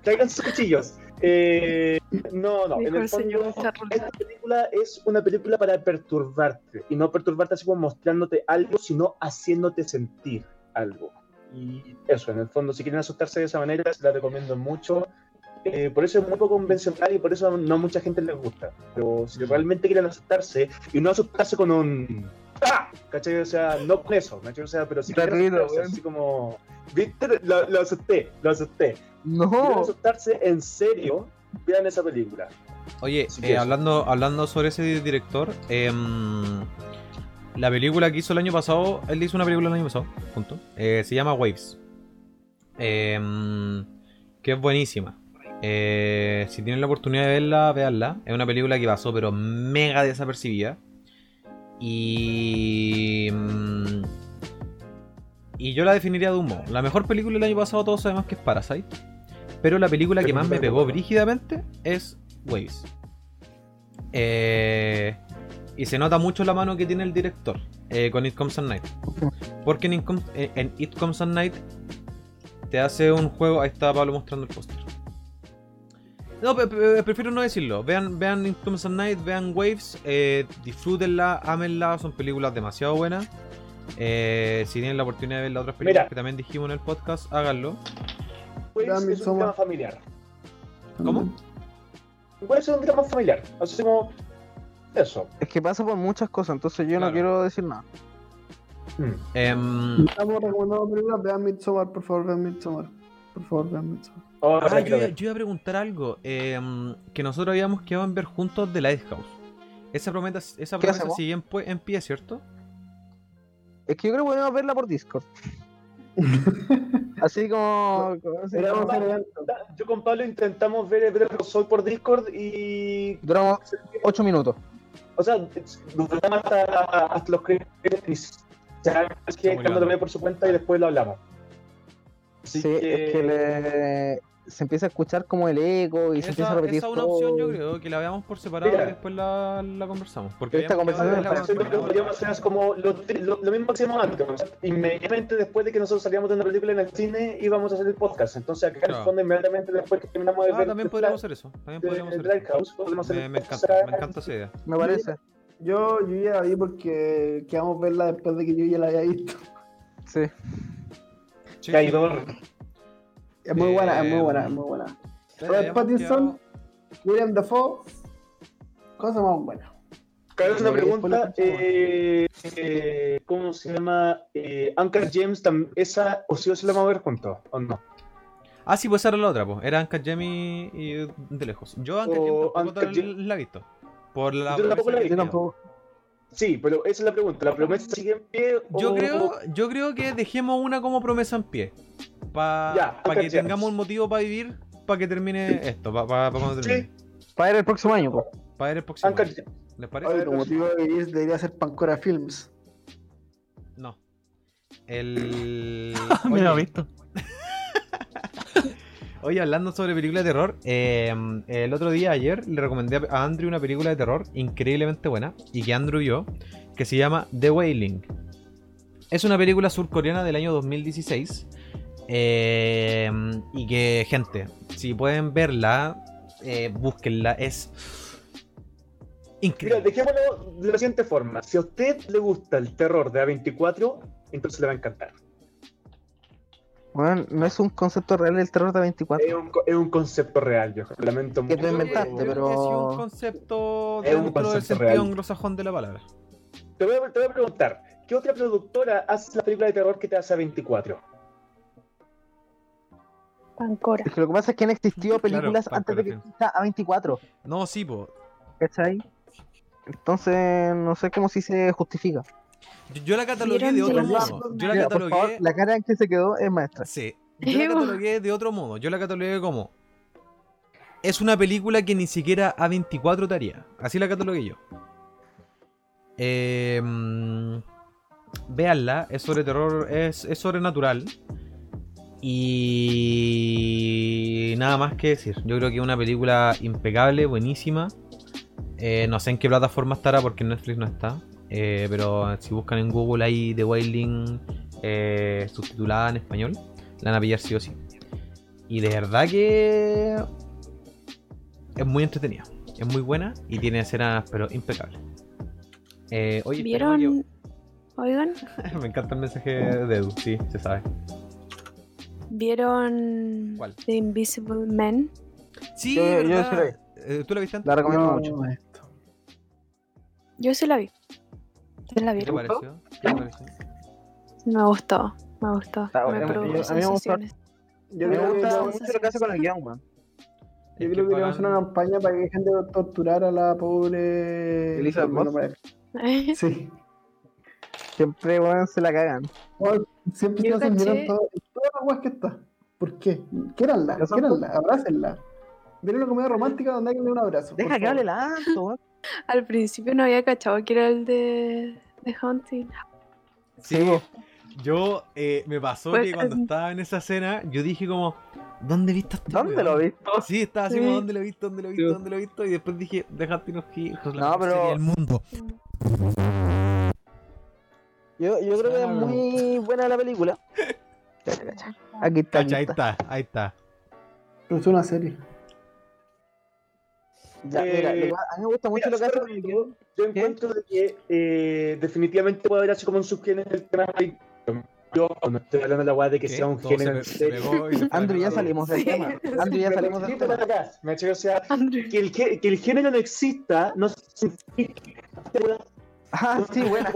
E: Traigan sus cuchillos. Eh, no, no,
G: Dijo
E: en el
G: el señor
E: fondo,
G: Charrúa.
E: esta película es una película para perturbarte. Y no perturbarte así como mostrándote algo, sino haciéndote sentir algo. Y eso, en el fondo, si quieren asustarse de esa manera, se la recomiendo mucho. Eh, por eso es muy poco convencional y por eso no a mucha gente les gusta. Pero
A: Mm.
E: si realmente quieren asustarse, y no asustarse con un... ¡Ah! ¿Cachai? O sea, no con eso, ¿cachai? O sea, pero si quieren
A: Terrible,
E: asustarse,
A: weón.
E: así como... ¿Viste? Lo- lo asusté, lo asusté quieren
A: No.
E: asustarse en serio, vean esa película.
B: Oye,
E: Así
B: eh,
E: que eso.
B: hablando, hablando sobre ese director, em, la película que hizo el año pasado, él hizo una película el año pasado, punto. eh, se llama Waves. Em, que es buenísima. Eh, si tienen la oportunidad de verla, veanla. Es una película que pasó, pero mega desapercibida. Y. mm, Y yo la definiría de humo. La mejor película del año pasado, todos sabemos que es Parasite. Pero la película que más me pegó brígidamente es Waves. Eh, y se nota mucho la mano que tiene el director eh, con It Comes at Night. Porque en It, Comes, eh, en It Comes at Night te hace un juego. Ahí está Pablo mostrando el póster. No, pe- pe- eh, prefiero no decirlo. Vean, vean It Comes at Night, vean Waves, eh, disfrútenla, ámenla, son películas demasiado buenas. Eh, si tienen la oportunidad de ver las otras películas
E: Mira.
B: que también dijimos en el podcast, háganlo.
E: Pues
F: Ya,
E: es un
F: Midsommar.
E: drama familiar.
B: ¿Cómo?
E: Puede ser un drama familiar. Así como. Eso.
A: Es que pasa por muchas cosas, entonces yo
B: Claro.
A: no quiero decir nada. Hmm.
E: Mm.
B: Em,
F: Estamos recomendando películas, vean Midsommar, por favor, vean Midsommar. Por favor, vean Midsommar.
E: Ahora
B: Ah,
E: sí
B: yo,
E: quiero
B: iba-
E: ver.
B: yo iba a preguntar algo. eh, que nosotros habíamos quedado en ver juntos The Lighthouse. Esa promesa, esa
A: ¿Qué
B: promesa
A: hacemos?
B: sigue en, pue- en pie, ¿cierto?
A: Es que yo creo que podemos verla por Discord. Así como. como así
F: Era
A: como-
F: más elegante.
E: Yo con Pablo intentamos ver Better Call Saul por Discord y.
A: Duramos 8 minutos.
E: O sea, nos tratamos hasta, hasta los créditos. Ya es que
B: Estamos
E: Carlos
B: grabando.
E: lo ve por su cuenta y después lo hablamos.
A: Sí, es que le- se empieza a escuchar como el eco y se
B: Esa,
A: empieza a
B: esa
A: repetir.
B: es una
A: todo.
B: opción, yo creo, que la veamos por separado
E: Mira.
B: y después la, la conversamos. Porque
A: Esta
B: habíamos
A: conversación
B: quedado
A: me
B: en verla
A: parece
E: Lo que podríamos hacer es como lo, lo- lo mismo que hacíamos antes. ¿no? Inmediatamente después de que nosotros salíamos de una película en el cine, íbamos a hacer el podcast. Entonces, acá en
B: Claro.
E: el fondo, inmediatamente después que terminamos de
B: Ah,
E: ver.
B: también
E: el
B: podríamos
E: plan
B: hacer eso. También
E: de-
B: podríamos
E: de
B: hacer
E: Drive
B: eso.
E: House, podemos hacer
B: Me,
E: el
B: me
E: podcast.
B: encanta, me encanta esa idea.
A: Me parece.
F: Yo, yo ya la vi porque quedamos verla después de que yo ya la había visto.
A: Sí.
B: Sí,
E: Traidor.
F: Es muy buena, es muy
B: Eh,
F: buena, es muy buena.
B: sí,
F: Robert
B: habíamos
F: Pattinson. William Dafoe, cosa más buena.
E: Carlos, una
A: Sí, después
E: pregunta.
A: lo pensamos.
E: eh, eh, ¿Cómo se llama? Eh, Anchor James, tam- ¿esa o sí o sí la vamos a ver juntos? ¿O no?
B: quedado- Ah, sí, pues esa era la otra, pues. Era Anka Jemmy y de lejos. Yo Anka
E: O
B: Jemmy tampoco
E: Uncut Gem-
B: la he visto. Por la
E: Yo tampoco
B: promesa
E: la he
B: que
E: visto.
A: Yo
B: quedó.
A: tampoco.
E: Sí, pero esa es la pregunta. ¿La promesa sigue en pie?
B: Yo
E: o-
B: creo, yo creo que dejemos una como promesa en pie. Para
E: Ya,
B: que
E: alcancemos.
B: tengamos un motivo para vivir, para que termine esto, para
E: Sí.
A: Para ver el próximo año, po.
B: Para ver el próximo.
E: Anchor
B: año.
E: James.
B: ¿Les
F: Oye,
B: parece?
F: tu motivo de vivir debería ser Pancora Films.
B: No. El.
D: Ah, Me lo he
B: Oye,
D: visto.
B: Oye, hablando sobre películas de terror, eh, el otro día, ayer, le recomendé a Andrew una película de terror increíblemente buena y que Andrew vio, que se llama The Wailing. Es una película surcoreana del año 2016 eh, y que, gente, si pueden verla, eh, búsquenla. Es
E: Mira,
B: increíble.
E: dejémoslo de la siguiente forma. Si a usted le gusta el terror de A24, entonces le va a encantar.
A: Bueno, no es un concepto real el terror de
E: Es
A: 24.
E: un, co- es un concepto real, yo lamento
A: Que tú
E: mucho.
A: inventaste,
B: Creo que
A: pero-
B: ha sido un concepto
E: Es un
B: dentro del
E: concepto
B: sentido
E: real.
B: anglosajón de la palabra.
E: Te voy, a, te voy a preguntar, ¿qué otra productora hace la película de terror que te hace A24?
G: Pancora.
A: Es que lo que pasa es que han existido películas
B: Paco,
A: antes de que
B: sí.
A: exista A24.
B: No, sí, po.
A: ¿Cachai? Entonces, no sé cómo si se justifica.
B: Yo, yo la catalogué
G: Vieron
B: de otro
G: de
B: modo.
G: la-
B: Yo la
A: Mira, por favor,
B: catalogué.
A: la cara en que se quedó es maestra.
B: Sí. Yo la
G: Ew.
B: catalogué de otro modo. Yo la catalogué como. Es una película que ni siquiera A24 te haría. Así la catalogué yo. Eh, mm, véanla. Es sobre terror. Es, es sobrenatural. Y. Nada más que decir. Yo creo que es una película impecable, buenísima. Eh, no sé en qué plataforma estará porque en Netflix no está. Eh, pero si buscan en Google ahí The Wailing eh, subtitulada en español, la van a pillar sí o sí. Y de verdad que es muy entretenida, es muy buena y tiene escenas pero impecables. Eh, oye, esperemos
G: ¿Vieron? Oigan,
B: que- me encanta el mensaje de Edu, sí, se sabe.
G: ¿vieron
B: ¿Cuál?
G: The Invisible Man?
B: Sí,
A: Yo- yo
B: ¿verdad?
A: sí la vi.
B: Eh, ¿Tú la viste antes?
A: La recomiendo
F: No,
A: mucho.
F: maestro.
G: Yo sí la vi. ¿Ustedes la
B: ¿Qué te
G: vieron?
B: pareció? ¿Qué te pareció?
G: Me gustó, me gustó.
A: Está
G: me
A: bueno, yo- a mí me
G: provocó
A: gustó.
G: sensaciones.
F: Yo
A: me
F: creo que
A: gusta
F: la-
A: mucho lo que hace con el guión, man.
F: Yo
B: Es
F: creo que le
B: pagan-
F: vamos a hacer una campaña para que dejen de torturar a la pobre.
A: Elizabeth Moss.
F: no, para- Sí.
A: Siempre, weón, se la cagan.
F: Bueno, siempre
G: Yo
F: se hacen mirar
G: caché-
F: en todo- en todas las guas que está. ¿Por qué? Quéranla,
A: Pero son-
F: quéranla, abrácenla. Viene una comedia romántica donde hay que darle un abrazo.
A: Deja
F: por
A: que
F: favor.
A: hable la alto, weón.
G: Al principio no había cachado que era el de, de Haunting.
B: Sí, yo eh, me pasó
G: Pues,
B: que cuando
G: em,
B: estaba en esa escena, yo dije como, ¿dónde viste a este
A: ¿Dónde
B: weón?
A: lo viste?
B: Sí, estaba así
G: Sí.
B: como, ¿dónde lo he visto? ¿Dónde lo he visto?
A: Sí.
B: ¿Dónde lo he visto? Y después dije, déjate unos hijos, la
A: No,
B: mejor
A: pero-
B: serie del mundo.
A: Yo, yo creo que es
B: Claro.
A: muy buena la película. Aquí está.
B: Cacha, ahí
A: Aquí está.
B: está, ahí está.
F: Pero es una serie.
A: Ya, mira, lo que- a mí Eh, me gusta mucho
E: Mira,
A: lo que hace
E: solo
A: con el
E: yo,
A: guión.
E: yo encuentro de que eh, definitivamente puede haber así como un subgénero del tema. de- Yo no estoy hablando de la weá de que
B: ¿Qué?
E: sea un
B: Todo se
E: género en
B: pe- se
E: serio.
B: pegó y se fue
A: Andrew,
B: a
A: ya
B: la mierda.
A: salimos del
G: Sí.
A: tema. Andrew, ya
E: Pero
A: salimos del
E: sí,
A: tema.
E: para acá, ¿me cachai? O sea,
G: Andrew.
E: que el, gé- que el género no exista no significa
A: Ah, sí, buena.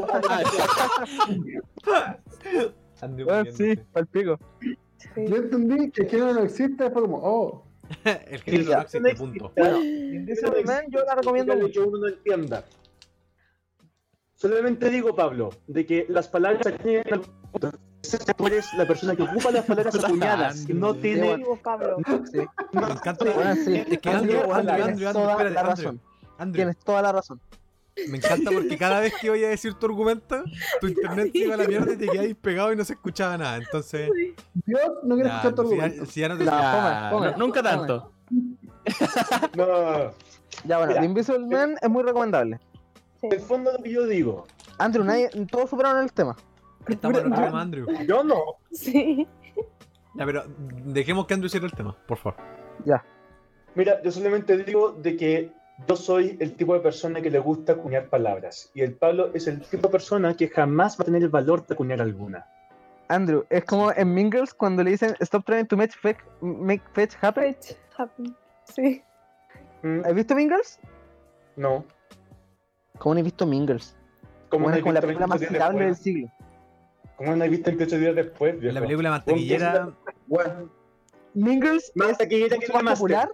B: Andrew
A: Ah, sí,
B: muriéndose.
A: pal pico.
F: Yo entendí que el género no existe, fue como, oh.
B: El género
A: ya.
B: no existe, punto.
E: Bueno,
A: Ese man, yo la recomiendo
E: Dale,
A: mucho.
E: que uno no entienda. Solamente digo, Pablo, de que las palabras acuñan al punto. Entonces, Tú eres la persona que ocupa las palabras acuñadas. No tiene.
A: Sí, Pablo. Sí.
B: Me encanta.
A: Bueno, sí.
B: Es que
A: Andrew,
B: Andrew, Andrew,
A: tienes
B: Andrew, Andrew,
A: toda
B: espérate,
A: la
B: Andrew.
A: razón.
B: Andrew,
A: Tienes toda la razón.
B: me encanta porque cada vez que voy a decir tu argumento, tu internet se iba a la mierda y te quedabas pegado y no se escuchaba nada. Entonces,
F: Dios no quiere
B: ya,
F: escuchar todo
B: si,
F: el
B: ya,
F: argumento.
B: si ya no te
A: Ya,
D: Ya,
A: pongan, pongan,
D: no- nunca
A: pongan.
D: tanto.
E: No.
A: Ya, bueno,
E: Mira.
A: The Invisible Man es muy recomendable.
G: Sí.
E: En el fondo, lo que yo digo,
A: Andrew, nadie, todos superaron el tema.
B: estamos en el tema, Andrew.
E: yo no.
G: Sí.
B: Ya, pero dejemos que Andrew cierre el tema, por favor.
E: Mira, yo solamente digo de que yo soy el tipo de persona que le gusta acuñar palabras. Y el Pablo es el tipo de persona que jamás va a tener el valor de acuñar alguna.
A: Andrew, es como en Mean Girls cuando le dicen Stop trying to make fetch, make fetch happen.
G: Fetch happen. Sí.
E: Mm,
A: ¿Has visto Mean Girls?
E: No.
A: ¿Cómo no he visto Mean Girls?
E: Como
A: Bueno,
E: no he
A: es como la
E: visto
A: película
E: 28
A: más
E: días
A: citable del
E: después.
A: siglo.
E: Como no he visto 28 días después.
B: La
E: viejo?
B: película mantequillera.
E: Bueno,
A: Mean Girls
E: más taquillera que
A: es mucho
E: la
A: más
E: más
A: popular,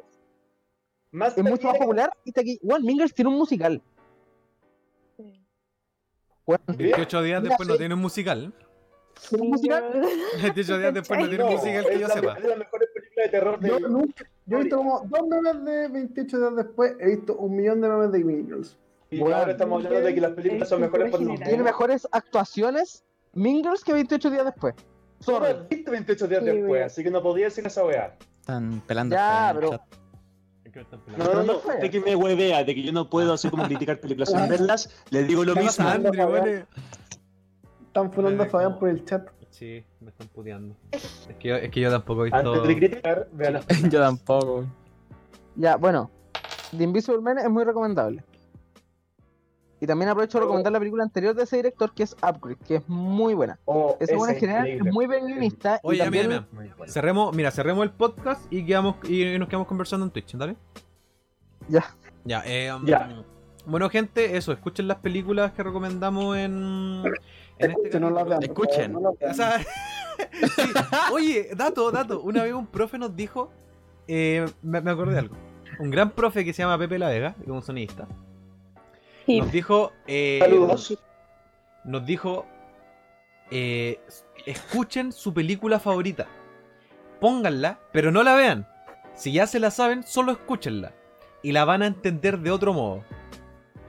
E: Más
A: es mucho más popular y está aquí. Bueno, Mean Girls tiene un musical.
G: sí.
A: Bueno,
B: 28 días
A: Mira,
B: después no
A: sí.
B: tiene un musical.
A: tiene un musical.
B: 28 días después no tiene un
G: No,
B: musical que yo
E: es la,
B: sepa.
E: es la mejor película de terror de
F: Yo nunca. Yo he visto como dos memes de 28 días después, he visto un millón de memes de Mean Girls.
E: Y
A: Bueno,
E: ahora estamos hablando de que las películas son mejores por los
A: Tiene
E: memes.
A: mejores actuaciones Mean Girls que 28 días después.
E: Tú no
A: Sorry.
E: has visto 28 días
G: Sí,
E: después,
G: weón.
E: así que no podía decir esa weá.
D: Están pelando.
A: Ya,
D: el
A: pero-
D: chat.
E: No, no, no,
A: fue.
E: de que me huevea, de que yo no puedo así como criticar películas sin verlas, le digo lo
B: ¿Qué
E: mismo.
B: pasa, Andre, weón?
F: Están funando a
B: Ay,
F: Fabián
B: no.
F: por el chat.
B: Sí, me están puteando. Es que yo, es que yo tampoco he visto.
E: Antes de criticar, vean las
D: Yo tampoco. güey.
A: Ya, bueno. The Invisible Man es muy recomendable. Y también aprovecho de recomendar la película anterior de ese director que es Upgrade, que es muy buena.
E: Oh,
A: Ese bueno en general es
E: increíble.
A: muy buen guionista. y
B: Oye, ya,
A: también-
B: mira, mira. Cerremos, mira, cerremos el podcast y, quedamos, y nos quedamos conversando en Twitch, ¿dale?
A: Ya.
B: Ya, eh, um,
E: Ya.
B: Bueno, gente, eso, escuchen las películas que recomendamos en. en este
F: Escuchen, no las
B: capítulo.
F: vean. por favor,
D: Escuchen.
F: no las vean.
B: O sea, sí. Oye, dato, dato. Una vez un profe nos dijo. eh, me, me acordé de algo. Un gran profe que se llama Pepe La Vega, que es un sonidista,
G: Y
B: nos dijo. eh,
E: Saludos.
B: nos dijo eh, escuchen su película favorita pónganla pero no la vean si ya se la saben solo escúchenla y la van a entender de otro modo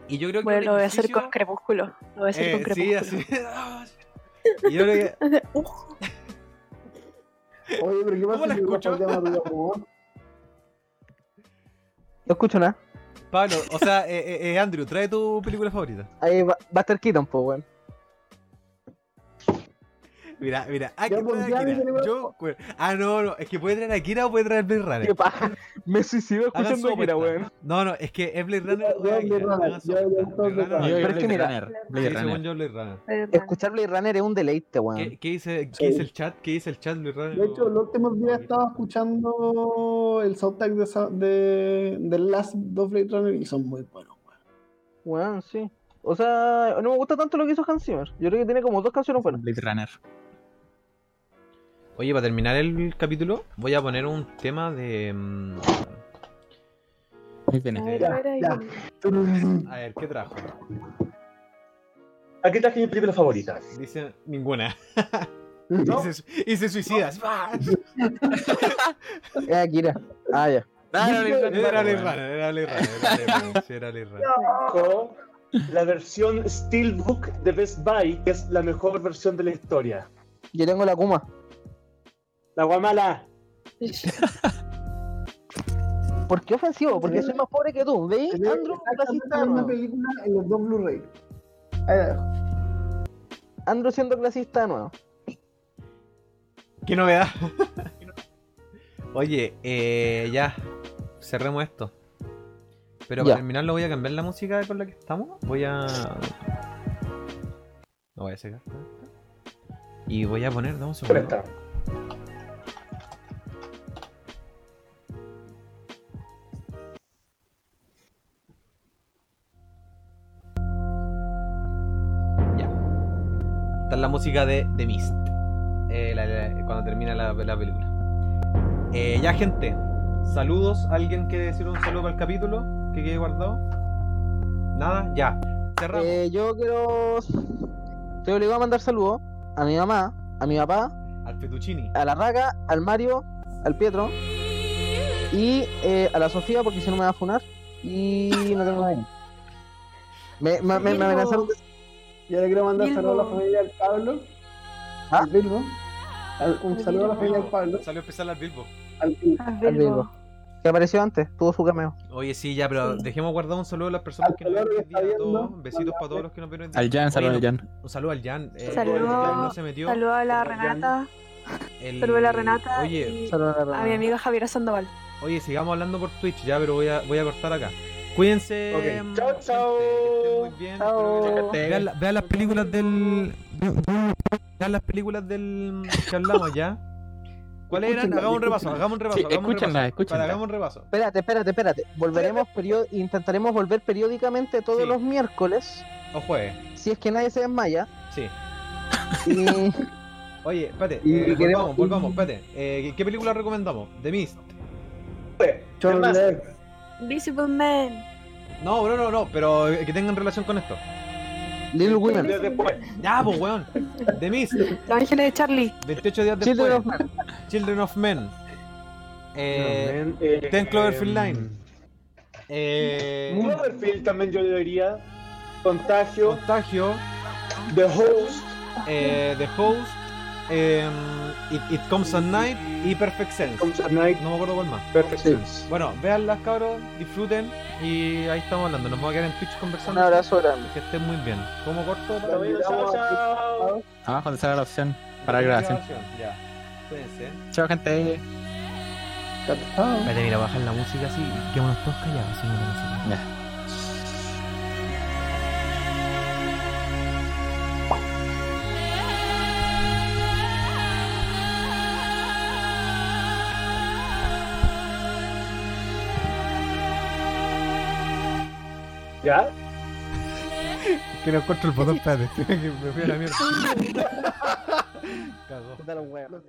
B: y yo creo que
G: bueno,
B: un
G: lo voy a hacer
B: ejercicio-
G: con crepúsculo. Lo voy a hacer
B: Eh,
G: con
B: sí,
G: crepúsculo.
B: así Y yo creo que-
F: Oye, pero ¿qué
B: ¿Cómo la
F: pasa si
B: escucho?
F: Rafa llama a tu Japón?
A: No escucho nada.
B: Pablo o sea eh, eh, eh, Andrew trae tu película favorita
A: Ahí va, va a estar Keaton, pues, weón.
B: mira mira hay
F: Ya,
B: que
F: pues,
B: traer
F: ya,
B: a Kira.
F: mi película-
B: Yo- ah no no es que puede traer a Kira o puede traer a Blade
A: Qué
B: Runner
A: paja. Me suicido
B: Hagan su
A: escuchando a Kira,
B: apuesta.
A: weón.
B: no no es que es Blade Runner
F: Ya,
B: o es
F: ya,
B: Akira.
F: Blade Runner,
B: Hagan su
F: ya, ya,
B: apuesta.
F: entonces,
B: Blade
D: Yo-
B: Runner
D: yo
A: pero es
D: Blade
A: que mira-
D: Runner, Blade
B: Sí, según
D: Runner.
B: yo, Blade Runner.
A: Escuchar Blade Runner es un deleite, weón.
B: ¿Qué, qué dice,
F: Ah. Sí.
B: ¿Qué dice el chat? ¿Qué dice el chat, Luis Ramos?
F: De hecho, los últimos días estaba escuchando el soundtrack de, esa- de, de Last of Blade Runner y son muy buenos. weón.
A: Weón, sí. O sea, no me gusta tanto lo que hizo Hans Zimmer. Yo creo que tiene como dos canciones buenas.
D: Blade Runner.
B: Oye, para terminar el capítulo, voy a poner un tema de. mm,
D: Muy bien.
G: A ver,
B: eh, Ya,
G: a ver, ahí
F: ya.
G: vamos.
B: A ver, ¿qué trajo?
E: Aquí traje mi película favorita.
B: Dice ninguna.
E: ¿No?
B: Y, se, su- y se suicidas.
A: Es Akira. Ah, ya.
B: Era Blade Runner, era Blade Runner, era Blade Runner, sí, era Blade Runner.
E: Con la versión Steelbook de Best Buy, que es la mejor versión de la historia.
A: Yo tengo la Kuma.
E: La guamala.
A: ¿Por qué ofensivo? Porque soy más pobre que tú. ¿Veis? Andrew, un clasista de
F: Exactamente una
A: nuevo.
F: película en los dos Blu-ray. Ahí la dejo.
A: Andrew siendo clasista de nuevo.
B: Qué novedad. Oye, eh, ya. Cerremos esto. Pero para
A: Ya.
B: terminarlo voy a cambiar la música con la que estamos. Voy a. No voy a secar. Y voy a poner, dame un
E: Por
B: segundo.
E: esta.
B: Ya. Esta es la música de The Mist. Eh, la- la- cuando termina la, la película. Eh, ya, gente. Saludos. ¿Alguien quiere decir un saludo para el capítulo? ¿Que quede guardado? Nada, ya. Cerramos.
A: Eh, yo quiero. Estoy obligado a mandar saludos a mi mamá, a mi papá,
B: Al Fettuccini.
A: a la Raga, al Mario, al Pietro y eh, a la Sofía, porque si no me va a funar. Y no tengo nadie. Me, me, me- me amenazaron de-
F: Y ahora quiero mandar
G: Bilbo.
F: saludos a la familia del Pablo.
A: ¿Ah?
F: Al Bilbo. Al- un
G: Al
F: saludo a la
G: Bilbo.
F: familia del Pablo.
B: Salió a empezar al Bilbo.
F: Al Bilbo.
G: A ver,
A: al Bilbo,
G: vamos.
A: que apareció antes, tuvo su cameo.
B: Oye, sí, ya, pero dejemos guardado un saludo a las personas
F: Al
B: que nos vieron
F: Pedro
B: hoy
F: que está
B: día, a
F: viendo,
B: todos. Besitos para todos los que nos vieron hoy día.
D: Al Jan,
B: Oye,
D: saludos
B: no-
D: al Jan.
B: Un saludo al Jan. eh,
G: Saludo-
B: que no se metió.
G: Saludo a la
B: Saludo al Jan.
G: Renata,
B: El-
G: saludo a la Renata
B: Oye,
G: y
A: Saludos la
G: a
A: Raga.
G: mi amiga Javiera Sandoval.
B: oye, sigamos hablando por Twitch ya, pero voy a, voy a cortar acá. Cuídense.
E: Ok.
B: mm,
E: Chao,
B: gente,
E: chao.
B: que estén muy bien.
A: Chao.
B: Espero que- Vean, la- vean las películas del. Vean las películas del. que hablamos ya. ¿Cuáles eran?
F: Escúchenla,
B: Hagamos un repaso,
F: escúchenla.
B: hagamos un repaso.
D: Sí,
B: hagamos un
D: escúchenla,
B: repaso.
D: escúchenla.
B: Para, hagamos un repaso.
A: Espérate, espérate, espérate. Volveremos perio- intentaremos volver periódicamente todos
B: Sí.
A: los miércoles,
B: O jueves.
A: si es que nadie se desmaya.
B: Sí.
A: Y
B: Oye, espérate,
A: Y
B: eh,
A: queremos-
B: volvamos, volvamos, espérate. Eh, ¿Qué película recomendamos? The Mist.
F: John
E: Además,
F: Lennon.
G: Invisible Man.
B: No, no, no, no, pero eh, que tengan relación con esto.
A: Little Women.
E: días después.
B: Ya, pues, weón. The Mist,
G: Los Ángeles de Charlie.
B: 28 días después.
A: Children of
B: Children of Men. Eh,
E: También, eh,
B: Ten Cloverfield Line.
E: eh,
B: eh,
E: Cloverfield también yo le diría. Contagio,
B: Contagio,
E: The Host,
B: eh, The Host, em, It, It Comes at Night y Perfect Sense.
E: Comes at Night,
B: No me acuerdo cuál más.
E: Perfect
F: Sí.
E: Sense.
B: Bueno, veanlas, cabros, disfruten y ahí estamos hablando. Nos vamos a quedar en Twitch
A: Un
B: conversando.
A: abrazo grande.
B: Que estén muy bien. Como corto para
E: Bueno, chao, chao.
D: Abajo donde sale la opción para grabación.
B: Ya. Cuídense.
D: Chao, gente.
F: Chao, chao.
B: Vale, mira, bajan la música así y quedémonos todos callados sin una música.
E: ¿Ya?
B: Que no encuentro el botón, espérate. que me fui a la mierda. Cagó.
A: Puta los huevos.